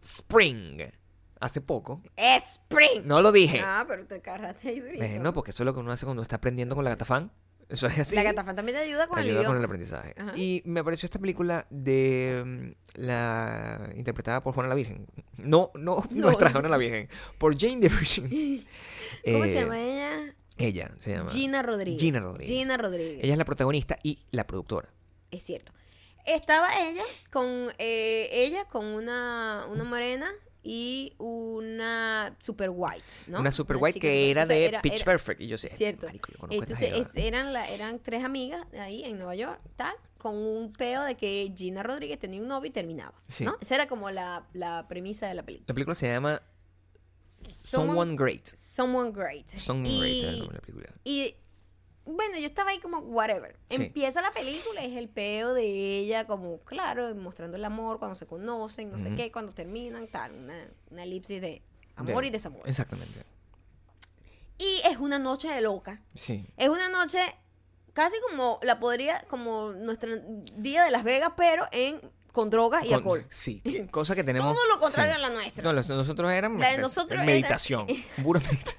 Speaker 2: Spring hace poco.
Speaker 1: Spring.
Speaker 2: No lo dije.
Speaker 1: Ah, pero te carraste ahí durito.
Speaker 2: Bueno, pues, porque eso es lo que uno hace cuando está aprendiendo con la gatafán. Eso es así.
Speaker 1: La gatafán también te ayuda con el
Speaker 2: Ayuda
Speaker 1: idioma.
Speaker 2: con el aprendizaje.
Speaker 1: Ajá.
Speaker 2: Y me apareció esta película de mm, la interpretada por Juana la Virgen. No, no,
Speaker 1: No.
Speaker 2: nuestra Juana la Virgen. Por Jane the Virgin.
Speaker 1: ¿Cómo
Speaker 2: Eh,
Speaker 1: se llama ella?
Speaker 2: Ella se llama.
Speaker 1: Gina Rodríguez.
Speaker 2: Gina Rodríguez.
Speaker 1: Gina Rodríguez.
Speaker 2: Ella es la protagonista y la productora.
Speaker 1: Es cierto. Estaba ella con eh, ella con una, una morena y una super white, ¿no?
Speaker 2: Una super white
Speaker 1: chica
Speaker 2: que
Speaker 1: super-
Speaker 2: era
Speaker 1: o sea,
Speaker 2: de Pitch
Speaker 1: era-
Speaker 2: Perfect. Y yo sé.
Speaker 1: Cierto.
Speaker 2: "Marico, yo conozco a esta
Speaker 1: Entonces este
Speaker 2: jeva".
Speaker 1: es- eran la, eran tres amigas ahí en Nueva York, tal, con un peo de que Gina Rodríguez tenía un novio y terminaba,
Speaker 2: Sí.
Speaker 1: ¿no? Esa era como la, la premisa de la película.
Speaker 2: La película se llama
Speaker 1: Someone-
Speaker 2: Someone Great.
Speaker 1: Someone Great.
Speaker 2: Someone Great
Speaker 1: y,
Speaker 2: es el nombre de la película.
Speaker 1: Y bueno, yo estaba ahí como, whatever.
Speaker 2: Sí.
Speaker 1: Empieza la película, es el peo de ella, como, claro, mostrando el amor cuando se conocen, no sé
Speaker 2: Ujú.
Speaker 1: qué, cuando terminan, tal, una, una elipsis de amor
Speaker 2: De-
Speaker 1: y desamor.
Speaker 2: Exactamente.
Speaker 1: Y es una noche de loca.
Speaker 2: Sí.
Speaker 1: Es una noche casi como la podría, como nuestro día de Las Vegas, pero en con drogas y
Speaker 2: Con-
Speaker 1: alcohol.
Speaker 2: Sí. Cosa que tenemos.
Speaker 1: Todo lo contrario
Speaker 2: sí.
Speaker 1: a la nuestra.
Speaker 2: No, los- nosotros éramos.
Speaker 1: La de nosotros era-
Speaker 2: meditación. Pura medita-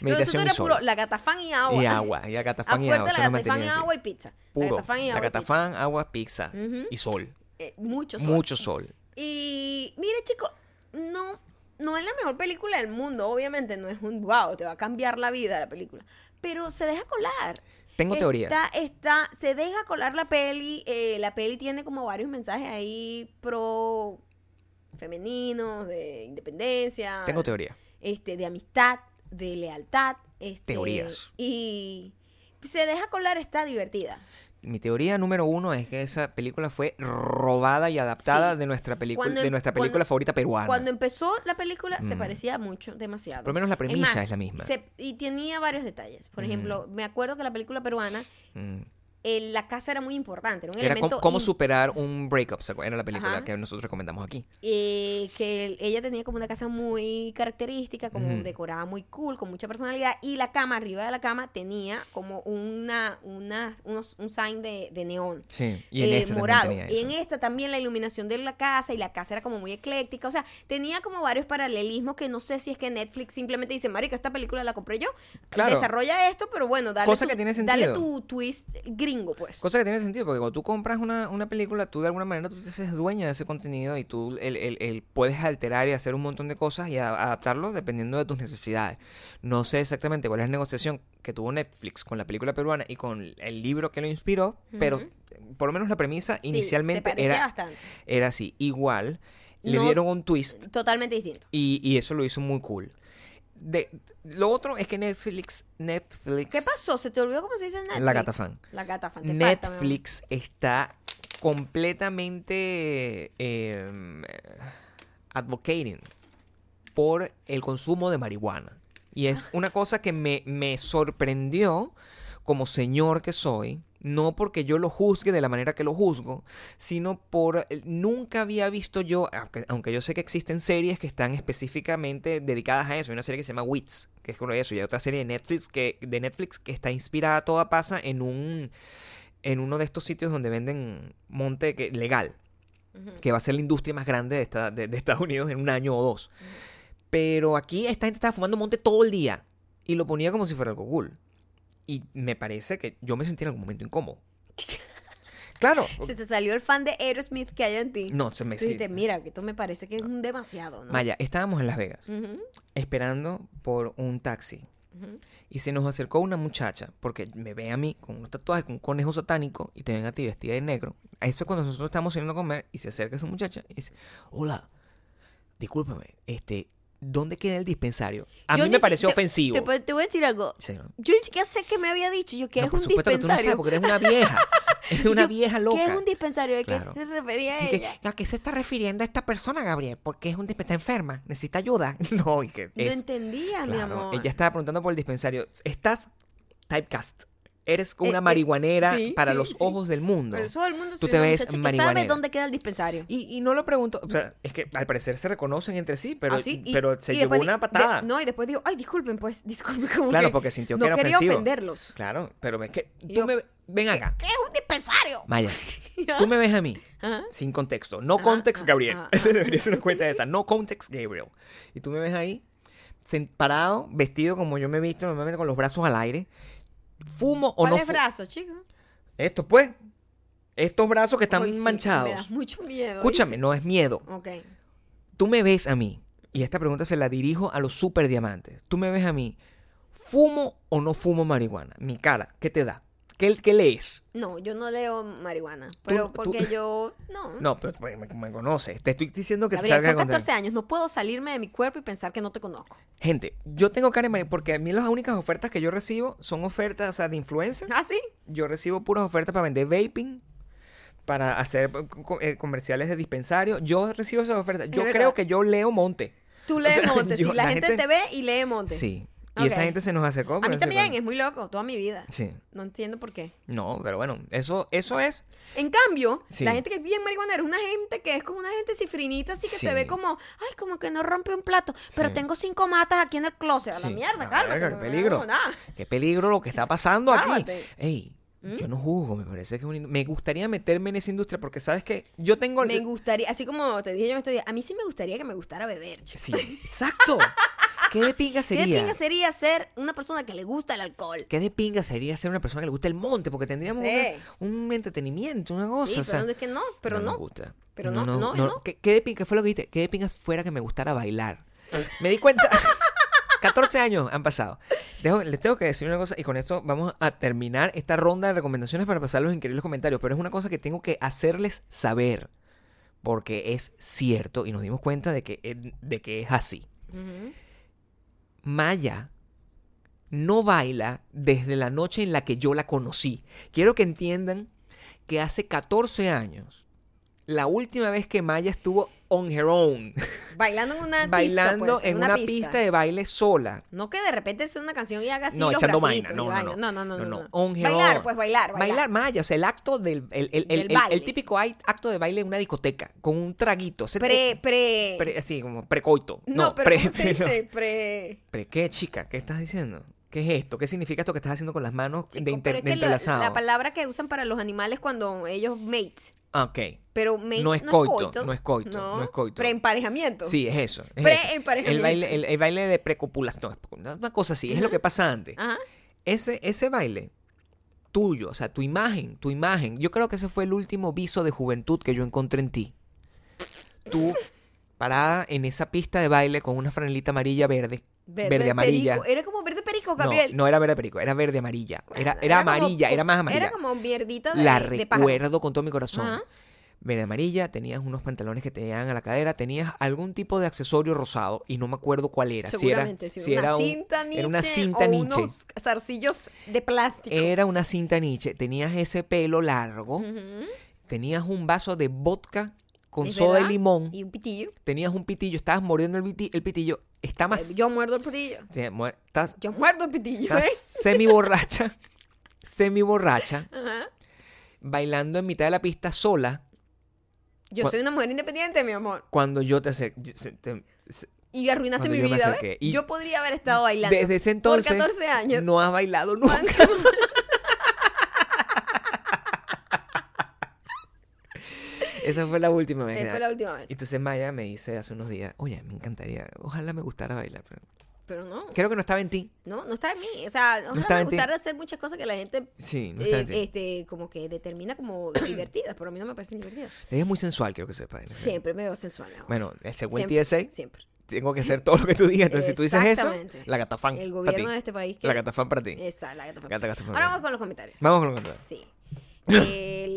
Speaker 1: Lo de nosotros
Speaker 2: meditación. y
Speaker 1: era puro
Speaker 2: sol.
Speaker 1: la gatafán y agua.
Speaker 2: Y agua. Y agatafán
Speaker 1: Afuerte
Speaker 2: y agua. eso
Speaker 1: la
Speaker 2: nos
Speaker 1: gatafán y
Speaker 2: mantenía así.
Speaker 1: agua y pizza.
Speaker 2: Puro.
Speaker 1: La gatafán y agua. y pizza.
Speaker 2: Agatafán, agua, pizza.
Speaker 1: Ujú.
Speaker 2: Y sol.
Speaker 1: Eh, mucho sol.
Speaker 2: Mucho sol.
Speaker 1: Y mire, chico, no, no es la mejor película del mundo, obviamente, no es un wow, te va a cambiar la vida la película. Pero se deja colar.
Speaker 2: Tengo teorías.
Speaker 1: Está, está, se deja colar la peli. eh, la peli tiene como varios mensajes ahí pro femeninos, de independencia.
Speaker 2: Tengo teoría.
Speaker 1: Este, de amistad, de lealtad. Este,
Speaker 2: Teorías.
Speaker 1: Y se deja colar, está divertida.
Speaker 2: Mi teoría número uno es que esa película fue robada y adaptada
Speaker 1: Sí.
Speaker 2: de nuestra película
Speaker 1: Cuando em-
Speaker 2: de nuestra
Speaker 1: cuando-
Speaker 2: película favorita peruana.
Speaker 1: Cuando empezó la película se
Speaker 2: Mm.
Speaker 1: parecía mucho, demasiado.
Speaker 2: Por lo menos la
Speaker 1: Es
Speaker 2: premisa
Speaker 1: más,
Speaker 2: es la misma.
Speaker 1: se- y tenía varios detalles. Por ejemplo, me acuerdo que la película peruana,
Speaker 2: Mm.
Speaker 1: eh, la casa era muy importante, era un
Speaker 2: Era
Speaker 1: elemento
Speaker 2: cómo, cómo
Speaker 1: im-
Speaker 2: superar un breakup, ¿se acuerdan? Era la película
Speaker 1: Ajá.
Speaker 2: que nosotros recomendamos aquí.
Speaker 1: eh, que el- ella tenía como una casa muy característica, como
Speaker 2: Ujú.
Speaker 1: decorada muy cool, con mucha personalidad, y la cama, arriba de la cama, tenía como una, una, unos, un sign de, de neón.
Speaker 2: Sí. Y en
Speaker 1: eh,
Speaker 2: esta también
Speaker 1: morado.
Speaker 2: tenía
Speaker 1: Y
Speaker 2: eso.
Speaker 1: en esta también la iluminación de la casa y la casa era como muy ecléctica. O sea, tenía como varios paralelismos que no sé si es que Netflix simplemente dice, marica, esta película la compré yo.
Speaker 2: Claro.
Speaker 1: Desarrolla esto, pero bueno, dale,
Speaker 2: Cosa
Speaker 1: tu,
Speaker 2: que tiene
Speaker 1: dale
Speaker 2: sentido.
Speaker 1: tu twist gringo, pues.
Speaker 2: Cosa que tiene sentido, porque cuando tú compras una, una película, tú de alguna manera tú te haces dueña de ese contenido y tú el, el- el puedes alterar y hacer un montón de cosas y a- adaptarlo dependiendo de tus necesidades. No sé exactamente cuál es la negociación que tuvo Netflix con la película peruana y con el libro que lo inspiró, pero
Speaker 1: Ujú.
Speaker 2: por lo menos la premisa
Speaker 1: Sí,
Speaker 2: inicialmente
Speaker 1: se parecía
Speaker 2: era,
Speaker 1: bastante.
Speaker 2: era así. Igual, le
Speaker 1: No-
Speaker 2: dieron un twist
Speaker 1: Totalmente distinto.
Speaker 2: y, y eso lo hizo muy cool. de, lo otro es que Netflix, Netflix.
Speaker 1: ¿Qué pasó? ¿Se te olvidó cómo se dice Netflix?
Speaker 2: La Gatafan.
Speaker 1: La gatafan. te falta, mi amor.
Speaker 2: Netflix está completamente eh, advocating por el consumo de marihuana. Y es una cosa que me, me sorprendió como señor que soy, no porque yo lo juzgue de la manera que lo juzgo, sino por... Nunca había visto yo, aunque, aunque yo sé que existen series que están específicamente dedicadas a eso, hay una serie que se llama Wits, que es con eso, y hay otra serie de Netflix que, de Netflix que está inspirada, toda pasa en un... en uno de estos sitios donde venden monte que, legal,
Speaker 1: Ujú.
Speaker 2: que va a ser la industria más grande de, esta- de- de Estados Unidos en un año o dos. Pero aquí esta gente estaba fumando monte todo el día y lo ponía como si fuera algo cool. Y me parece que yo me sentí en algún momento incómodo. Claro.
Speaker 1: Se te salió el fan de Aerosmith que hay en ti.
Speaker 2: No, se me
Speaker 1: Tú dijiste,
Speaker 2: sí.
Speaker 1: mira, que esto me parece que es un demasiado, ¿no?
Speaker 2: Maya, estábamos en Las Vegas
Speaker 1: Ujú,
Speaker 2: esperando por un taxi
Speaker 1: ujú.
Speaker 2: y se nos acercó una muchacha porque me ve a mí con un tatuaje, con un conejo satánico y te ven a ti vestida de negro. Eso es cuando nosotros estamos saliendo a comer y se acerca esa muchacha y dice, hola, discúlpame, este, ¿dónde queda el dispensario? A
Speaker 1: Yo
Speaker 2: mí
Speaker 1: ni
Speaker 2: me
Speaker 1: si-
Speaker 2: pareció
Speaker 1: te-
Speaker 2: ofensivo.
Speaker 1: Te, puedo- te voy a decir algo.
Speaker 2: Sí, ¿no?
Speaker 1: Yo ni siquiera sé qué me había dicho. Yo, ¿qué
Speaker 2: No,
Speaker 1: es
Speaker 2: por
Speaker 1: un
Speaker 2: supuesto que tú no sabes
Speaker 1: dispensario?
Speaker 2: porque eres una vieja. Eres una
Speaker 1: Yo,
Speaker 2: vieja loca.
Speaker 1: ¿Qué es un dispensario? ¿De
Speaker 2: Claro.
Speaker 1: qué se refería
Speaker 2: Así que,
Speaker 1: ella?
Speaker 2: ¿A qué se está refiriendo esta persona, Gabriel? Porque es un dispen- está enferma, necesita ayuda. No, y que
Speaker 1: No
Speaker 2: es-
Speaker 1: entendía, Ah, mi
Speaker 2: claro,
Speaker 1: amor.
Speaker 2: Ella estaba preguntando por el dispensario. Estás typecast. Eres
Speaker 1: Eh,
Speaker 2: una
Speaker 1: eh,
Speaker 2: marihuanera
Speaker 1: sí,
Speaker 2: para
Speaker 1: sí,
Speaker 2: los
Speaker 1: sí.
Speaker 2: ojos del mundo.
Speaker 1: Pero todo el mundo
Speaker 2: Tú
Speaker 1: soy
Speaker 2: te
Speaker 1: una
Speaker 2: ves
Speaker 1: muchacha que sabe
Speaker 2: marihuanera.
Speaker 1: dónde queda el dispensario.
Speaker 2: Y, y no lo pregunto, o sea, es que al parecer se reconocen entre sí, pero,
Speaker 1: Ah, sí, y-
Speaker 2: pero se
Speaker 1: y
Speaker 2: llevó
Speaker 1: después di-
Speaker 2: una
Speaker 1: de-
Speaker 2: patada.
Speaker 1: no, y después digo, ay, disculpen, pues, disculpen. Como
Speaker 2: claro,
Speaker 1: que
Speaker 2: porque sintió
Speaker 1: no
Speaker 2: que era
Speaker 1: quería
Speaker 2: ofensivo.
Speaker 1: ofenderlos.
Speaker 2: Claro, pero es que tú
Speaker 1: Yo-
Speaker 2: me ven acá.
Speaker 1: ¿Qué es un dispensario?
Speaker 2: Maya, tú me ves a mí.
Speaker 1: Ajá.
Speaker 2: Sin contexto. No
Speaker 1: Ajá,
Speaker 2: context,
Speaker 1: ajá,
Speaker 2: Gabriel.
Speaker 1: ajá,
Speaker 2: Esa debería ser una cuenta de esa. No context, Gabriel. Y tú me ves ahí, sen- parado, vestido como yo me he visto, normalmente con los brazos al aire. ¿Fumo o no
Speaker 1: ¿Cuáles
Speaker 2: fumo?
Speaker 1: brazos, chicos?
Speaker 2: Estos, pues. Estos brazos que están
Speaker 1: Ay, Pues sí,
Speaker 2: manchados.
Speaker 1: me das mucho miedo.
Speaker 2: Escúchame, no es miedo.
Speaker 1: ¿oíste? Ok.
Speaker 2: Tú me ves a mí, y esta pregunta se la dirijo a los super diamantes. Tú me ves a mí, ¿fumo o no fumo marihuana? Mi cara, ¿qué te da? ¿Qué, qué lees?
Speaker 1: No, yo no leo marihuana. Pero
Speaker 2: tú-
Speaker 1: porque yo. No.
Speaker 2: No, pero pues, me, me conoces. Te estoy diciendo que
Speaker 1: Gabriel,
Speaker 2: salga
Speaker 1: son
Speaker 2: con
Speaker 1: 14 años. No puedo salirme de mi cuerpo y pensar que no te conozco.
Speaker 2: Gente, yo tengo cara de marihuana porque a mí las únicas ofertas que yo recibo son ofertas, o sea, de influencer.
Speaker 1: ¿Ah, sí?
Speaker 2: Yo recibo puras ofertas para vender vaping, para hacer eh, co- eh, comerciales de dispensario. Yo recibo esas ofertas. Yo
Speaker 1: verdad.
Speaker 2: creo que yo leo monte.
Speaker 1: Tú lees
Speaker 2: O sea,
Speaker 1: Monte.
Speaker 2: yo-
Speaker 1: sí, la,
Speaker 2: la
Speaker 1: gente,
Speaker 2: gente-
Speaker 1: te ve y lee Monte.
Speaker 2: Sí. Y
Speaker 1: Ok.
Speaker 2: esa gente se nos acercó.
Speaker 1: A
Speaker 2: pero
Speaker 1: mí
Speaker 2: no sé
Speaker 1: también,
Speaker 2: cuándo.
Speaker 1: es muy loco, toda mi vida.
Speaker 2: Sí.
Speaker 1: No entiendo por qué.
Speaker 2: No, pero bueno, eso, eso es.
Speaker 1: En cambio,
Speaker 2: Sí.
Speaker 1: la gente que es bien marihuanera es una gente que es como una gente cifrinita, así que
Speaker 2: Sí.
Speaker 1: se ve como, ay, como que no rompe un plato, pero
Speaker 2: Sí.
Speaker 1: tengo cinco matas aquí en el closet. A la
Speaker 2: Sí.
Speaker 1: mierda,
Speaker 2: Ah,
Speaker 1: cálmate.
Speaker 2: verga, qué
Speaker 1: no,
Speaker 2: peligro.
Speaker 1: no, nada.
Speaker 2: Qué peligro lo que está pasando aquí.
Speaker 1: Cálmate. ¿Mm?
Speaker 2: Ey, yo no juzgo, me parece que es un- me gustaría meterme en esa industria porque sabes que yo tengo
Speaker 1: Me gustaría, así como te dije yo en estos días, a mí sí me gustaría que me gustara beber, chico.
Speaker 2: Sí, exacto. ¿Qué de pinga sería?
Speaker 1: ¿Qué de pinga sería ser una persona que le gusta el alcohol?
Speaker 2: ¿Qué de pinga sería ser una persona que le gusta el monte? Porque tendríamos
Speaker 1: Sí.
Speaker 2: una- un entretenimiento, una cosa.
Speaker 1: Sí,
Speaker 2: o sea,
Speaker 1: pero no es que no, pero
Speaker 2: nos
Speaker 1: no.
Speaker 2: gusta.
Speaker 1: Pero no, no, no.
Speaker 2: ¿Qué, qué de pinga ¿Qué fue lo que dijiste? ¿Qué de pinga fuera que me gustara bailar? Me di cuenta. 14 años han pasado. Dejo- les tengo que decir una cosa y con esto vamos a terminar esta ronda de recomendaciones para pasar los increíbles comentarios. Pero es una cosa que tengo que hacerles saber porque es cierto y nos dimos cuenta de que, eh, de que es así.
Speaker 1: Ujú.
Speaker 2: Maya no baila desde la noche en la que yo la conocí. Quiero que entiendan que hace 14 años, la última vez que Maya estuvo on her own,
Speaker 1: Bailando en una
Speaker 2: bailando
Speaker 1: pista, pues,
Speaker 2: en una, pista. de baile sola.
Speaker 1: No que de repente sea una canción y haga así
Speaker 2: No,
Speaker 1: Ah, los
Speaker 2: echando
Speaker 1: bracitos
Speaker 2: vaina.
Speaker 1: y
Speaker 2: No, no, no.
Speaker 1: vaina. no, no, no, no.
Speaker 2: on her
Speaker 1: Bailar,
Speaker 2: own.
Speaker 1: pues bailar, bailar.
Speaker 2: Maya, o sea, el acto del. El, el- el-
Speaker 1: Del
Speaker 2: el- el
Speaker 1: baile.
Speaker 2: típico act- acto de baile en una discoteca, con un traguito. Ese-
Speaker 1: Pre, pre.
Speaker 2: pre- así como precoito.
Speaker 1: no, pero
Speaker 2: pre-
Speaker 1: ¿cómo se
Speaker 2: pre-
Speaker 1: dice? Pre.
Speaker 2: Pero, ¿Qué, chica? ¿Qué estás diciendo? ¿Qué es esto? ¿Qué significa esto que estás haciendo con las manos
Speaker 1: Sí,
Speaker 2: de,
Speaker 1: pero
Speaker 2: inter-
Speaker 1: es
Speaker 2: de
Speaker 1: que lo-
Speaker 2: entrelazado?
Speaker 1: la palabra que usan para los animales cuando ellos mate.
Speaker 2: Ah, Ok.
Speaker 1: Pero mate
Speaker 2: No es coito, no es coito,
Speaker 1: No,
Speaker 2: no es coito.
Speaker 1: Preemparejamiento.
Speaker 2: Sí, es eso. es
Speaker 1: Pre-
Speaker 2: eso.
Speaker 1: emparejamiento.
Speaker 2: El baile, el, el baile de precopulación. No, es una cosa así, es lo que pasa antes.
Speaker 1: Ajá.
Speaker 2: Ese, ese baile tuyo, o sea, tu imagen, tu imagen. Yo creo que ese fue el último viso de juventud que yo encontré en ti. Tú parada en esa pista de baile con una franelita amarilla verde. Verde, amarilla.
Speaker 1: perico. Era como verde perico,
Speaker 2: No,
Speaker 1: Gabriel.
Speaker 2: no era verde perico, era verde amarilla.
Speaker 1: Bueno,
Speaker 2: era, era,
Speaker 1: como-
Speaker 2: amarilla, era más amarilla.
Speaker 1: Era como mierdita de
Speaker 2: la
Speaker 1: de pájaro.
Speaker 2: recuerdo con todo mi corazón.
Speaker 1: Ajá.
Speaker 2: media amarilla, tenías unos pantalones que te llegaban a la cadera, tenías algún tipo de accesorio rosado y no me acuerdo cuál era. Si era,
Speaker 1: Seguramente, sí,
Speaker 2: si
Speaker 1: una,
Speaker 2: era un-
Speaker 1: cinta Nietzsche
Speaker 2: era una cinta
Speaker 1: o
Speaker 2: Nietzsche.
Speaker 1: unos zarcillos de plástico.
Speaker 2: Era una cinta Nietzsche. Tenías ese pelo largo,
Speaker 1: Ujú.
Speaker 2: tenías un vaso de vodka con
Speaker 1: ¿Es
Speaker 2: soda
Speaker 1: verdad?
Speaker 2: y limón,
Speaker 1: Y un pitillo.
Speaker 2: tenías un pitillo, estabas mordiendo el, piti- el pitillo, está más...
Speaker 1: Eh, Yo muerdo el pitillo.
Speaker 2: te- mu- estás,
Speaker 1: Yo muerdo el pitillo,
Speaker 2: estás
Speaker 1: ¿eh?
Speaker 2: semi borracha, semi borracha,
Speaker 1: Ajá.
Speaker 2: bailando en mitad de la pista sola
Speaker 1: Yo
Speaker 2: Cu-
Speaker 1: soy una mujer independiente, mi amor.
Speaker 2: cuando yo te acerqué.
Speaker 1: Y arruinaste
Speaker 2: Cuando
Speaker 1: mi
Speaker 2: Ah, yo me
Speaker 1: vida,
Speaker 2: acerqué.
Speaker 1: ¿ves?
Speaker 2: Y-
Speaker 1: Yo podría haber estado bailando.
Speaker 2: Desde ese entonces
Speaker 1: 14 años.
Speaker 2: no has bailado nunca. Esa fue la última vez.
Speaker 1: Esa fue la última vez.
Speaker 2: Entonces Maya me dice hace unos días, oye, me encantaría, ojalá me gustara bailar, pero
Speaker 1: Pero no,
Speaker 2: creo que no estaba en ti.
Speaker 1: no, no está en mí. O sea, ojalá
Speaker 2: estaba
Speaker 1: me
Speaker 2: en ti.
Speaker 1: gustara hacer muchas cosas que la gente
Speaker 2: Sí, no
Speaker 1: eh,
Speaker 2: estaba en ti.
Speaker 1: este, como que determina como divertidas, pero a mí no me parecen divertidas.
Speaker 2: Ella es muy sensual, quiero que sepas. ¿no?
Speaker 1: Siempre me veo sensual ahora.
Speaker 2: Bueno, el según
Speaker 1: Siempre,
Speaker 2: TSA,
Speaker 1: Siempre.
Speaker 2: tengo que hacer todo lo que tú digas. Entonces, si tú dices eso,
Speaker 1: Exactamente.
Speaker 2: la gatafán
Speaker 1: El
Speaker 2: para ti.
Speaker 1: gobierno de este país que...
Speaker 2: La gatafán para ti.
Speaker 1: Esa, la gata fan.
Speaker 2: Gata, gata fan.
Speaker 1: Ahora vamos con los comentarios.
Speaker 2: Vamos con lo contrario.
Speaker 1: Sí. El...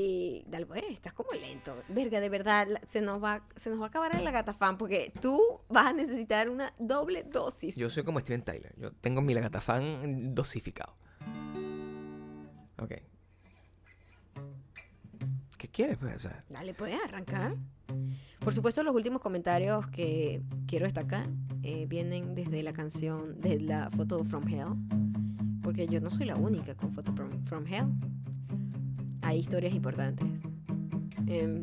Speaker 1: Dale, pues, estás como lento. Verga, de verdad, la- se nos va, se nos va a acabar el gatafán porque tú vas a necesitar una doble dosis.
Speaker 2: Yo soy como Steven Tyler. Yo tengo mi lagatafán dosificado. Ok. ¿Qué quieres? Pues? O sea,
Speaker 1: Dale, puedes arrancar. Por supuesto, los últimos comentarios que quiero destacar eh, vienen desde la canción, desde la foto From Hell, porque yo no soy la única con foto From, From Hell. Hay historias importantes. Em,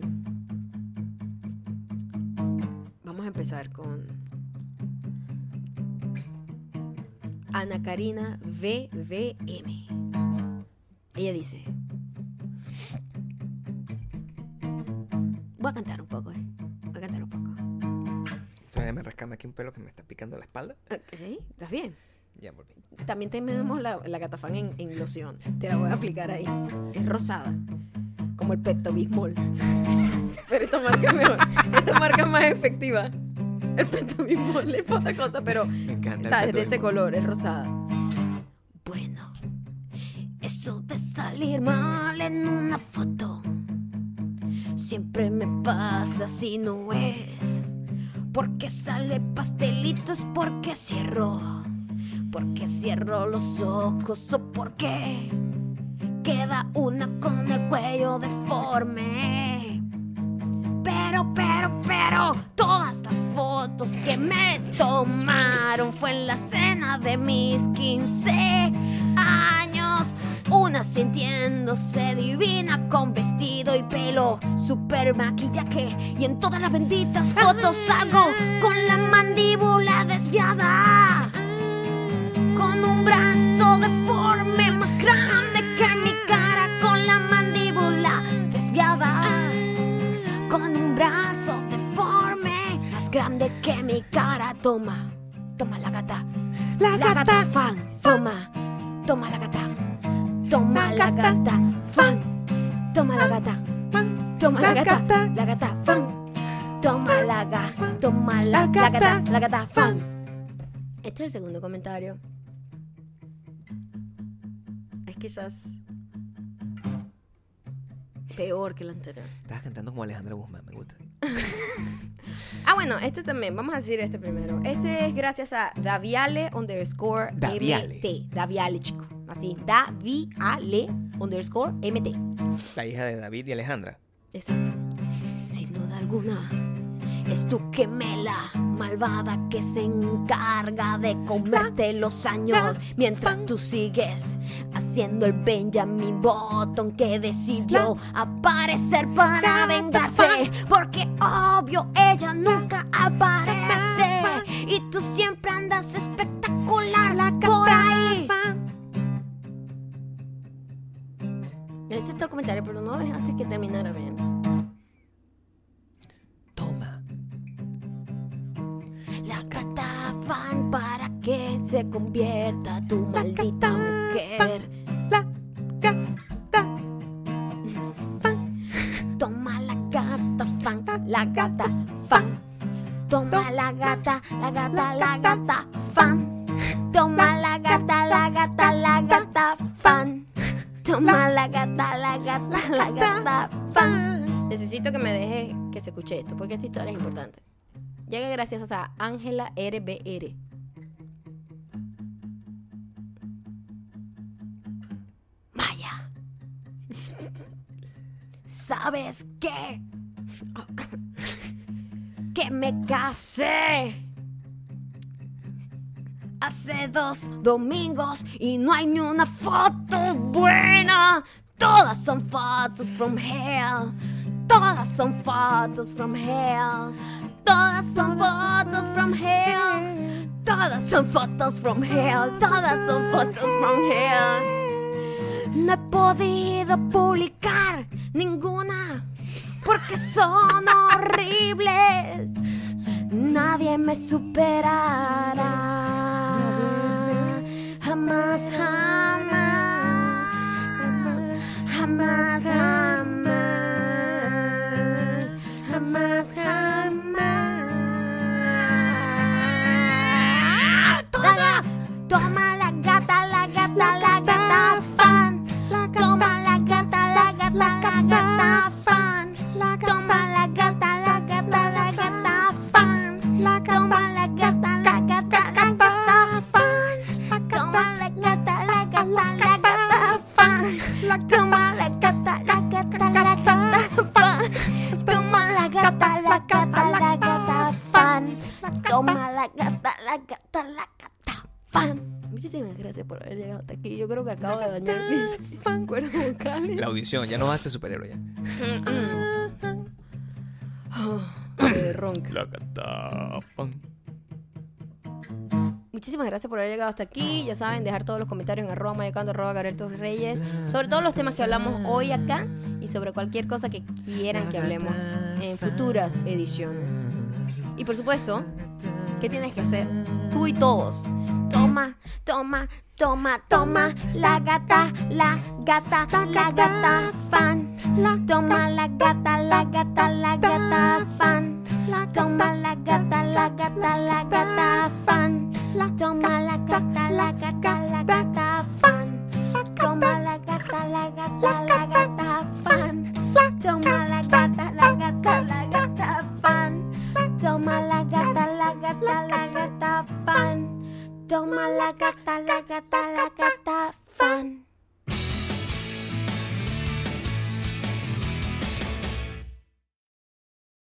Speaker 1: vamos a empezar con Ana Karina VVM. Ella dice, voy a cantar un poco, eh. voy a cantar un poco.
Speaker 2: entonces me rascame aquí un pelo que me está picando la espalda.
Speaker 1: Ok, ¿estás bien?
Speaker 2: Ya volví.
Speaker 1: También tenemos la, la catafán en, en loción. Te la voy a aplicar ahí. Es rosada. Como el Pepto Bismol. Pero esta marca es mejor. Esta marca es más efectiva. El Pepto Bismol es otra cosa, pero
Speaker 2: Me encanta. el
Speaker 1: ¿Sabes?
Speaker 2: Beto
Speaker 1: De ese
Speaker 2: Bismol.
Speaker 1: color, es rosada. Bueno, eso de salir mal en una foto siempre me pasa si no es. Porque sale pastelitos, porque cierro, porque cierro los ojos o porque queda una con el cuello deforme. Pero, pero, pero, todas las fotos que me tomaron fue en la cena de mis 15 años. Una sintiéndose divina con vestido y pelo, super maquillaje. Y en todas las benditas fotos salgo con la mandíbula desviada. Con un brazo deforme más grande que mi cara, con la mandíbula desviada con un brazo deforme más grande que mi cara. Toma, toma la gata, la, gata, fan, toma, toma la gata, toma la, gata, fan, toma la gata, toma la, gata, la gata fan, toma la gata, toma la, la gata, la gata fan. Este es el segundo comentario. Es quizás peor que el anterior.
Speaker 2: Estabas cantando como Alejandra Guzmán, me gusta.
Speaker 1: Ah, bueno, este también. Vamos a decir este primero. Este es gracias a Daviale underscore
Speaker 2: Daviale.
Speaker 1: MT. Daviale, chico. Así, Daviale underscore MT.
Speaker 2: La hija de David y Alejandra.
Speaker 1: Exacto. Sin duda alguna, es tu gemela malvada que se encarga de comerte los años mientras tú sigues haciendo el Benjamin Button que decidió aparecer para vengarse. Porque obvio, ella nunca aparece y tú siempre andas espectacular por ahí. Ese es todo el comentario, pero no dejaste que terminara bien.
Speaker 2: Toma.
Speaker 1: La catafán para que se convierta tu maldita mujer. La catafán. Toma la catafán, la catafán. Toma la gata, la gata, la gata fan. Toma la gata, la gata, la gata fan. Toma la gata, la gata, la gata fan.
Speaker 3: Necesito que me dejes que se escuche esto, porque esta historia es importante. Llega gracias a Ángela RBR. Maya. ¿Sabes qué? que me casé. Hace dos domingos y no hay ni una foto buena. Todas son fotos from hell. Todas son fotos from hell. Todas son fotos from hell. Todas son fotos from hell. Todas son fotos from hell. No he podido publicar ninguna porque son horribles. Nadie me superará. Jamás, jamás. Jamás, jamás. Jamás, jamás. Toma, toma la gata, la gata, la, gata fan. toma la gata, la gata, la gata fan. toma la gata, la gata, la gata fan. toma la gata, la gata, la gata fan. toma la gata, la gata, la gata fan. toma la gata, la gata, la gata fan. Toma la gata, la gata, la gata fan. Toma la gata, la gata, la gata fan. Muchísimas gracias por haber llegado hasta aquí. Yo creo que acabo de dañar mis cuerdas vocales.
Speaker 2: La audición, ya no vas a ser superhéroe ya.
Speaker 3: Eh, ronca.
Speaker 2: La catafán.
Speaker 3: Muchísimas gracias por haber llegado hasta aquí. Ya saben, dejar todos los comentarios en arroba mayocando, arroba Gabriel Torres Reyes, sobre todos los temas que hablamos hoy acá y sobre cualquier cosa que quieran que hablemos en futuras ediciones. Y por supuesto, ¿qué tienes que hacer? Tú y todos. Toma, toma, toma, toma, la gata, la gata, la gata fan. Toma la gata, la gata, la gata fan. Toma la gata, la gata, la gata fan. Toma la gata, la gata, la gata fan. Toma la gata, la gata, la gata fan. Toma la gata, la gata, la gata fan. Toma la gata, la gata, la gata fan. Toma la gata, la gata, la gata fan.